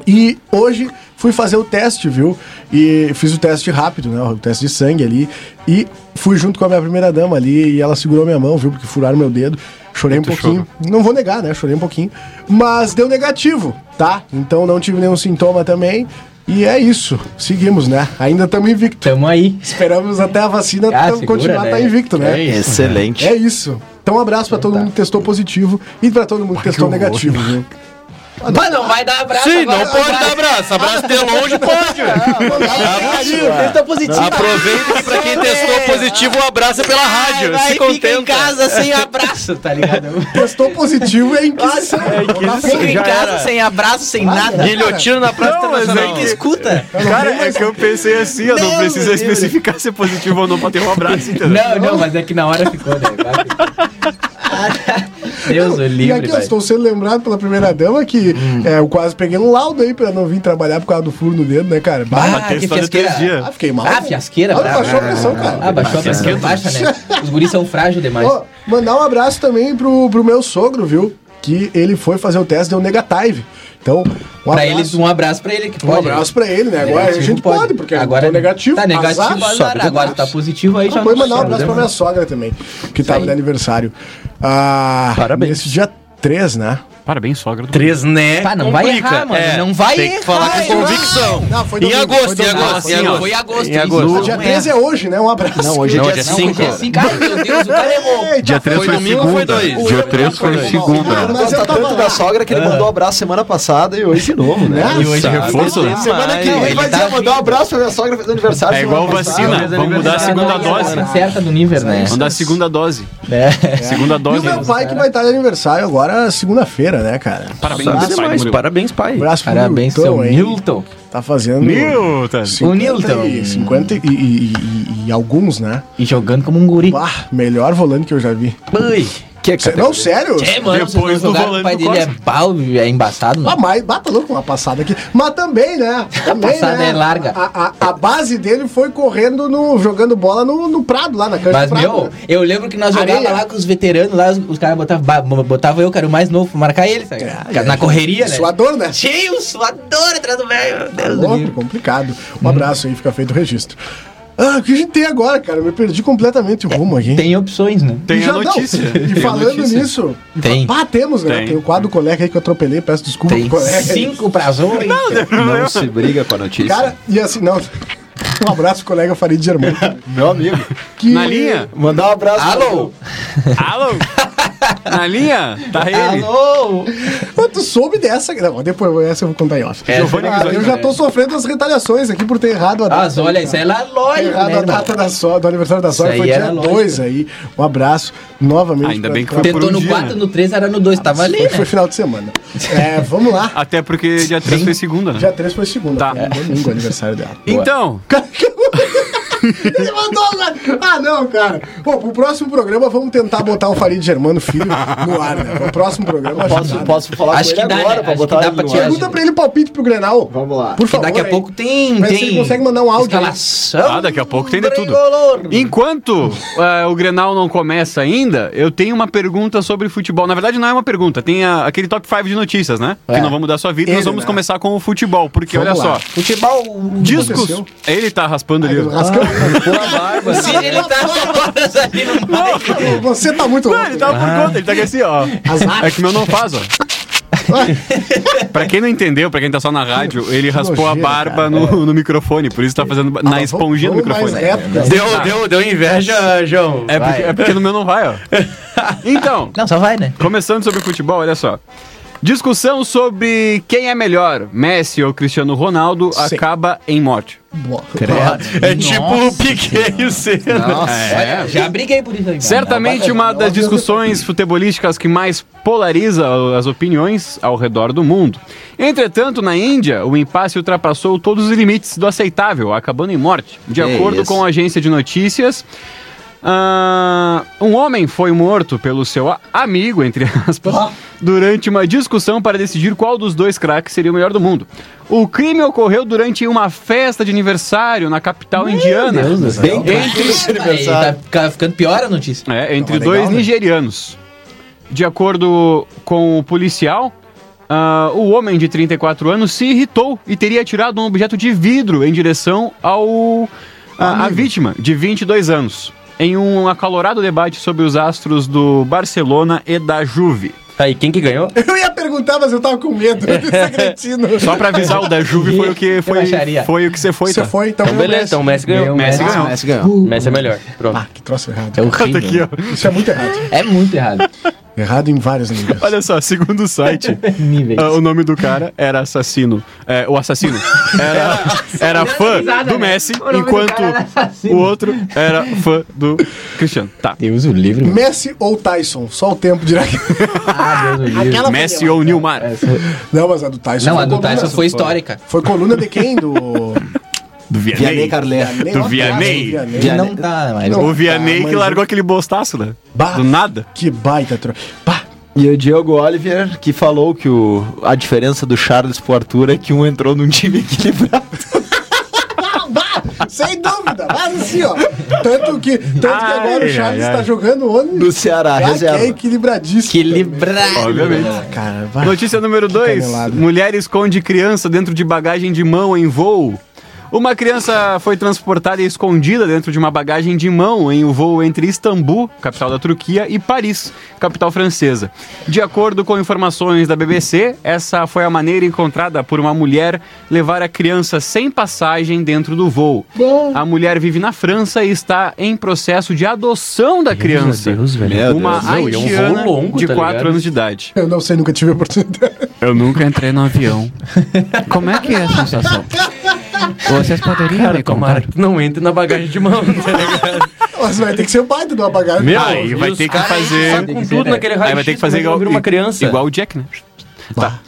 [SPEAKER 3] E hoje fui fazer o teste, viu? E fiz o teste rápido, né? O teste de sangue ali. E fui junto com a minha primeira dama ali e ela segurou minha mão, viu? Porque furaram meu dedo. Chorei um pouquinho. Não vou negar, né? Chorei um pouquinho. Mas deu negativo, tá? Então não tive nenhum sintoma também. E é isso. Seguimos, né? Ainda estamos invictos.
[SPEAKER 2] Tamo aí.
[SPEAKER 3] Esperamos até a vacina
[SPEAKER 2] Ah,
[SPEAKER 3] tam-
[SPEAKER 2] segura,
[SPEAKER 3] continuar
[SPEAKER 2] né?
[SPEAKER 3] tá invicto, né?
[SPEAKER 2] É isso, tá.
[SPEAKER 6] Excelente.
[SPEAKER 3] É isso. Então um abraço pra todo mundo que testou positivo e pra todo mundo que testou negativo, viu?
[SPEAKER 2] Mas não vai dar abraço.
[SPEAKER 5] Sim,
[SPEAKER 2] agora,
[SPEAKER 5] não pode dar abraço. Abraço de longe pode, velho.
[SPEAKER 2] Ele tá positivo.
[SPEAKER 5] Aproveita que pra quem testou positivo, um abraço é pela rádio.
[SPEAKER 2] Vai,
[SPEAKER 5] Se
[SPEAKER 2] fica em
[SPEAKER 5] contenta.
[SPEAKER 2] casa sem abraço,
[SPEAKER 3] (laughs)
[SPEAKER 2] tá ligado?
[SPEAKER 3] Testou positivo
[SPEAKER 2] (laughs)
[SPEAKER 3] é inquisição.
[SPEAKER 2] Fica em
[SPEAKER 5] já
[SPEAKER 2] casa
[SPEAKER 5] era.
[SPEAKER 2] sem
[SPEAKER 3] Ah,
[SPEAKER 2] abraço, sem nada.
[SPEAKER 5] Guilhotina na Praça
[SPEAKER 4] Não, mas
[SPEAKER 5] Internacional.
[SPEAKER 4] é
[SPEAKER 2] que escuta.
[SPEAKER 4] Cara, é que eu pensei assim, eu não
[SPEAKER 2] Deus
[SPEAKER 4] precisa
[SPEAKER 2] me livre.
[SPEAKER 4] especificar se é positivo ou não pra ter um abraço, entendeu?
[SPEAKER 2] Não, não, mas é que na hora ficou, né? Vai ficar. Deus, o
[SPEAKER 3] E aqui
[SPEAKER 2] é livre,
[SPEAKER 3] eu
[SPEAKER 2] vai.
[SPEAKER 3] estou sendo lembrado pela primeira dama que é, eu quase peguei um laudo aí pra não vir trabalhar por causa do furo no dedo, né, cara? Bah,
[SPEAKER 2] Ah, que fiasqueira.
[SPEAKER 3] ah, fiquei mal.
[SPEAKER 2] Ah, fiasqueira,
[SPEAKER 3] Ah,
[SPEAKER 2] brava.
[SPEAKER 3] baixou a pressão, cara.
[SPEAKER 2] Ah, baixou a pressão, baixa, né? Os guris são frágeis demais.
[SPEAKER 3] Ó, mandar um abraço também pro, pro meu sogro, viu? Que ele foi fazer o teste, deu negative. Então, um
[SPEAKER 2] Pra
[SPEAKER 3] abraço.
[SPEAKER 2] eles, um abraço pra ele que
[SPEAKER 3] Um
[SPEAKER 2] pode.
[SPEAKER 3] abraço pra ele, né? Agora a
[SPEAKER 2] Negativo
[SPEAKER 3] gente pode, porque
[SPEAKER 2] agora
[SPEAKER 3] tô negativo.
[SPEAKER 2] Tá negativo,
[SPEAKER 3] azar,
[SPEAKER 2] azar,
[SPEAKER 3] sobe de
[SPEAKER 2] agora
[SPEAKER 3] braço.
[SPEAKER 2] tá positivo aí
[SPEAKER 3] Ah,
[SPEAKER 2] já.
[SPEAKER 3] Foi
[SPEAKER 2] não
[SPEAKER 3] mandar um
[SPEAKER 2] sobe,
[SPEAKER 3] abraço
[SPEAKER 2] né?
[SPEAKER 3] pra minha sogra também, que tava
[SPEAKER 2] aí.
[SPEAKER 3] de aniversário. Ah,
[SPEAKER 5] Parabéns.
[SPEAKER 3] Nesse dia 3, né?
[SPEAKER 4] Parabéns, sogra do
[SPEAKER 5] Três né?
[SPEAKER 2] Pá, não vai
[SPEAKER 5] complica.
[SPEAKER 2] errar, mano,
[SPEAKER 5] É,
[SPEAKER 2] não vai
[SPEAKER 5] tem que
[SPEAKER 2] errar,
[SPEAKER 5] falar com
[SPEAKER 2] irmão.
[SPEAKER 5] convicção.
[SPEAKER 2] Não, foi
[SPEAKER 5] em
[SPEAKER 2] domingo,
[SPEAKER 5] agosto,
[SPEAKER 2] foi
[SPEAKER 5] em
[SPEAKER 2] domingo.
[SPEAKER 5] agosto, em
[SPEAKER 2] Não,
[SPEAKER 5] agosto.
[SPEAKER 2] foi em agosto,
[SPEAKER 5] Em
[SPEAKER 2] isso.
[SPEAKER 5] agosto.
[SPEAKER 3] Dia 13 é hoje, né? Um abraço.
[SPEAKER 5] Não, hoje é
[SPEAKER 3] Não,
[SPEAKER 5] dia cinco.
[SPEAKER 2] Não, foi cinco. Ai, meu Deus, o cara errou.
[SPEAKER 13] Dia 3
[SPEAKER 7] Foi
[SPEAKER 13] foi,
[SPEAKER 7] domingo ou
[SPEAKER 13] segunda.
[SPEAKER 7] foi dois?
[SPEAKER 13] Dia 3 foi
[SPEAKER 7] Foi
[SPEAKER 13] segunda.
[SPEAKER 7] Mas eu tanto Então tá da sogra que ele mandou um abraço semana passada e hoje de novo, né?
[SPEAKER 13] Ah. E hoje
[SPEAKER 7] Sabe?
[SPEAKER 13] reforço, né?
[SPEAKER 7] Semana que
[SPEAKER 13] Não,
[SPEAKER 7] vem
[SPEAKER 13] ele
[SPEAKER 7] vai
[SPEAKER 13] tá
[SPEAKER 7] dizer, mandou um abraço pra minha sogra fez aniversário.
[SPEAKER 4] É
[SPEAKER 7] semana
[SPEAKER 4] igual
[SPEAKER 7] passada.
[SPEAKER 4] vacina,
[SPEAKER 7] Fez
[SPEAKER 4] vamos mudar a
[SPEAKER 7] aniversário.
[SPEAKER 4] segunda
[SPEAKER 2] Ah, não,
[SPEAKER 4] dose.
[SPEAKER 2] é certa do nível, né?
[SPEAKER 4] Vamos dar a segunda dose. Segunda
[SPEAKER 3] E o
[SPEAKER 4] dose.
[SPEAKER 3] meu pai que vai estar de aniversário agora, segunda-feira, né, cara?
[SPEAKER 4] Parabéns, pai, Murilo.
[SPEAKER 5] Parabéns, pai.
[SPEAKER 3] Um Abraço pro
[SPEAKER 2] Parabéns, seu
[SPEAKER 3] hein?
[SPEAKER 2] Newton.
[SPEAKER 3] Tá fazendo.
[SPEAKER 4] Newton.
[SPEAKER 2] O
[SPEAKER 3] 50
[SPEAKER 2] Newton.
[SPEAKER 3] E 50 e, e- e- e alguns, né?
[SPEAKER 2] E jogando como um guri.
[SPEAKER 3] Bah, melhor volante que eu já vi.
[SPEAKER 5] Ui, que é
[SPEAKER 3] Cê- não, sério?
[SPEAKER 2] É, mano,
[SPEAKER 4] Depois
[SPEAKER 2] vocês vão
[SPEAKER 4] do
[SPEAKER 2] jogar com
[SPEAKER 4] volante
[SPEAKER 2] o pai
[SPEAKER 4] do
[SPEAKER 2] dele é
[SPEAKER 4] Costa.
[SPEAKER 2] balde, é embaçado,
[SPEAKER 3] Ah,
[SPEAKER 2] mano.
[SPEAKER 3] mas bata louco uma passada aqui. Mas também, né? Também,
[SPEAKER 2] passada
[SPEAKER 3] né?
[SPEAKER 2] é larga.
[SPEAKER 3] A, a- a base dele foi correndo, no, jogando bola no, no Prado, lá na cancha
[SPEAKER 2] Mas,
[SPEAKER 3] do Prado.
[SPEAKER 2] meu,
[SPEAKER 3] né?
[SPEAKER 2] eu lembro que nós jogávamos
[SPEAKER 3] Areia.
[SPEAKER 2] lá com os veteranos, lá os, os caras botavam, ba- botavam eu, cara, o mais novo, pra marcar ele, sabe? na correria, né?
[SPEAKER 3] Suador, né?
[SPEAKER 2] Cheio, suador atrás do velho, meu Deus do
[SPEAKER 3] Louco,
[SPEAKER 2] livro.
[SPEAKER 3] complicado. Um abraço aí, fica feito o registro. Ah, o que a gente tem agora, cara? Eu me perdi completamente o rumo aqui.
[SPEAKER 2] Tem opções, né?
[SPEAKER 4] Tem a
[SPEAKER 3] Jandão,
[SPEAKER 2] (laughs)
[SPEAKER 4] notícia.
[SPEAKER 3] E
[SPEAKER 4] Tem a
[SPEAKER 3] falando
[SPEAKER 4] notícia.
[SPEAKER 3] nisso.
[SPEAKER 2] Tem.
[SPEAKER 3] Pá, temos, né?
[SPEAKER 4] Tem.
[SPEAKER 3] Tem o quadro colega aí que eu atropelei, peço desculpa
[SPEAKER 2] Tem
[SPEAKER 3] pro colega. aí.
[SPEAKER 2] é? cinco pra zona.
[SPEAKER 6] Não se briga com a notícia.
[SPEAKER 3] Cara, e assim, não. Um abraço, colega Farid Germão.
[SPEAKER 7] Meu amigo.
[SPEAKER 3] Que...
[SPEAKER 4] Na linha?
[SPEAKER 7] Mandar um abraço.
[SPEAKER 2] Alô? (laughs)
[SPEAKER 4] Alô? Na linha? Tá ele.
[SPEAKER 2] Alô?
[SPEAKER 3] Mas tu soube dessa. Não, depois essa eu vou contar em off.
[SPEAKER 2] É,
[SPEAKER 4] Giovanni
[SPEAKER 3] Ah, eu
[SPEAKER 4] Guizoni.
[SPEAKER 3] já tô sofrendo as retaliações aqui por ter errado a data.
[SPEAKER 2] Mas olha, isso é lá
[SPEAKER 3] Ter
[SPEAKER 2] lógico,
[SPEAKER 3] errado
[SPEAKER 2] né,
[SPEAKER 3] a data
[SPEAKER 2] irmão?
[SPEAKER 3] da so, do aniversário da sogra
[SPEAKER 2] aí
[SPEAKER 3] foi
[SPEAKER 2] era
[SPEAKER 3] dia
[SPEAKER 2] lógico.
[SPEAKER 3] 2 aí. Um abraço novamente.
[SPEAKER 4] Ainda
[SPEAKER 3] pra-
[SPEAKER 4] bem que
[SPEAKER 3] pra-
[SPEAKER 4] foi por
[SPEAKER 2] Tentou
[SPEAKER 4] um
[SPEAKER 2] no
[SPEAKER 4] dia,
[SPEAKER 2] 4,
[SPEAKER 4] né?
[SPEAKER 2] no 3, era no 2, tava ali,
[SPEAKER 3] Foi, foi
[SPEAKER 2] né?
[SPEAKER 3] final de semana. É, vamos lá.
[SPEAKER 4] Até porque dia 3 foi segunda, né?
[SPEAKER 3] Dia 3 foi segunda.
[SPEAKER 4] Ah. Tá.
[SPEAKER 3] Foi no domingo, aniversário dela.
[SPEAKER 4] Então,
[SPEAKER 3] (laughs) Ele mandou lá. Ah, não, cara. Bom, pro próximo programa vamos tentar botar o Farid Germano Filho no ar, né? Pro próximo programa acho que dá,
[SPEAKER 7] Posso,
[SPEAKER 3] né?
[SPEAKER 7] posso falar
[SPEAKER 2] Acho
[SPEAKER 7] com
[SPEAKER 2] que
[SPEAKER 7] ele
[SPEAKER 2] dá,
[SPEAKER 7] agora
[SPEAKER 2] né?
[SPEAKER 7] pra
[SPEAKER 2] Acho que
[SPEAKER 7] botar
[SPEAKER 2] dá
[SPEAKER 7] ele
[SPEAKER 2] pra
[SPEAKER 7] no
[SPEAKER 2] te
[SPEAKER 7] ar?
[SPEAKER 2] ajudar.
[SPEAKER 3] Pergunta pra ele palpite pro Grenal.
[SPEAKER 7] Vamos lá.
[SPEAKER 3] Por
[SPEAKER 2] Porque
[SPEAKER 3] favor.
[SPEAKER 2] daqui a
[SPEAKER 3] aí.
[SPEAKER 2] pouco tem.
[SPEAKER 3] Mas se
[SPEAKER 2] tem
[SPEAKER 3] ele consegue mandar um áudio. aí.
[SPEAKER 2] Escalação.
[SPEAKER 4] ah, daqui a pouco tem de tudo.
[SPEAKER 2] Tricolor.
[SPEAKER 4] Enquanto eh, o Grenal não começa ainda, eu tenho uma pergunta sobre futebol. Na verdade, não é uma pergunta, tem a- aquele top 5 de notícias, né?
[SPEAKER 2] É.
[SPEAKER 4] Que não vão mudar sua vida.
[SPEAKER 3] Ele,
[SPEAKER 4] nós vamos
[SPEAKER 3] né?
[SPEAKER 4] começar com o futebol, porque
[SPEAKER 3] Vamos
[SPEAKER 4] olha
[SPEAKER 3] lá.
[SPEAKER 4] só.
[SPEAKER 2] Futebol.
[SPEAKER 4] Discos.
[SPEAKER 3] aconteceu?
[SPEAKER 4] Ele tá raspando ali.
[SPEAKER 3] Ele rascou.
[SPEAKER 2] O Cid, ele tá (laughs) horas ali no meio.
[SPEAKER 3] (laughs) Você tá muito
[SPEAKER 4] Não, ele
[SPEAKER 3] louco.
[SPEAKER 4] tava por conta, ele tá aqui assim, ó.
[SPEAKER 3] Azar.
[SPEAKER 4] É que o meu
[SPEAKER 3] (laughs)
[SPEAKER 4] não faz, ó. pra quem não entendeu, pra quem tá só na rádio, ele raspou a
[SPEAKER 3] nojeira,
[SPEAKER 4] barba no, no microfone, por isso tá fazendo ba- na
[SPEAKER 3] É. Ah, mas
[SPEAKER 4] esponjinha do
[SPEAKER 3] vamos- vamos
[SPEAKER 4] microfone.
[SPEAKER 3] mais reto, cara.
[SPEAKER 5] Deu, deu, deu inveja, João.
[SPEAKER 4] Tá. É porque, é porque no meu
[SPEAKER 5] (laughs)
[SPEAKER 4] não vai, ó. Então,
[SPEAKER 2] Não, só vai, né?
[SPEAKER 4] Começando sobre futebol, olha só. Discussão sobre quem é melhor, Messi ou Cristiano Ronaldo,
[SPEAKER 3] Sim.
[SPEAKER 4] acaba em morte.
[SPEAKER 5] É tipo o Piquet e o Senna.
[SPEAKER 2] Olha, é, já briguei por isso aí. cara. É
[SPEAKER 4] Certamente uma das discussões futebolísticas que mais polariza as opiniões ao redor do mundo. Entretanto, na Índia, o impasse ultrapassou todos os limites do aceitável, acabando em morte. De acordo com a agência de notícias, ah, um homem foi morto pelo seu a- amigo, entre aspas, durante uma discussão para decidir qual dos dois craques seria o melhor do mundo. O crime ocorreu durante uma festa de aniversário na capital indiana.
[SPEAKER 7] Bem
[SPEAKER 4] entre
[SPEAKER 2] Aí Tá ficando pior a notícia.
[SPEAKER 4] é, entre
[SPEAKER 3] Não, mas
[SPEAKER 4] dois
[SPEAKER 3] legal, né?
[SPEAKER 4] nigerianos. De acordo com o policial, ah, o homem de 34 anos se irritou e teria atirado um objeto de vidro em direção ao
[SPEAKER 3] Ah,
[SPEAKER 4] a, a vítima, de 22 anos, em um acalorado debate sobre os astros do Barcelona e da Juve.
[SPEAKER 5] Tá, e quem que ganhou?
[SPEAKER 3] Eu ia perguntar, mas eu tava com medo desse cretino.
[SPEAKER 4] Só pra avisar, o da Juve foi
[SPEAKER 3] (laughs)
[SPEAKER 4] o que foi,
[SPEAKER 2] acharia.
[SPEAKER 4] foi o que você foi,
[SPEAKER 3] Você
[SPEAKER 4] tá?
[SPEAKER 3] foi, então.
[SPEAKER 5] Então
[SPEAKER 3] meu
[SPEAKER 5] beleza,
[SPEAKER 3] Messi.
[SPEAKER 5] então o Messi ganhou.
[SPEAKER 2] Ganhou o Messi.
[SPEAKER 4] ganhou. Tá
[SPEAKER 6] Messi ganhou.
[SPEAKER 5] Messi é melhor. Pronto.
[SPEAKER 3] Ah, que troço errado.
[SPEAKER 2] É
[SPEAKER 4] (laughs)
[SPEAKER 2] horrível.
[SPEAKER 3] Isso é muito errado.
[SPEAKER 2] É muito errado.
[SPEAKER 3] Errado em vários níveis.
[SPEAKER 4] Olha só, segundo
[SPEAKER 2] (laughs)
[SPEAKER 4] o site,
[SPEAKER 2] É Níveis.
[SPEAKER 4] Ah, o nome do cara era assassino. É, o assassino
[SPEAKER 2] (laughs)
[SPEAKER 4] era, era fã
[SPEAKER 2] risada,
[SPEAKER 4] do
[SPEAKER 2] né?
[SPEAKER 4] Messi,
[SPEAKER 2] O nome do
[SPEAKER 4] enquanto
[SPEAKER 2] cara era assassino.
[SPEAKER 4] o outro era fã do Cristiano. Tá.
[SPEAKER 2] Deus o livre, mano.
[SPEAKER 3] Messi ou Tyson? Só o tempo dirá que. (laughs)
[SPEAKER 2] Ah, Deus o livre.
[SPEAKER 3] Aquela
[SPEAKER 4] Messi
[SPEAKER 3] foi-
[SPEAKER 4] ou Nilmar.
[SPEAKER 2] É,
[SPEAKER 3] Não, mas a do Tyson né?
[SPEAKER 2] Não, a do
[SPEAKER 3] coluna,
[SPEAKER 2] Tyson foi histórica.
[SPEAKER 3] Foi coluna de quem? Do.
[SPEAKER 4] Do
[SPEAKER 7] Vianney
[SPEAKER 4] (laughs) Vianney.
[SPEAKER 7] Carlé.
[SPEAKER 4] Do Vianney.
[SPEAKER 3] Vianney.
[SPEAKER 2] Que não tá, mas...
[SPEAKER 3] Não.
[SPEAKER 4] O Vianney
[SPEAKER 3] Ah,
[SPEAKER 4] que
[SPEAKER 2] Tá,
[SPEAKER 3] mas-
[SPEAKER 4] largou aquele bostaço, né?
[SPEAKER 3] Bah.
[SPEAKER 4] Do nada.
[SPEAKER 3] Que baita troço. Pá,
[SPEAKER 6] E o Diego Oliver, que falou que o, a diferença do Charles pro Arthur é que um entrou num time equilibrado. (laughs)
[SPEAKER 3] Bah, sem dúvida, mas assim, ó. Tanto que, tanto que agora
[SPEAKER 4] Ai,
[SPEAKER 3] o Charles
[SPEAKER 4] ai, ai.
[SPEAKER 3] está jogando onde?
[SPEAKER 6] No Ceará,
[SPEAKER 3] Já que
[SPEAKER 6] reserva.
[SPEAKER 3] é equilibradíssimo.
[SPEAKER 2] Equilibrado.
[SPEAKER 4] Obviamente.
[SPEAKER 3] Cara, vai.
[SPEAKER 4] Notícia número 2.
[SPEAKER 3] canelada.
[SPEAKER 4] Mulher esconde criança dentro de bagagem de mão em voo. Uma criança foi transportada e escondida dentro de uma bagagem de mão em um voo entre Istambul, capital da Turquia, e Paris, capital francesa. De acordo com informações da BBC, essa foi a maneira encontrada por uma mulher levar a criança sem passagem dentro do voo. A mulher vive na França e está em processo de adoção da criança.
[SPEAKER 5] Deus, velho. Meu
[SPEAKER 4] Uma
[SPEAKER 5] Deus. Não, e é um voo
[SPEAKER 4] haitiana
[SPEAKER 5] longo,
[SPEAKER 4] de
[SPEAKER 5] tá
[SPEAKER 4] 4
[SPEAKER 5] ligado?
[SPEAKER 4] anos de idade.
[SPEAKER 3] Eu não sei, nunca tive a oportunidade. (laughs)
[SPEAKER 4] Eu nunca entrei no avião. Como é que é a sensação? Vocês poderiam
[SPEAKER 5] Cara, tomara que não entre na bagagem de mão. (laughs) tá
[SPEAKER 3] Mas vai ter que ser um o pai do bagagem.
[SPEAKER 4] Meu, aí vai ter que fazer.
[SPEAKER 5] Com tudo naquele
[SPEAKER 4] Aí vai ter que fazer igual
[SPEAKER 5] uma criança.
[SPEAKER 4] Igual o Jack, né? Tá.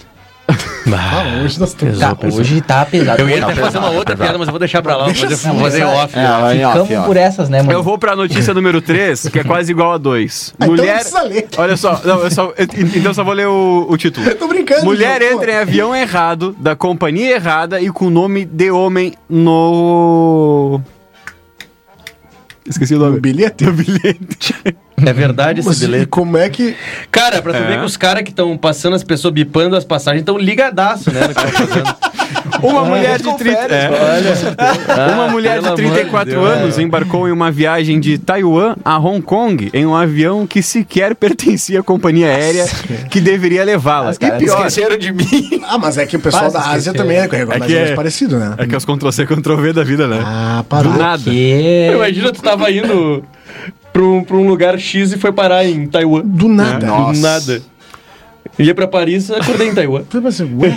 [SPEAKER 3] Ah, hoje nós temos.
[SPEAKER 2] Tá, hoje tá pesado.
[SPEAKER 5] Eu ia
[SPEAKER 2] Tá
[SPEAKER 5] até fazer
[SPEAKER 2] pesado,
[SPEAKER 5] uma outra
[SPEAKER 2] tá pesado.
[SPEAKER 5] piada, mas eu vou deixar pra lá. Vou
[SPEAKER 2] Deixa
[SPEAKER 5] fazer,
[SPEAKER 2] assim,
[SPEAKER 5] vou fazer
[SPEAKER 2] essa-
[SPEAKER 5] off.
[SPEAKER 2] é,
[SPEAKER 6] Ah,
[SPEAKER 2] ela em off,
[SPEAKER 7] Tá
[SPEAKER 2] Ficamos ó. por essas, né, mano?
[SPEAKER 4] Eu vou pra notícia número 3, que é quase igual a 2.
[SPEAKER 3] Ah, então não
[SPEAKER 4] Mulher.
[SPEAKER 3] precisa ler.
[SPEAKER 4] Olha só, não, eu só- eu- então eu só vou ler o, o título.
[SPEAKER 3] Eu tô brincando,
[SPEAKER 4] Mulher
[SPEAKER 3] João, pô.
[SPEAKER 4] entra em avião errado, da companhia errada e com o nome de homem no. Esqueci o nome.
[SPEAKER 3] Bilhete?
[SPEAKER 4] No bilhete.
[SPEAKER 5] É verdade esse
[SPEAKER 3] Mas e
[SPEAKER 5] bilhete.
[SPEAKER 3] como é que.
[SPEAKER 5] Cara, pra tu
[SPEAKER 4] É.
[SPEAKER 5] ver que os caras que estão passando as pessoas bipando as passagens estão ligadaço, (laughs) né? no que tá fazendo.
[SPEAKER 4] Uma mulher de 30. é. Uma
[SPEAKER 5] Ah,
[SPEAKER 4] mulher de
[SPEAKER 5] pelo amor
[SPEAKER 4] 34
[SPEAKER 5] Deus.
[SPEAKER 4] anos embarcou em uma viagem de Taiwan a Hong Kong em um avião que sequer pertencia à companhia aérea que deveria levá-la. E pior,
[SPEAKER 5] Esqueceram de mim.
[SPEAKER 3] Ah, mas é que o pessoal
[SPEAKER 2] Faz
[SPEAKER 3] da Ásia
[SPEAKER 2] esquecer.
[SPEAKER 3] também é com regulamento
[SPEAKER 4] É que é-
[SPEAKER 3] mais parecido, né?
[SPEAKER 4] é que os Ctrl C, Ctrl V da vida, né?
[SPEAKER 3] Ah, parou.
[SPEAKER 4] Do nada.
[SPEAKER 2] Que...
[SPEAKER 5] (laughs) Imagina, tu tava indo pra um, pra um lugar X e foi parar em Taiwan.
[SPEAKER 3] Do nada.
[SPEAKER 5] Do nada. Ia pra Paris e acordei
[SPEAKER 2] (laughs)
[SPEAKER 5] em Taiwan.
[SPEAKER 3] Você vai ser, ué,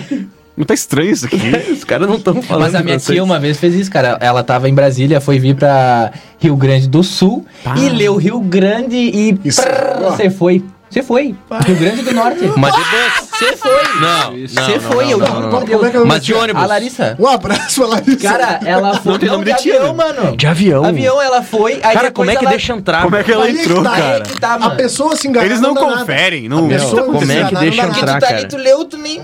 [SPEAKER 4] Não tá estranho (laughs) isso aqui.
[SPEAKER 5] Os caras não estão falando
[SPEAKER 2] Mas a minha
[SPEAKER 5] francês.
[SPEAKER 2] tia uma vez fez isso, cara. Ela tava em Brasília, foi vir pra Rio Grande do Sul e leu Rio Grande e.
[SPEAKER 3] Isso.
[SPEAKER 2] prrr,
[SPEAKER 3] Ó.
[SPEAKER 2] Você foi. Você foi. Rio Grande do Norte.
[SPEAKER 5] Mas de bus. Você foi. Não.
[SPEAKER 2] Você foi, eu juro por
[SPEAKER 3] Como é que é o
[SPEAKER 2] Deus.
[SPEAKER 3] nome
[SPEAKER 5] Mas de
[SPEAKER 3] da tia?
[SPEAKER 5] ônibus.
[SPEAKER 2] A Larissa.
[SPEAKER 3] Um abraço pra Larissa.
[SPEAKER 2] Cara, ela foi.
[SPEAKER 4] Não tem nome de tia,
[SPEAKER 2] avião,
[SPEAKER 4] né?
[SPEAKER 2] mano.
[SPEAKER 5] De avião.
[SPEAKER 2] Avião, ela foi. Aí
[SPEAKER 5] Cara,
[SPEAKER 2] depois
[SPEAKER 5] como é que
[SPEAKER 2] ela-
[SPEAKER 5] deixa entrar?
[SPEAKER 4] Como é que ela
[SPEAKER 3] Aí que
[SPEAKER 4] entrou,
[SPEAKER 3] tá,
[SPEAKER 4] cara?
[SPEAKER 2] Aí que tá,
[SPEAKER 3] A
[SPEAKER 2] mano.
[SPEAKER 3] pessoa se engana.
[SPEAKER 4] Eles não
[SPEAKER 3] dá nada.
[SPEAKER 4] conferem, não.
[SPEAKER 3] Meu,
[SPEAKER 4] Isso
[SPEAKER 3] como
[SPEAKER 4] tá
[SPEAKER 3] é
[SPEAKER 4] acontecendo.
[SPEAKER 3] que deixa
[SPEAKER 2] Porque tu
[SPEAKER 5] entrar,
[SPEAKER 2] tá
[SPEAKER 5] cara?
[SPEAKER 2] ali, tu leu, tu nem.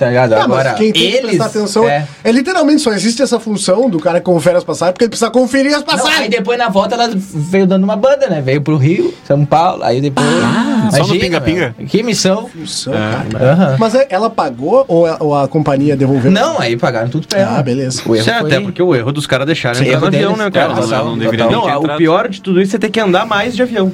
[SPEAKER 2] Tá ligado?
[SPEAKER 3] Tá,
[SPEAKER 2] Agora,
[SPEAKER 3] mas quem tem que
[SPEAKER 2] eles.
[SPEAKER 3] prestar atenção é.
[SPEAKER 2] é.
[SPEAKER 3] Ele literalmente só existe essa função do cara que confere as passagens, porque ele precisa conferir as
[SPEAKER 2] Não, aí
[SPEAKER 3] passagens.
[SPEAKER 2] depois na volta ela veio dando uma banda, né? Veio pro Rio, São Paulo, aí depois.
[SPEAKER 5] Ah,
[SPEAKER 4] só no
[SPEAKER 2] Imagina,
[SPEAKER 4] pinga-pinga?
[SPEAKER 2] meu. Que missão.
[SPEAKER 3] Função, cara.
[SPEAKER 2] Aham.
[SPEAKER 3] Mas é- ela pagou ou a, ou a companhia devolveu?
[SPEAKER 2] Ah. Não, aí pagaram tudo pra ela. é
[SPEAKER 3] Ah, beleza.
[SPEAKER 2] O erro
[SPEAKER 5] Certo,
[SPEAKER 2] foi...
[SPEAKER 5] é até porque o erro dos caras deixaram
[SPEAKER 2] Sim,
[SPEAKER 5] entrar
[SPEAKER 2] erro
[SPEAKER 5] no avião,
[SPEAKER 2] deles,
[SPEAKER 5] né, cara?
[SPEAKER 2] total,
[SPEAKER 5] Não,
[SPEAKER 2] total.
[SPEAKER 5] não,
[SPEAKER 4] Não,
[SPEAKER 5] o pior de tudo isso é ter que andar mais de avião.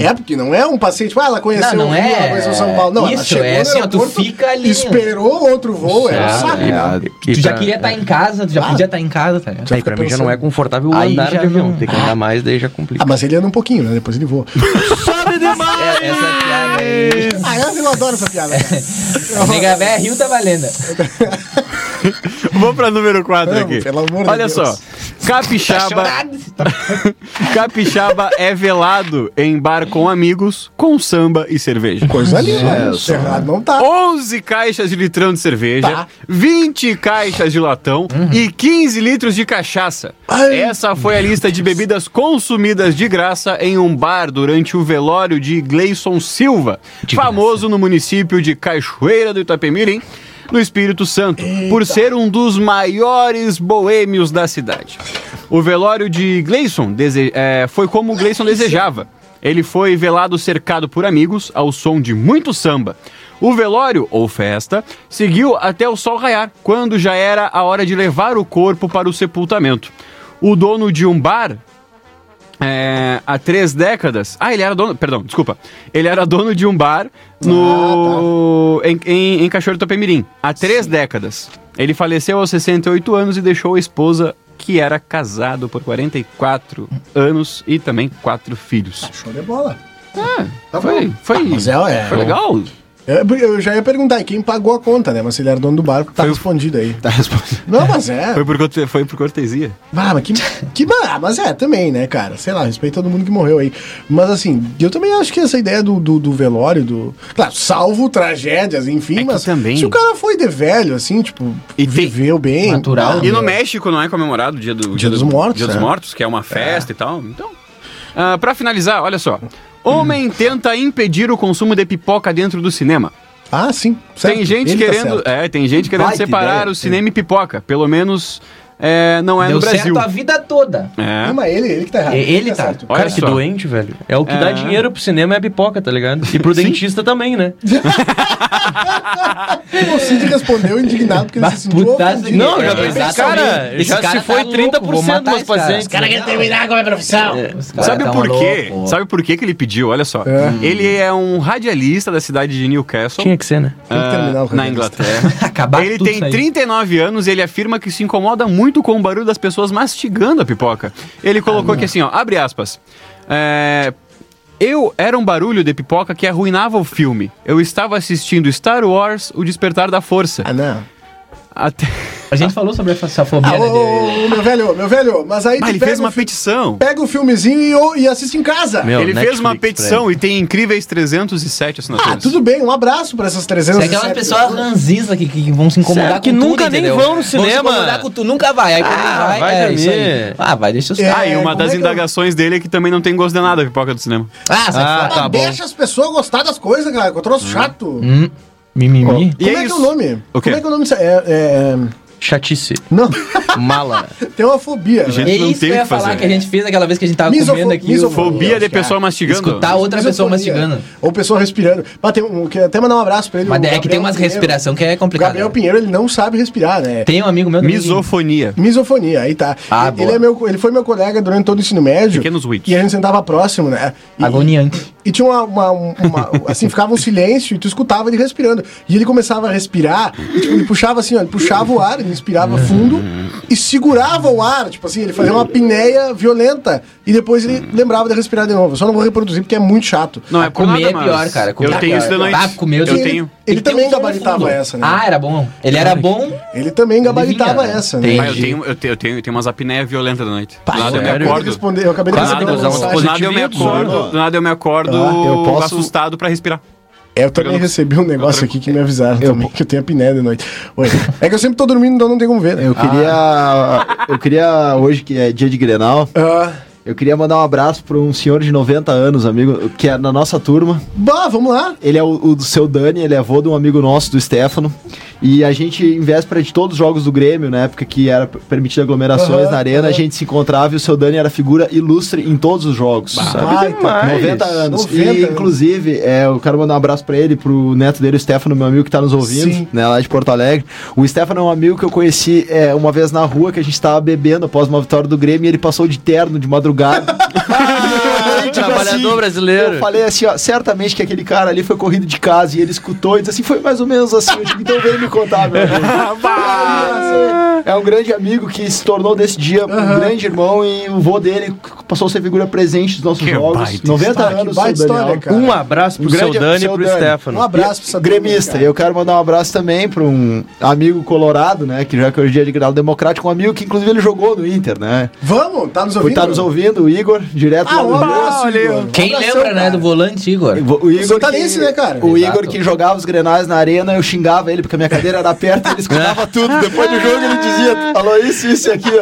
[SPEAKER 3] É, porque não é um passeio, tipo, ah, ela conheceu
[SPEAKER 2] Não, não
[SPEAKER 3] o Rio,
[SPEAKER 2] é.
[SPEAKER 3] ela conheceu São Paulo. Não, ela
[SPEAKER 2] Isso,
[SPEAKER 3] chegou
[SPEAKER 2] é
[SPEAKER 3] no
[SPEAKER 2] assim, ó, tu
[SPEAKER 3] aeroporto,
[SPEAKER 2] fica ali, ó.
[SPEAKER 3] Esperou outro voo, é um saco, né?
[SPEAKER 2] Ah, Tu já queria tá estar em casa, tu já
[SPEAKER 3] Ah.
[SPEAKER 2] podia estar em casa, tá ligado?
[SPEAKER 5] Aí pra mim já não é confortável
[SPEAKER 2] Aí
[SPEAKER 5] andar de
[SPEAKER 2] já
[SPEAKER 5] avião.
[SPEAKER 2] não-
[SPEAKER 5] Tem que andar mais, daí já é complica.
[SPEAKER 3] Ah, mas ele anda um pouquinho, né? Depois ele voa.
[SPEAKER 2] É, essa piada aí.
[SPEAKER 3] Ah, eu, eu adoro essa piada. cara.
[SPEAKER 2] Nega véia, Rio tá valendo.
[SPEAKER 4] Vou pra número 4
[SPEAKER 3] Vamos,
[SPEAKER 4] aqui.
[SPEAKER 3] pelo amor de
[SPEAKER 4] Olha
[SPEAKER 3] Deus.
[SPEAKER 4] só. Capixaba. (laughs) Capixaba é velado em bar com amigos, com samba e cerveja.
[SPEAKER 3] Coisa linda. né? Errado não tá.
[SPEAKER 4] 11 caixas de litrão de cerveja,
[SPEAKER 3] Tá.
[SPEAKER 4] 20 caixas de latão e 15 litros de cachaça.
[SPEAKER 3] Ai.
[SPEAKER 4] Essa foi a lista de bebidas consumidas de graça em um bar durante o velório de Gleison Silva, famoso no município de Cachoeira do Itapemirim, no Espírito Santo, por ser um dos maiores boêmios da cidade. O velório de Gleison dese- eh, foi como Gleison desejava. Ele foi velado cercado por amigos ao som de muito samba. O velório, ou festa, seguiu até o sol raiar, quando já era a hora de levar o corpo para o sepultamento. O dono de um bar, é, há três décadas. Ah, ele era dono. Perdão, desculpa. Ele era dono de um bar no.
[SPEAKER 3] Ah, tá.
[SPEAKER 4] em, em, em Cachoeiro do Itapemirim. Há três décadas. Ele faleceu aos 68 anos e deixou a esposa, que era casado por 44 anos e também quatro filhos.
[SPEAKER 3] Show de bola.
[SPEAKER 4] Tá foi, foi,
[SPEAKER 3] Mas é, é.
[SPEAKER 4] foi legal.
[SPEAKER 3] Eu, eu já ia perguntar, e quem pagou a conta, né? Mas se ele era dono do bar, tá respondido
[SPEAKER 4] (laughs)
[SPEAKER 3] aí.
[SPEAKER 6] Tá respondendo.
[SPEAKER 3] Não, mas é.
[SPEAKER 4] Foi por, corte- foi por cortesia.
[SPEAKER 3] Ah, mas que, que ba- ah, mas é, também, né, cara? Sei lá, respeito todo mundo que morreu aí. Mas assim, eu também acho que essa ideia do, do, do velório, do. Claro, salvo tragédias, enfim,
[SPEAKER 4] É que
[SPEAKER 3] mas
[SPEAKER 4] também-
[SPEAKER 3] se o cara foi de velho, assim, tipo,
[SPEAKER 4] E tem-
[SPEAKER 3] viveu bem.
[SPEAKER 2] Natural.
[SPEAKER 4] E no México não é comemorado o dia, do,
[SPEAKER 3] Dia dos Mortos,
[SPEAKER 4] Dia dos
[SPEAKER 3] né?
[SPEAKER 4] Mortos, que é uma festa e tal. Então, ah, pra finalizar, olha só. Homem tenta impedir o consumo de pipoca dentro do cinema.
[SPEAKER 3] Ah, sim. certo.
[SPEAKER 4] Tem gente
[SPEAKER 3] Ele tá
[SPEAKER 4] querendo,
[SPEAKER 3] certo.
[SPEAKER 4] é, tem gente querendo
[SPEAKER 6] Baita
[SPEAKER 4] separar
[SPEAKER 6] ideia,
[SPEAKER 4] o cinema e pipoca, pelo menos é, não é
[SPEAKER 2] Deu
[SPEAKER 4] no Brasil.
[SPEAKER 2] certo a vida toda.
[SPEAKER 4] É.
[SPEAKER 3] Não, mas ele, ele que tá errado.
[SPEAKER 5] É, Ele tá.
[SPEAKER 3] certo.
[SPEAKER 5] Cara, que doente, velho. É o que dá
[SPEAKER 4] É.
[SPEAKER 5] dinheiro pro cinema é a pipoca, tá ligado? E pro dentista também, né?
[SPEAKER 4] Então,
[SPEAKER 3] O Cid respondeu indignado porque ele se sentiu ofendido.
[SPEAKER 5] Não, já pensei, cara, já se
[SPEAKER 2] tá
[SPEAKER 5] foi 30% dos pacientes.
[SPEAKER 2] com a minha profissão. Tá
[SPEAKER 4] Sabe por quê? Sabe por quê que ele pediu? Olha só. Ele é um radialista da cidade de Newcastle.
[SPEAKER 5] Tinha que ser, né?
[SPEAKER 4] ah, na Inglaterra. ele tem
[SPEAKER 2] isso aí.
[SPEAKER 4] 39 anos e ele afirma que se incomoda muito com o barulho das pessoas mastigando a pipoca. Ele
[SPEAKER 3] Ah,
[SPEAKER 4] colocou aqui assim, ó, abre aspas. É, Eu era um barulho de pipoca que arruinava o filme. Eu estava assistindo Star Wars, O Despertar da Força. Ah,
[SPEAKER 3] não.
[SPEAKER 4] Até...
[SPEAKER 2] A gente falou sobre essa fobia,
[SPEAKER 3] Ah, ô, ô, ô, meu velho, meu velho, mas aí
[SPEAKER 4] Mas Ah, ele
[SPEAKER 3] pega
[SPEAKER 4] fez
[SPEAKER 3] o
[SPEAKER 4] uma
[SPEAKER 3] fi-
[SPEAKER 4] petição.
[SPEAKER 3] Pega o filmezinho e, ô, e assiste em casa.
[SPEAKER 4] ele fez uma petição
[SPEAKER 2] pra
[SPEAKER 4] e tem incríveis 307
[SPEAKER 3] Ah,
[SPEAKER 4] assinaturas.
[SPEAKER 3] tudo bem, um abraço pra essas 300.
[SPEAKER 2] Se aquelas pessoas ranzinza que, que vão se incomodar
[SPEAKER 4] Sério,
[SPEAKER 2] com
[SPEAKER 4] que
[SPEAKER 2] tudo,
[SPEAKER 4] nunca nem
[SPEAKER 2] entendeu?
[SPEAKER 4] vão no
[SPEAKER 2] Vão se
[SPEAKER 4] cinema.
[SPEAKER 2] incomodar com tu, nunca vai. Aí quando vai, é isso aí. Ah, vai, deixa os
[SPEAKER 3] É,
[SPEAKER 4] Ah, e uma
[SPEAKER 3] como
[SPEAKER 4] das
[SPEAKER 3] é que eu-
[SPEAKER 4] indagações dele é que também não tem gosto de nada a pipoca do cinema.
[SPEAKER 2] Ah, sai fora.
[SPEAKER 3] Ah, deixa as pessoas gostar das coisas, cara. Que eu trouxe chato.
[SPEAKER 2] Hum, mimimi.
[SPEAKER 3] Como é, que é o nome?
[SPEAKER 4] O quê?
[SPEAKER 3] Como é que é o nome disso? É, é...
[SPEAKER 5] Chatice.
[SPEAKER 3] Não, (laughs)
[SPEAKER 5] (laughs) Mala.
[SPEAKER 3] tem uma fobia.
[SPEAKER 4] A
[SPEAKER 3] né?
[SPEAKER 4] gente
[SPEAKER 2] É
[SPEAKER 4] não
[SPEAKER 2] isso que
[SPEAKER 4] tem
[SPEAKER 2] eu
[SPEAKER 4] o
[SPEAKER 2] ia
[SPEAKER 4] que fazer.
[SPEAKER 2] falar que a gente fez aquela vez que a gente tava
[SPEAKER 3] Misofo-
[SPEAKER 2] comendo aqui. o-
[SPEAKER 3] misofonia.
[SPEAKER 4] Fobia de pessoa mastigando.
[SPEAKER 2] Escutar outra pessoa
[SPEAKER 3] Misofonia.
[SPEAKER 2] mastigando.
[SPEAKER 3] Ou pessoa respirando. Mas tem um, que até mandar um abraço pra ele.
[SPEAKER 2] Mas
[SPEAKER 3] o
[SPEAKER 2] é que
[SPEAKER 3] Gabriel
[SPEAKER 2] tem umas
[SPEAKER 3] Pinheiro.
[SPEAKER 2] respiração que é
[SPEAKER 3] O
[SPEAKER 2] complicada.
[SPEAKER 3] Gabriel Pinheiro, ele não sabe respirar, né?
[SPEAKER 2] Tem um amigo meu também.
[SPEAKER 4] Misofonia.
[SPEAKER 3] Misofonia, aí tá.
[SPEAKER 2] Ah,
[SPEAKER 3] ele,
[SPEAKER 2] boa.
[SPEAKER 3] ele é meu, ele foi meu colega durante todo o ensino médio.
[SPEAKER 4] Pequenos wits.
[SPEAKER 3] E a gente sentava próximo, né? E,
[SPEAKER 2] é Agoniante.
[SPEAKER 3] E tinha uma, uma- uma- Assim, ficava um silêncio e tu escutava ele respirando. E ele começava a respirar, e, tipo, ele puxava assim, ó, ele puxava o ar, ele inspirava fundo e segurava o ar. Tipo assim, ele fazia uma apneia violenta. E depois ele lembrava de respirar de novo. Eu só não vou reproduzir porque é muito chato.
[SPEAKER 4] Não, é por
[SPEAKER 2] Comer
[SPEAKER 4] nada,
[SPEAKER 2] é
[SPEAKER 4] mas
[SPEAKER 2] pior, cara. Comer
[SPEAKER 4] eu
[SPEAKER 2] é
[SPEAKER 4] tenho
[SPEAKER 2] pior.
[SPEAKER 4] isso de noite.
[SPEAKER 2] Ah, comer eu
[SPEAKER 4] eu
[SPEAKER 2] tenho.
[SPEAKER 4] tenho.
[SPEAKER 3] Ele
[SPEAKER 2] Tem que
[SPEAKER 3] também
[SPEAKER 2] ter um som no
[SPEAKER 3] gabaritava
[SPEAKER 2] fundo.
[SPEAKER 3] essa, né?
[SPEAKER 2] Ah, era bom. Ele era bom.
[SPEAKER 3] Ele também gabaritava
[SPEAKER 2] Adivinha, né?
[SPEAKER 3] essa,
[SPEAKER 2] Tem.
[SPEAKER 3] né?
[SPEAKER 4] Ah, eu
[SPEAKER 2] Entendi.
[SPEAKER 4] tenho, eu tenho, eu tenho, eu tenho umas apneias violentas da noite.
[SPEAKER 3] Pá,
[SPEAKER 4] Do nada eu me
[SPEAKER 3] acabei de
[SPEAKER 4] acordo.
[SPEAKER 3] responder, eu acabei de
[SPEAKER 5] Quase
[SPEAKER 3] receber
[SPEAKER 5] tem que
[SPEAKER 3] uma né?
[SPEAKER 5] usar um
[SPEAKER 3] mensagem.
[SPEAKER 4] Do nada eu me
[SPEAKER 5] Positivismo,
[SPEAKER 4] acordo, do nada eu me acordo
[SPEAKER 7] Ah, eu posso-
[SPEAKER 4] assustado pra respirar.
[SPEAKER 3] É, eu também
[SPEAKER 4] Pegando-
[SPEAKER 3] recebi um negócio aqui que me avisaram também, que eu tenho apneia de noite. Oi. É que eu sempre tô dormindo, então não tem como ver. né?
[SPEAKER 7] Eu queria. Eu queria. Hoje, que é dia de Grenal,
[SPEAKER 3] Ah,
[SPEAKER 7] eu queria mandar um abraço pra um senhor de 90 anos, amigo, que é na nossa turma.
[SPEAKER 3] bah, vamos lá.
[SPEAKER 7] Ele é o, o do seu Dani, ele é avô de um amigo nosso, do Stefano. E a gente, em véspera de todos os jogos do Grêmio, na época que era permitida aglomerações
[SPEAKER 3] Aham,
[SPEAKER 7] na arena, a
[SPEAKER 3] aham.
[SPEAKER 7] gente se encontrava e o seu Dani era figura ilustre em todos os jogos. sabe?
[SPEAKER 3] Baita.
[SPEAKER 7] 90 Tá anos.
[SPEAKER 3] 90
[SPEAKER 7] e,
[SPEAKER 3] anos.
[SPEAKER 7] inclusive, é, eu quero mandar um abraço pra ele, pro neto dele, o Stefano, meu amigo que tá nos ouvindo,
[SPEAKER 3] Sim.
[SPEAKER 7] né, lá de Porto Alegre. O Stefano é um amigo que eu conheci é, uma vez na rua, que a gente tava bebendo após uma vitória do Grêmio, e ele passou de terno de madrugada. E, tipo,
[SPEAKER 5] Ah, Trabalhador brasileiro.
[SPEAKER 7] Eu falei assim, ó, certamente que aquele cara ali foi corrido de casa e ele escutou e disse assim, foi mais ou menos assim. Eu digo, então vem me contar, meu amigo. Aí, assim, É um grande amigo que se tornou desse dia um grande irmão e o vô dele passou a ser figura presente dos nossos
[SPEAKER 4] Que
[SPEAKER 7] jogos.
[SPEAKER 4] baita
[SPEAKER 7] 90
[SPEAKER 3] história,
[SPEAKER 7] anos,
[SPEAKER 3] que baita
[SPEAKER 7] seu Daniel.
[SPEAKER 3] história, cara.
[SPEAKER 5] Um abraço pro
[SPEAKER 7] Um
[SPEAKER 5] seu
[SPEAKER 7] grande-
[SPEAKER 5] Dani e
[SPEAKER 7] seu
[SPEAKER 5] pro
[SPEAKER 7] Dani.
[SPEAKER 5] Stefano.
[SPEAKER 3] Um abraço pra essa turma,
[SPEAKER 7] Gremista,
[SPEAKER 3] cara.
[SPEAKER 7] eu quero mandar um abraço também para um amigo colorado, né? Que já que hoje é dia de grau democrático, um amigo que inclusive ele jogou no Inter, né?
[SPEAKER 3] Vamos, tá nos
[SPEAKER 7] Por
[SPEAKER 3] ouvindo?
[SPEAKER 7] estar nos ouvindo, o Igor, direto
[SPEAKER 3] Ah,
[SPEAKER 7] lá
[SPEAKER 3] um
[SPEAKER 7] do Rio.
[SPEAKER 3] abraço,
[SPEAKER 4] olha aí,
[SPEAKER 3] Igor.
[SPEAKER 2] Quem
[SPEAKER 3] Um abração,
[SPEAKER 2] lembra, né,
[SPEAKER 3] cara.
[SPEAKER 2] do volante, Igor?
[SPEAKER 7] O Igor
[SPEAKER 3] Santanense, né, cara?
[SPEAKER 7] O
[SPEAKER 2] Exato.
[SPEAKER 7] Igor que jogava os grenais na arena, eu xingava ele porque a minha cadeira era perto e ele escutava tudo. Depois do jogo ele dizia, falou isso, isso e aquilo.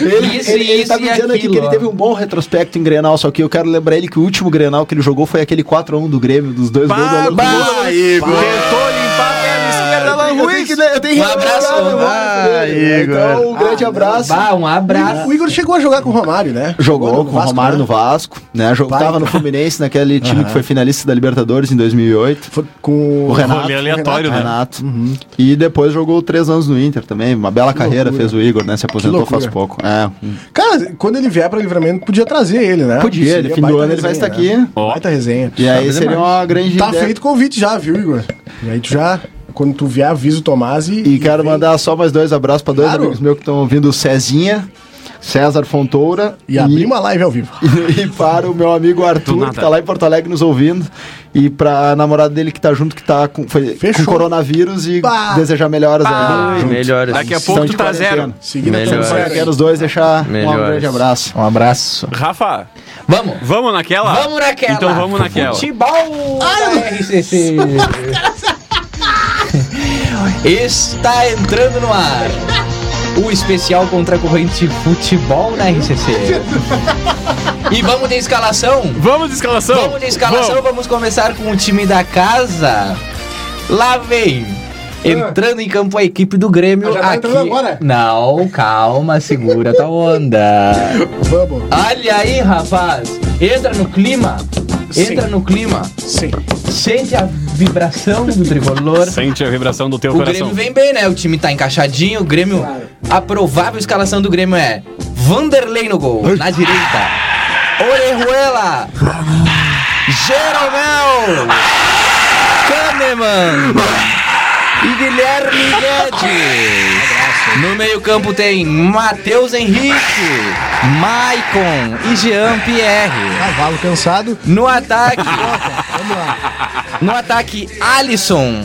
[SPEAKER 7] ele,
[SPEAKER 2] Isso,
[SPEAKER 7] ele, ele
[SPEAKER 2] isso
[SPEAKER 7] tá
[SPEAKER 2] e
[SPEAKER 7] me dizendo aqui
[SPEAKER 2] aquilo,
[SPEAKER 7] que ele
[SPEAKER 2] ó.
[SPEAKER 7] teve um bom retrospecto em grenal, só que eu quero lembrar ele que o último grenal que ele jogou foi aquele 4x1 do Grêmio, dos dois gols do Alan Ruiz.
[SPEAKER 4] Tentou limpar a perna esquerda lá
[SPEAKER 7] Eu tenho
[SPEAKER 4] Ruiz.
[SPEAKER 7] que le- eu tenho que
[SPEAKER 2] Um abraço,
[SPEAKER 7] lembrar a memória dele, né? Então, um grande abraço.
[SPEAKER 2] Bah, um abraço.
[SPEAKER 3] O Igor chegou a jogar com o Romário, né?
[SPEAKER 7] Jogou com o
[SPEAKER 3] Vasco,
[SPEAKER 7] Romário
[SPEAKER 3] né?
[SPEAKER 7] no Vasco, né? Jogou,
[SPEAKER 3] Vai,
[SPEAKER 7] tava no
[SPEAKER 3] cara.
[SPEAKER 7] Fluminense,
[SPEAKER 3] (laughs)
[SPEAKER 7] naquele time que foi finalista da Libertadores em 2008.
[SPEAKER 3] Foi com
[SPEAKER 7] O Renato.
[SPEAKER 4] Rolê aleatório,
[SPEAKER 7] Renato,
[SPEAKER 4] né?
[SPEAKER 7] Renato.
[SPEAKER 3] Uhum.
[SPEAKER 7] E depois jogou três anos no Inter também. Uma bela carreira
[SPEAKER 3] loucura.
[SPEAKER 7] fez o Igor, né? Se aposentou
[SPEAKER 3] loucura. Hum.
[SPEAKER 7] faz pouco. É.
[SPEAKER 3] Cara, quando ele vier pra livramento, podia trazer ele, né?
[SPEAKER 7] Podia, ele,
[SPEAKER 3] Seria
[SPEAKER 7] fim do
[SPEAKER 3] baita
[SPEAKER 7] ano ele vai
[SPEAKER 3] resenha,
[SPEAKER 7] estar aqui.
[SPEAKER 3] né? Baita resenha.
[SPEAKER 7] E aí seria uma grande
[SPEAKER 3] né? Tá
[SPEAKER 7] ideia.
[SPEAKER 3] feito o convite já, viu, Igor? E aí tu já, quando tu vier, avisa o Tomás e...
[SPEAKER 7] E quero
[SPEAKER 3] vem.
[SPEAKER 7] mandar só mais dois abraços pra dois
[SPEAKER 3] Claro.
[SPEAKER 7] amigos meus que estão ouvindo, o Cezinha, César Fontoura
[SPEAKER 3] E abrir uma live ao vivo.
[SPEAKER 7] (laughs) e para o meu amigo
[SPEAKER 4] Do
[SPEAKER 7] Arthur,
[SPEAKER 4] nada.
[SPEAKER 7] que tá lá em Porto Alegre nos ouvindo. E pra namorada dele que tá junto, que tá com, foi, com
[SPEAKER 3] Fechou.
[SPEAKER 7] coronavírus e
[SPEAKER 3] Bah.
[SPEAKER 7] desejar melhoras
[SPEAKER 4] Bah.
[SPEAKER 7] aí. junto.
[SPEAKER 5] Melhores.
[SPEAKER 4] Daqui a
[SPEAKER 7] Estão
[SPEAKER 4] pouco
[SPEAKER 7] de
[SPEAKER 4] tu tá
[SPEAKER 7] quarentena.
[SPEAKER 4] zero.
[SPEAKER 3] Seguindo
[SPEAKER 5] Melhor.
[SPEAKER 3] a
[SPEAKER 7] Só
[SPEAKER 3] tradição.
[SPEAKER 7] quero os dois deixar um
[SPEAKER 5] Melhores.
[SPEAKER 7] grande abraço.
[SPEAKER 2] Um abraço.
[SPEAKER 4] Rafa,
[SPEAKER 2] Vamos.
[SPEAKER 4] vamos naquela?
[SPEAKER 2] Vamos naquela.
[SPEAKER 4] Então vamos naquela.
[SPEAKER 2] Futebol da RCC. (laughs) Está entrando no ar. O especial contra a corrente futebol na RCC. E vamos de escalação?
[SPEAKER 4] Vamos de escalação?
[SPEAKER 2] Vamos de escalação, vamos começar com o time da casa. Lá vem Entrando em campo a equipe do Grêmio.
[SPEAKER 3] Já tá
[SPEAKER 2] aqui...
[SPEAKER 3] entrando agora?
[SPEAKER 2] Não, calma, segura tua onda.
[SPEAKER 3] Vamos.
[SPEAKER 2] Olha aí, rapaz. Entra no clima. Entra no clima.
[SPEAKER 3] Sim.
[SPEAKER 2] Sente a vibração do tricolor.
[SPEAKER 4] Sente a vibração do teu
[SPEAKER 2] O
[SPEAKER 4] coração.
[SPEAKER 2] Grêmio vem bem, né? O time tá encaixadinho. O Grêmio. A provável escalação do Grêmio é Vanderlei no gol, na direita. Orejuela. Jeromel. Kahneman. E Guilherme Guedes. No meio-campo tem Matheus Henrique, Maicon e Jean Pierre.
[SPEAKER 3] Cavalo cansado.
[SPEAKER 2] No ataque. No ataque, Alisson.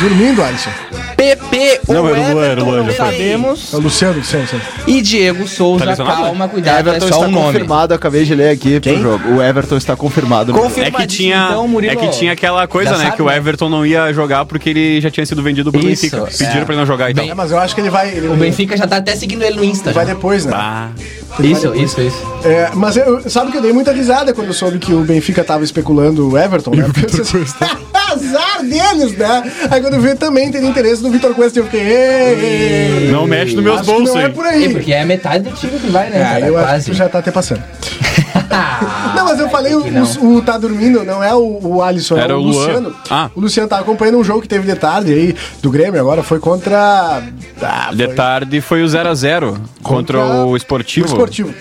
[SPEAKER 3] Dormindo, Alisson.
[SPEAKER 2] PP ou
[SPEAKER 3] Não, era o Luan, era o
[SPEAKER 2] Everton,
[SPEAKER 3] Luan,
[SPEAKER 2] não
[SPEAKER 3] já falei.
[SPEAKER 2] sabemos.
[SPEAKER 3] É o Luciano, Luciano, Luciano.
[SPEAKER 2] E Diego Souza,
[SPEAKER 6] Tá lesionado?
[SPEAKER 2] calma, cuidado,
[SPEAKER 6] Everton
[SPEAKER 2] é só
[SPEAKER 6] está
[SPEAKER 2] um nome.
[SPEAKER 6] confirmado, eu acabei de ler aqui pro jogo. O Everton está confirmado. no
[SPEAKER 4] É
[SPEAKER 6] jogo.
[SPEAKER 4] que tinha,
[SPEAKER 2] então, Murilo,
[SPEAKER 4] é que tinha aquela coisa,
[SPEAKER 6] já
[SPEAKER 4] né?
[SPEAKER 6] sabe,
[SPEAKER 4] que o
[SPEAKER 6] né?
[SPEAKER 4] Everton não ia jogar porque ele já tinha sido vendido pro
[SPEAKER 2] Isso,
[SPEAKER 4] Benfica.
[SPEAKER 2] é.
[SPEAKER 4] Pediram pra ele não jogar então. e tal.
[SPEAKER 3] É, mas eu acho que ele vai. Ele,
[SPEAKER 2] O Benfica já tá até seguindo ele no Insta.
[SPEAKER 3] Vai depois, né?
[SPEAKER 4] Ah,
[SPEAKER 3] Ele vai
[SPEAKER 2] Isso,
[SPEAKER 3] depois.
[SPEAKER 2] isso, isso.
[SPEAKER 3] É, mas eu, sabe que eu dei muita risada quando eu soube que o Benfica tava especulando o Everton, né? Porque vocês- (laughs) Azar deles, né? Aí quando eu vi também teve interesse no Vitor Cuesta, eu fiquei. "Ei, ei,
[SPEAKER 4] Não mexe nos meus
[SPEAKER 3] acho que
[SPEAKER 4] bolsos,
[SPEAKER 3] Não é
[SPEAKER 4] hein?
[SPEAKER 3] por aí.
[SPEAKER 2] É, porque é metade do time que vai, né?
[SPEAKER 3] Ah,
[SPEAKER 2] cara?
[SPEAKER 3] eu acho
[SPEAKER 2] Quase.
[SPEAKER 3] que já tá até
[SPEAKER 2] (laughs)
[SPEAKER 3] passando. não, mas eu falei o, o- o tá dormindo, não é o, o Alisson, é
[SPEAKER 4] Era
[SPEAKER 3] o
[SPEAKER 4] o Luan.
[SPEAKER 3] Luciano.
[SPEAKER 4] Ah.
[SPEAKER 3] O Luciano tá acompanhando um jogo que teve de tarde aí do Grêmio, agora foi contra. Ah,
[SPEAKER 4] De tarde foi o 0x0 contra, o Esportivo.
[SPEAKER 3] O esportivo.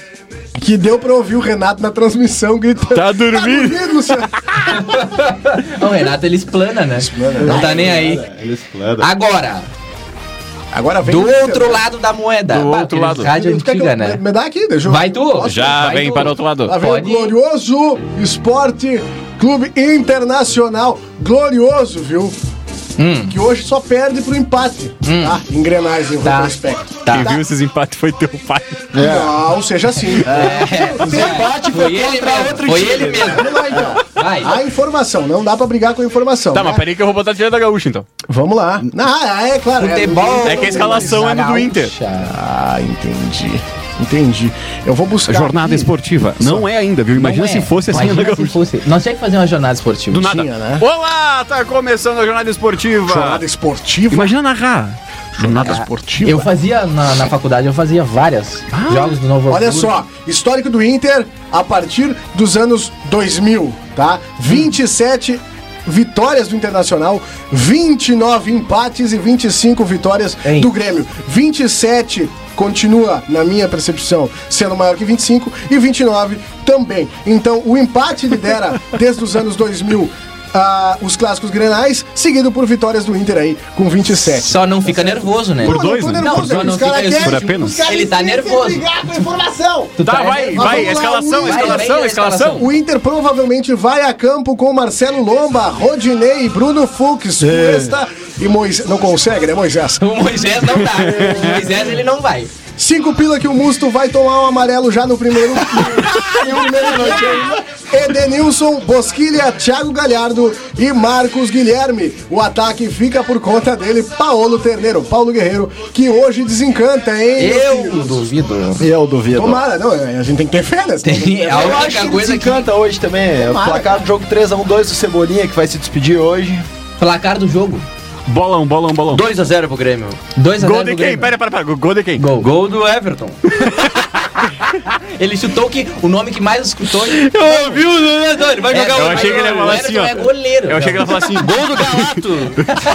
[SPEAKER 3] Que deu pra ouvir o Renato na transmissão gritando.
[SPEAKER 4] Tá dormindo?
[SPEAKER 3] Luciano.
[SPEAKER 2] O Renato, ele explana, né? Não tá nem aí. Agora,
[SPEAKER 3] Agora vem
[SPEAKER 2] do
[SPEAKER 3] o Luciano.
[SPEAKER 2] outro lado da moeda.
[SPEAKER 4] Do
[SPEAKER 2] Bah,
[SPEAKER 4] outro
[SPEAKER 2] aquele
[SPEAKER 4] lado.
[SPEAKER 2] Rádio
[SPEAKER 3] Tu quer que
[SPEAKER 2] antiga,
[SPEAKER 3] eu- me-
[SPEAKER 2] né?
[SPEAKER 3] Me dá aqui, deixa eu-
[SPEAKER 2] Vai tu.
[SPEAKER 3] Posso?
[SPEAKER 4] Já
[SPEAKER 2] Vai
[SPEAKER 4] vem
[SPEAKER 2] tu.
[SPEAKER 4] para o outro lado.
[SPEAKER 3] Lá vem o
[SPEAKER 2] Pode.
[SPEAKER 3] glorioso Esporte Clube Internacional. Glorioso, viu?
[SPEAKER 2] Hum.
[SPEAKER 3] Que hoje só perde pro empate. Tá? Engrenagem,
[SPEAKER 2] Tá.
[SPEAKER 3] tá. aspecto.
[SPEAKER 2] Tá.
[SPEAKER 4] Quem viu esses empates foi teu pai.
[SPEAKER 3] Não, seja assim.
[SPEAKER 2] É,
[SPEAKER 7] empate
[SPEAKER 2] foi ele mesmo. Foi ele
[SPEAKER 4] né?
[SPEAKER 2] mesmo.
[SPEAKER 3] Vamos lá, então.
[SPEAKER 2] Vai.
[SPEAKER 3] A informação, não dá pra brigar com a informação.
[SPEAKER 4] Tá,
[SPEAKER 3] né?
[SPEAKER 4] mas peraí que eu vou botar a trilha da gaúcha, então.
[SPEAKER 3] Vamos lá. Ah, é claro. é,
[SPEAKER 2] Futebol.
[SPEAKER 4] É que a escalação é no do Inter.
[SPEAKER 3] Ah, entendi. Entendi. Eu vou buscar.
[SPEAKER 4] Jornada
[SPEAKER 3] aqui.
[SPEAKER 4] esportiva. Tá Não é ainda, viu? Imagina
[SPEAKER 2] Não
[SPEAKER 4] se
[SPEAKER 2] é.
[SPEAKER 4] fosse assim
[SPEAKER 3] né,
[SPEAKER 4] a da
[SPEAKER 2] Imagina se
[SPEAKER 4] gaúcha.
[SPEAKER 2] fosse. Nós tinha que fazer uma jornada esportiva.
[SPEAKER 4] Do nada.
[SPEAKER 3] Tinha, né?
[SPEAKER 4] Olá, tá começando a jornada esportiva. Ah.
[SPEAKER 3] Jornada esportiva.
[SPEAKER 4] Imagina narrar.
[SPEAKER 3] Jornada esportiva.
[SPEAKER 2] Eu fazia na, na faculdade, eu fazia várias
[SPEAKER 4] Ah,
[SPEAKER 2] jogos do Novo
[SPEAKER 3] Olha
[SPEAKER 2] Hamburgo.
[SPEAKER 3] só, histórico do Inter a partir dos anos 2000, tá? 27 vitórias do Internacional, 29 empates e 25 vitórias
[SPEAKER 2] Hein?
[SPEAKER 3] do Grêmio. 27 continua, na minha percepção, sendo maior que 25 e 29 também. Então, o empate lidera desde os anos 2000 ah, os clássicos grenais, seguido por vitórias do Inter aí, com 27.
[SPEAKER 2] Só não fica nervoso, né?
[SPEAKER 4] Por
[SPEAKER 3] Não,
[SPEAKER 4] dois,
[SPEAKER 3] eu tô
[SPEAKER 4] né?
[SPEAKER 3] nervoso,
[SPEAKER 2] Por dois,
[SPEAKER 3] os
[SPEAKER 2] não
[SPEAKER 3] caras
[SPEAKER 2] fica isso.
[SPEAKER 3] querem-
[SPEAKER 4] Por apenas.
[SPEAKER 3] os caras
[SPEAKER 2] Ele tá
[SPEAKER 3] querem
[SPEAKER 2] nervoso.
[SPEAKER 3] brigar com a informação.
[SPEAKER 2] Tu
[SPEAKER 4] Tá, vai,
[SPEAKER 3] Mas
[SPEAKER 4] vai.
[SPEAKER 3] vamos lá,
[SPEAKER 4] Escalação,
[SPEAKER 3] vai,
[SPEAKER 4] escalação,
[SPEAKER 2] vai,
[SPEAKER 4] escalação.
[SPEAKER 3] O Inter provavelmente vai a campo com Marcelo Lomba, Rodinei, Bruno Fux, Cuesta e Moisés. Não consegue, né, Moisés?
[SPEAKER 2] O Moisés não dá. O Moisés ele não vai.
[SPEAKER 3] Cinco pila que o Musto vai tomar um amarelo já no
[SPEAKER 7] (laughs)
[SPEAKER 3] primeiro.
[SPEAKER 7] É
[SPEAKER 3] no
[SPEAKER 7] um
[SPEAKER 3] primeiro minuto. Edenilson, Bosquilha, Thiago Galhardo e Marcos Guilherme. O ataque fica por conta dele, Paulo Terneiro, Paulo Guerreiro, que hoje desencanta, hein? meus
[SPEAKER 2] Eu
[SPEAKER 3] filhos?
[SPEAKER 2] duvido.
[SPEAKER 6] Eu duvido.
[SPEAKER 3] Tomara, não, é, a gente tem que ter fé, né?
[SPEAKER 2] Tem a
[SPEAKER 7] Eu acho que
[SPEAKER 2] única
[SPEAKER 7] ele se
[SPEAKER 2] coisa que.
[SPEAKER 7] encanta hoje também. É o
[SPEAKER 3] Tomara,
[SPEAKER 7] placar do jogo 3x1-2 do Cebolinha, que vai se despedir hoje.
[SPEAKER 2] Placar do jogo.
[SPEAKER 4] Bolão, bolão, bolão.
[SPEAKER 7] 2x0 pro Grêmio.
[SPEAKER 2] 2 a 0
[SPEAKER 4] Gol
[SPEAKER 2] pro
[SPEAKER 4] de quem?
[SPEAKER 2] Grêmio.
[SPEAKER 4] Pera, pera, pera. Gol de quem?
[SPEAKER 2] Gol.
[SPEAKER 7] Gol do Everton.
[SPEAKER 2] Ele chutou que o nome que mais escutou. ele-
[SPEAKER 4] Eu ouvi o Leonardo,
[SPEAKER 2] vai jogar
[SPEAKER 4] Eu
[SPEAKER 2] o-
[SPEAKER 4] achei que ele ia falar
[SPEAKER 2] o
[SPEAKER 4] assim, ó.
[SPEAKER 2] Everton é goleiro.
[SPEAKER 4] Eu achei que ele ia falar assim, gol do Galato.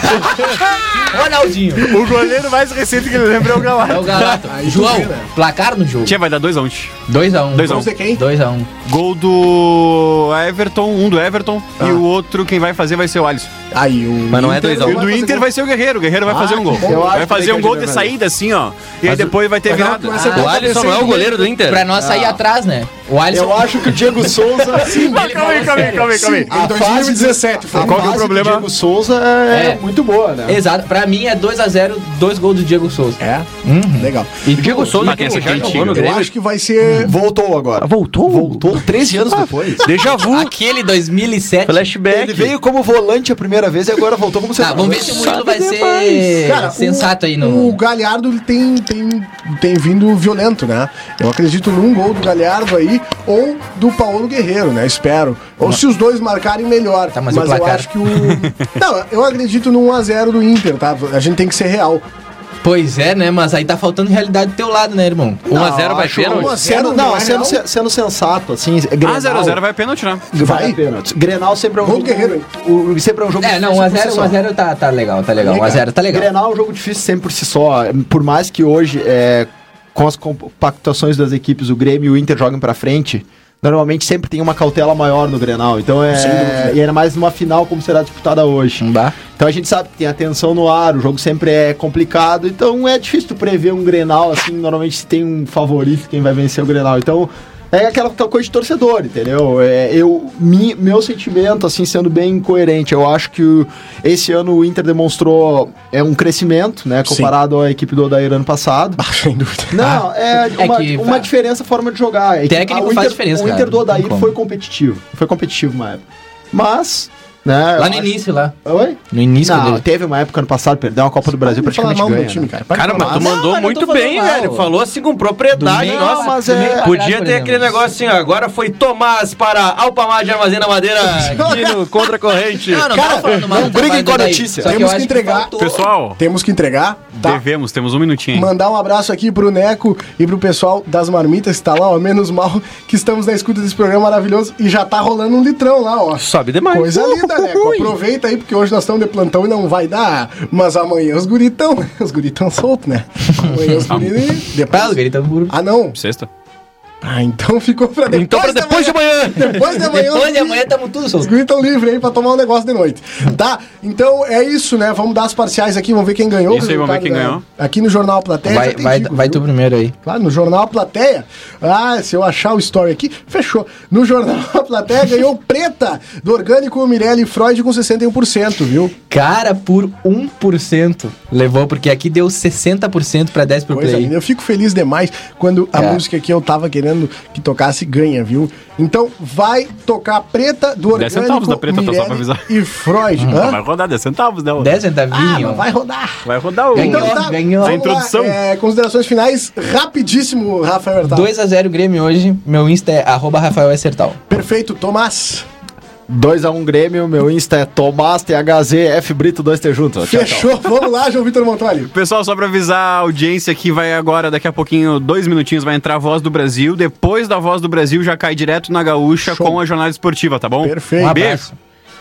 [SPEAKER 2] Ronaldinho.
[SPEAKER 4] o goleiro mais recente que ele lembra é o Galato.
[SPEAKER 2] É o Galato. João, placar no jogo.
[SPEAKER 4] Tia, vai dar dois a um. tch.
[SPEAKER 2] 2x1.
[SPEAKER 4] Dois a um.
[SPEAKER 3] Vamos ver quem?
[SPEAKER 2] 2x1.
[SPEAKER 4] Gol do Everton, um do Everton, e o outro quem vai fazer vai ser o Alisson.
[SPEAKER 3] Aí, o Mas
[SPEAKER 7] Ah. não é dois a um.
[SPEAKER 4] E o do Inter vai ser o Guerreiro, o Guerreiro vai fazer um gol.
[SPEAKER 7] Eu acho
[SPEAKER 4] Vai fazer
[SPEAKER 7] também que
[SPEAKER 4] um gol
[SPEAKER 7] ele
[SPEAKER 4] de
[SPEAKER 7] vai
[SPEAKER 4] saída assim, ó, e aí depois vai ter virado.
[SPEAKER 7] O Alisson não é o goleiro do Inter?
[SPEAKER 2] Pra nós
[SPEAKER 4] Ah.
[SPEAKER 2] sair atrás, né? O Alisson.
[SPEAKER 7] Eu acho que o Diego (laughs) Souza. Sim,
[SPEAKER 4] Não, Ah, calma aí, calma aí, calma aí, calma aí.
[SPEAKER 3] Em 2017 foi.
[SPEAKER 7] a
[SPEAKER 4] Qual que é o
[SPEAKER 7] fase
[SPEAKER 4] problema?
[SPEAKER 7] Do Diego Souza é,
[SPEAKER 2] É.
[SPEAKER 7] muito boa, né?
[SPEAKER 2] Exato. Pra mim é 2x0, dois gols do Diego Souza.
[SPEAKER 3] É?
[SPEAKER 7] Uhum.
[SPEAKER 3] Legal.
[SPEAKER 2] E Diego
[SPEAKER 4] Mas tem essa aqui é antiga.
[SPEAKER 3] Eu acho que vai
[SPEAKER 2] Hum.
[SPEAKER 3] ser.
[SPEAKER 7] Voltou agora.
[SPEAKER 2] voltou?
[SPEAKER 7] Voltou 13 anos
[SPEAKER 5] (laughs)
[SPEAKER 7] depois.
[SPEAKER 4] Déjà vu.
[SPEAKER 2] Aquele 2007.
[SPEAKER 7] Ah, Ele veio como volante a primeira vez e agora voltou como
[SPEAKER 2] Tá,
[SPEAKER 7] centroavante.
[SPEAKER 2] vamos ver se o Murilo vai ser
[SPEAKER 3] Cara, o-
[SPEAKER 2] É sensato aí
[SPEAKER 3] O
[SPEAKER 2] no.
[SPEAKER 3] Galhardo ele tem, tem, tem vindo violento, né? Eu acredito num gol do Galhardo aí ali, ou do Paulo Guerreiro, né? Espero. Ou se os dois marcarem melhor.
[SPEAKER 2] Tá, mas e o
[SPEAKER 3] eu
[SPEAKER 2] placar?
[SPEAKER 3] acho
[SPEAKER 2] (laughs)
[SPEAKER 3] que o. Não, eu acredito no 1x0 do Inter, tá? A gente tem que ser real.
[SPEAKER 2] Pois é, né? Mas aí tá faltando realidade do teu lado, né, irmão? 1x0 vai
[SPEAKER 7] ser.
[SPEAKER 2] pênalti.
[SPEAKER 7] Sendo, não, é sendo, se- sendo sensato, assim. é Grenal,
[SPEAKER 4] 0x0 vai pênalti, né?
[SPEAKER 7] Vai. pênalti. Grenal sempre é um jogo. O, sempre é um jogo
[SPEAKER 2] É, não,
[SPEAKER 7] difícil
[SPEAKER 2] 1x0
[SPEAKER 7] por si só.
[SPEAKER 2] 1x0 tá, tá legal, tá legal. 1x0 tá legal.
[SPEAKER 7] Grenal é um jogo difícil sempre por si só. Por mais que hoje, é, com as compactuações das equipes, o Grêmio e o Inter jogam pra frente, normalmente sempre tem uma cautela maior no Grenal. Então
[SPEAKER 3] Sem dúvida.
[SPEAKER 7] é. E ainda mais numa final como será disputada hoje. Então a gente sabe que tem a tensão no ar, o jogo sempre é complicado. Então é difícil tu prever um Grenal, assim, normalmente se tem um favorito quem vai vencer o Grenal. Então. É aquela coisa de torcedor, entendeu? É, eu, mi- meu sentimento, assim, sendo bem coerente, eu acho que o- esse ano o Inter demonstrou é, um crescimento, né?
[SPEAKER 3] Sim.
[SPEAKER 7] Comparado à equipe do Odair ano passado.
[SPEAKER 2] Ah,
[SPEAKER 3] Sem dúvida.
[SPEAKER 7] Não, é,
[SPEAKER 2] É
[SPEAKER 7] uma,
[SPEAKER 2] que-
[SPEAKER 7] uma diferença a forma de jogar. É que
[SPEAKER 2] Técnico
[SPEAKER 7] a- o
[SPEAKER 2] faz
[SPEAKER 7] Inter-
[SPEAKER 2] diferença,
[SPEAKER 7] O Inter
[SPEAKER 2] cara,
[SPEAKER 7] do
[SPEAKER 2] não tem
[SPEAKER 7] Odair
[SPEAKER 2] como.
[SPEAKER 7] foi competitivo. Foi competitivo uma época. Mas, né?
[SPEAKER 2] Lá
[SPEAKER 7] eu
[SPEAKER 2] no
[SPEAKER 7] acho-
[SPEAKER 2] início, lá.
[SPEAKER 3] Ah,
[SPEAKER 7] Oi?
[SPEAKER 2] No início
[SPEAKER 7] Não,
[SPEAKER 2] dele.
[SPEAKER 7] teve uma época ano passado, perdeu a Copa do Brasil
[SPEAKER 3] Para de falar
[SPEAKER 7] praticamente
[SPEAKER 3] mal do
[SPEAKER 7] ganha.
[SPEAKER 3] meu time,
[SPEAKER 7] né?
[SPEAKER 3] cara. Para de
[SPEAKER 14] Cara,
[SPEAKER 3] falar
[SPEAKER 14] mas tu
[SPEAKER 3] mal.
[SPEAKER 14] mandou
[SPEAKER 2] mas eu
[SPEAKER 14] muito
[SPEAKER 2] tô falando
[SPEAKER 14] bem,
[SPEAKER 2] mal.
[SPEAKER 14] velho. Falou assim com propriedade.
[SPEAKER 2] Do meio-
[SPEAKER 14] nossa,
[SPEAKER 2] Não, mas é- do meio pra trás,
[SPEAKER 14] podia
[SPEAKER 2] por
[SPEAKER 14] ter
[SPEAKER 2] exemplo.
[SPEAKER 14] aquele negócio assim, ó, agora foi Tomás para Alpamar de Armazena
[SPEAKER 2] (laughs)
[SPEAKER 14] Madeira aqui no Contra Corrente.
[SPEAKER 2] Não, não tava falando mal do trabalho do Odair, só que eu
[SPEAKER 3] Temos
[SPEAKER 2] acho
[SPEAKER 3] que
[SPEAKER 2] que
[SPEAKER 3] entregar.
[SPEAKER 2] faltou-
[SPEAKER 4] Pessoal.
[SPEAKER 3] Temos que entregar. Tá?
[SPEAKER 4] Devemos, temos um minutinho. hein?
[SPEAKER 3] Mandar um abraço aqui pro Neco e pro pessoal das marmitas que tá lá, ó. Menos mal que estamos na escuta desse programa maravilhoso e já tá rolando um litrão lá, ó.
[SPEAKER 5] Sobe demais.
[SPEAKER 3] Coisa
[SPEAKER 14] uh,
[SPEAKER 3] linda, Neco. Aproveita aí, porque hoje nós estamos de plantão e não vai dar. Mas amanhã os guritão. (laughs) Os guritão solto, né? Amanhã os guritão. Depois... os
[SPEAKER 2] guritão puro.
[SPEAKER 3] Ah, não.
[SPEAKER 4] Sexta.
[SPEAKER 3] Ah, então ficou pra depois.
[SPEAKER 14] Então pra depois de amanhã.
[SPEAKER 3] Depois de amanhã.
[SPEAKER 2] Depois de amanhã tamo tudo solto.
[SPEAKER 3] Os guris estão livres aí pra tomar um negócio de noite. Tá? Então é isso, né? Vamos dar as parciais aqui, vamos ver quem ganhou.
[SPEAKER 4] Isso aí, vamos ver
[SPEAKER 3] resultado
[SPEAKER 4] quem
[SPEAKER 3] da-
[SPEAKER 4] ganhou.
[SPEAKER 3] Aqui no Jornal Plateia.
[SPEAKER 2] Vai,
[SPEAKER 3] já tem
[SPEAKER 2] vai,
[SPEAKER 3] dica,
[SPEAKER 2] vai
[SPEAKER 3] viu?
[SPEAKER 2] tu primeiro aí.
[SPEAKER 3] Claro, no Jornal A Plateia. Ah, se eu achar o story aqui, fechou. No Jornal (laughs) A Plateia ganhou preta do orgânico Mirelli Freud com 61%, viu?
[SPEAKER 2] Cara, por 1% levou, porque aqui deu 60% pra 10 pro
[SPEAKER 3] Coisa
[SPEAKER 2] play.
[SPEAKER 3] linda. Eu fico feliz demais quando a
[SPEAKER 2] É.
[SPEAKER 3] música que eu tava querendo que tocasse ganha, viu? Então vai tocar preta do
[SPEAKER 4] Dez
[SPEAKER 3] orgânico
[SPEAKER 4] centavos da preta, tá? Só
[SPEAKER 3] Mirelli
[SPEAKER 4] pra avisar.
[SPEAKER 3] e Freud.
[SPEAKER 2] Uhum.
[SPEAKER 4] Ah, Vai
[SPEAKER 3] Hã?
[SPEAKER 4] rodar 10 centavos, né?
[SPEAKER 2] 10
[SPEAKER 3] Ah,
[SPEAKER 2] centavinho.
[SPEAKER 3] mas vai rodar.
[SPEAKER 4] Vai rodar um. o...
[SPEAKER 2] Ganhou,
[SPEAKER 3] Então tá,
[SPEAKER 2] ganhou.
[SPEAKER 4] A
[SPEAKER 3] Vamos lá,
[SPEAKER 4] introdução.
[SPEAKER 3] é, considerações finais, rapidíssimo, Rafael Hertal.
[SPEAKER 2] 2x0 Grêmio hoje. Meu Insta é arroba Rafael Essertal.
[SPEAKER 3] Perfeito, Tomás.
[SPEAKER 7] 2x1 Grêmio, meu Insta é Tomás THZ, F Brito 2T junto. Tchau, tchau.
[SPEAKER 3] Fechou. (laughs) Vamos lá, João Vitor Montoli.
[SPEAKER 4] Pessoal, só pra avisar a audiência que vai agora, daqui a pouquinho, dois minutinhos, vai entrar a Voz do Brasil. Depois da Voz do Brasil, já cai direto na Gaúcha com a jornada esportiva, tá bom?
[SPEAKER 3] Perfeito.
[SPEAKER 4] Um beijo.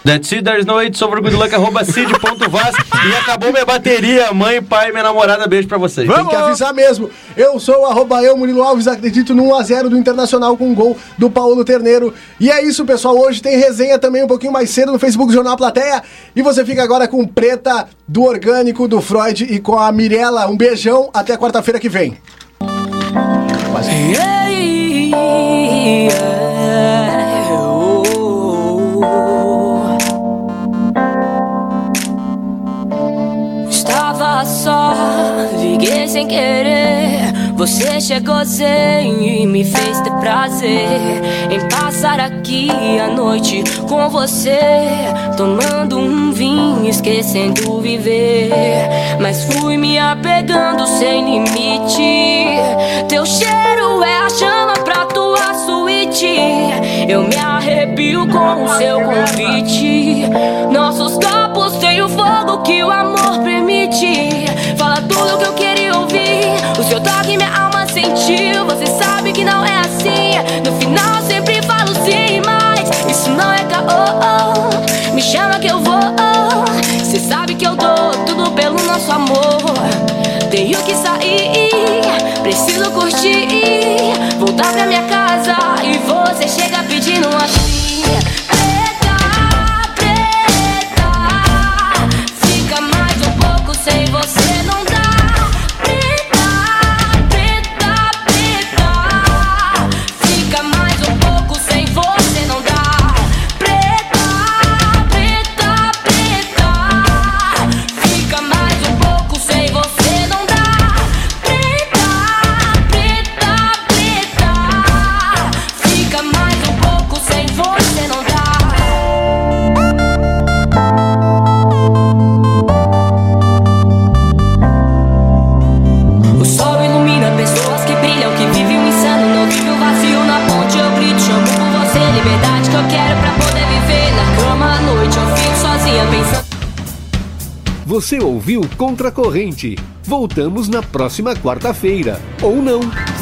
[SPEAKER 14] That's it, there's no hate sobre good luck, arroba cid.vaz. e acabou minha bateria, mãe, pai, minha namorada, beijo pra vocês.
[SPEAKER 3] Tem que avisar mesmo. Eu sou o arroba eu, Murilo Alves, acredito no 1x0 do Internacional com um gol do Paulo Terneiro. E é isso, pessoal. Hoje tem resenha também um pouquinho mais cedo no Facebook do Jornal Plateia. E você fica agora com Preta, do Orgânico, do Freud e com a Mirella. Um beijão, até quarta-feira que vem.
[SPEAKER 15] Estava só, liguei sem querer. Você chegou zen e me fez ter prazer em passar aqui a noite com você, tomando um vinho, esquecendo viver. Mas fui me apegando sem limite. Teu cheiro é a chama pra tua suíte. Eu me arrepio com o seu convite. Nossos copos têm o fogo que o amor permite. Fala tudo que eu queria ouvir. O seu toque minha alma sentiu. Você sabe que não é assim. No final eu sempre falo sim, mas isso não é caô. Me chama que eu vou. Você sabe que eu dou tudo pelo nosso amor. Tenho que sair, preciso curtir. Voltar pra minha casa e você chega pedindo assim. Fica mais um pouco sem você não dá. Preta, preta, preta. Fica mais um pouco sem você não dá. Preta, preta, preta. Fica mais um pouco sem você não dá. Preta, preta, preta. Fica mais um pouco sem você não dá.
[SPEAKER 1] Você ouviu Contra a Corrente. Voltamos na próxima quarta-feira. Ou não.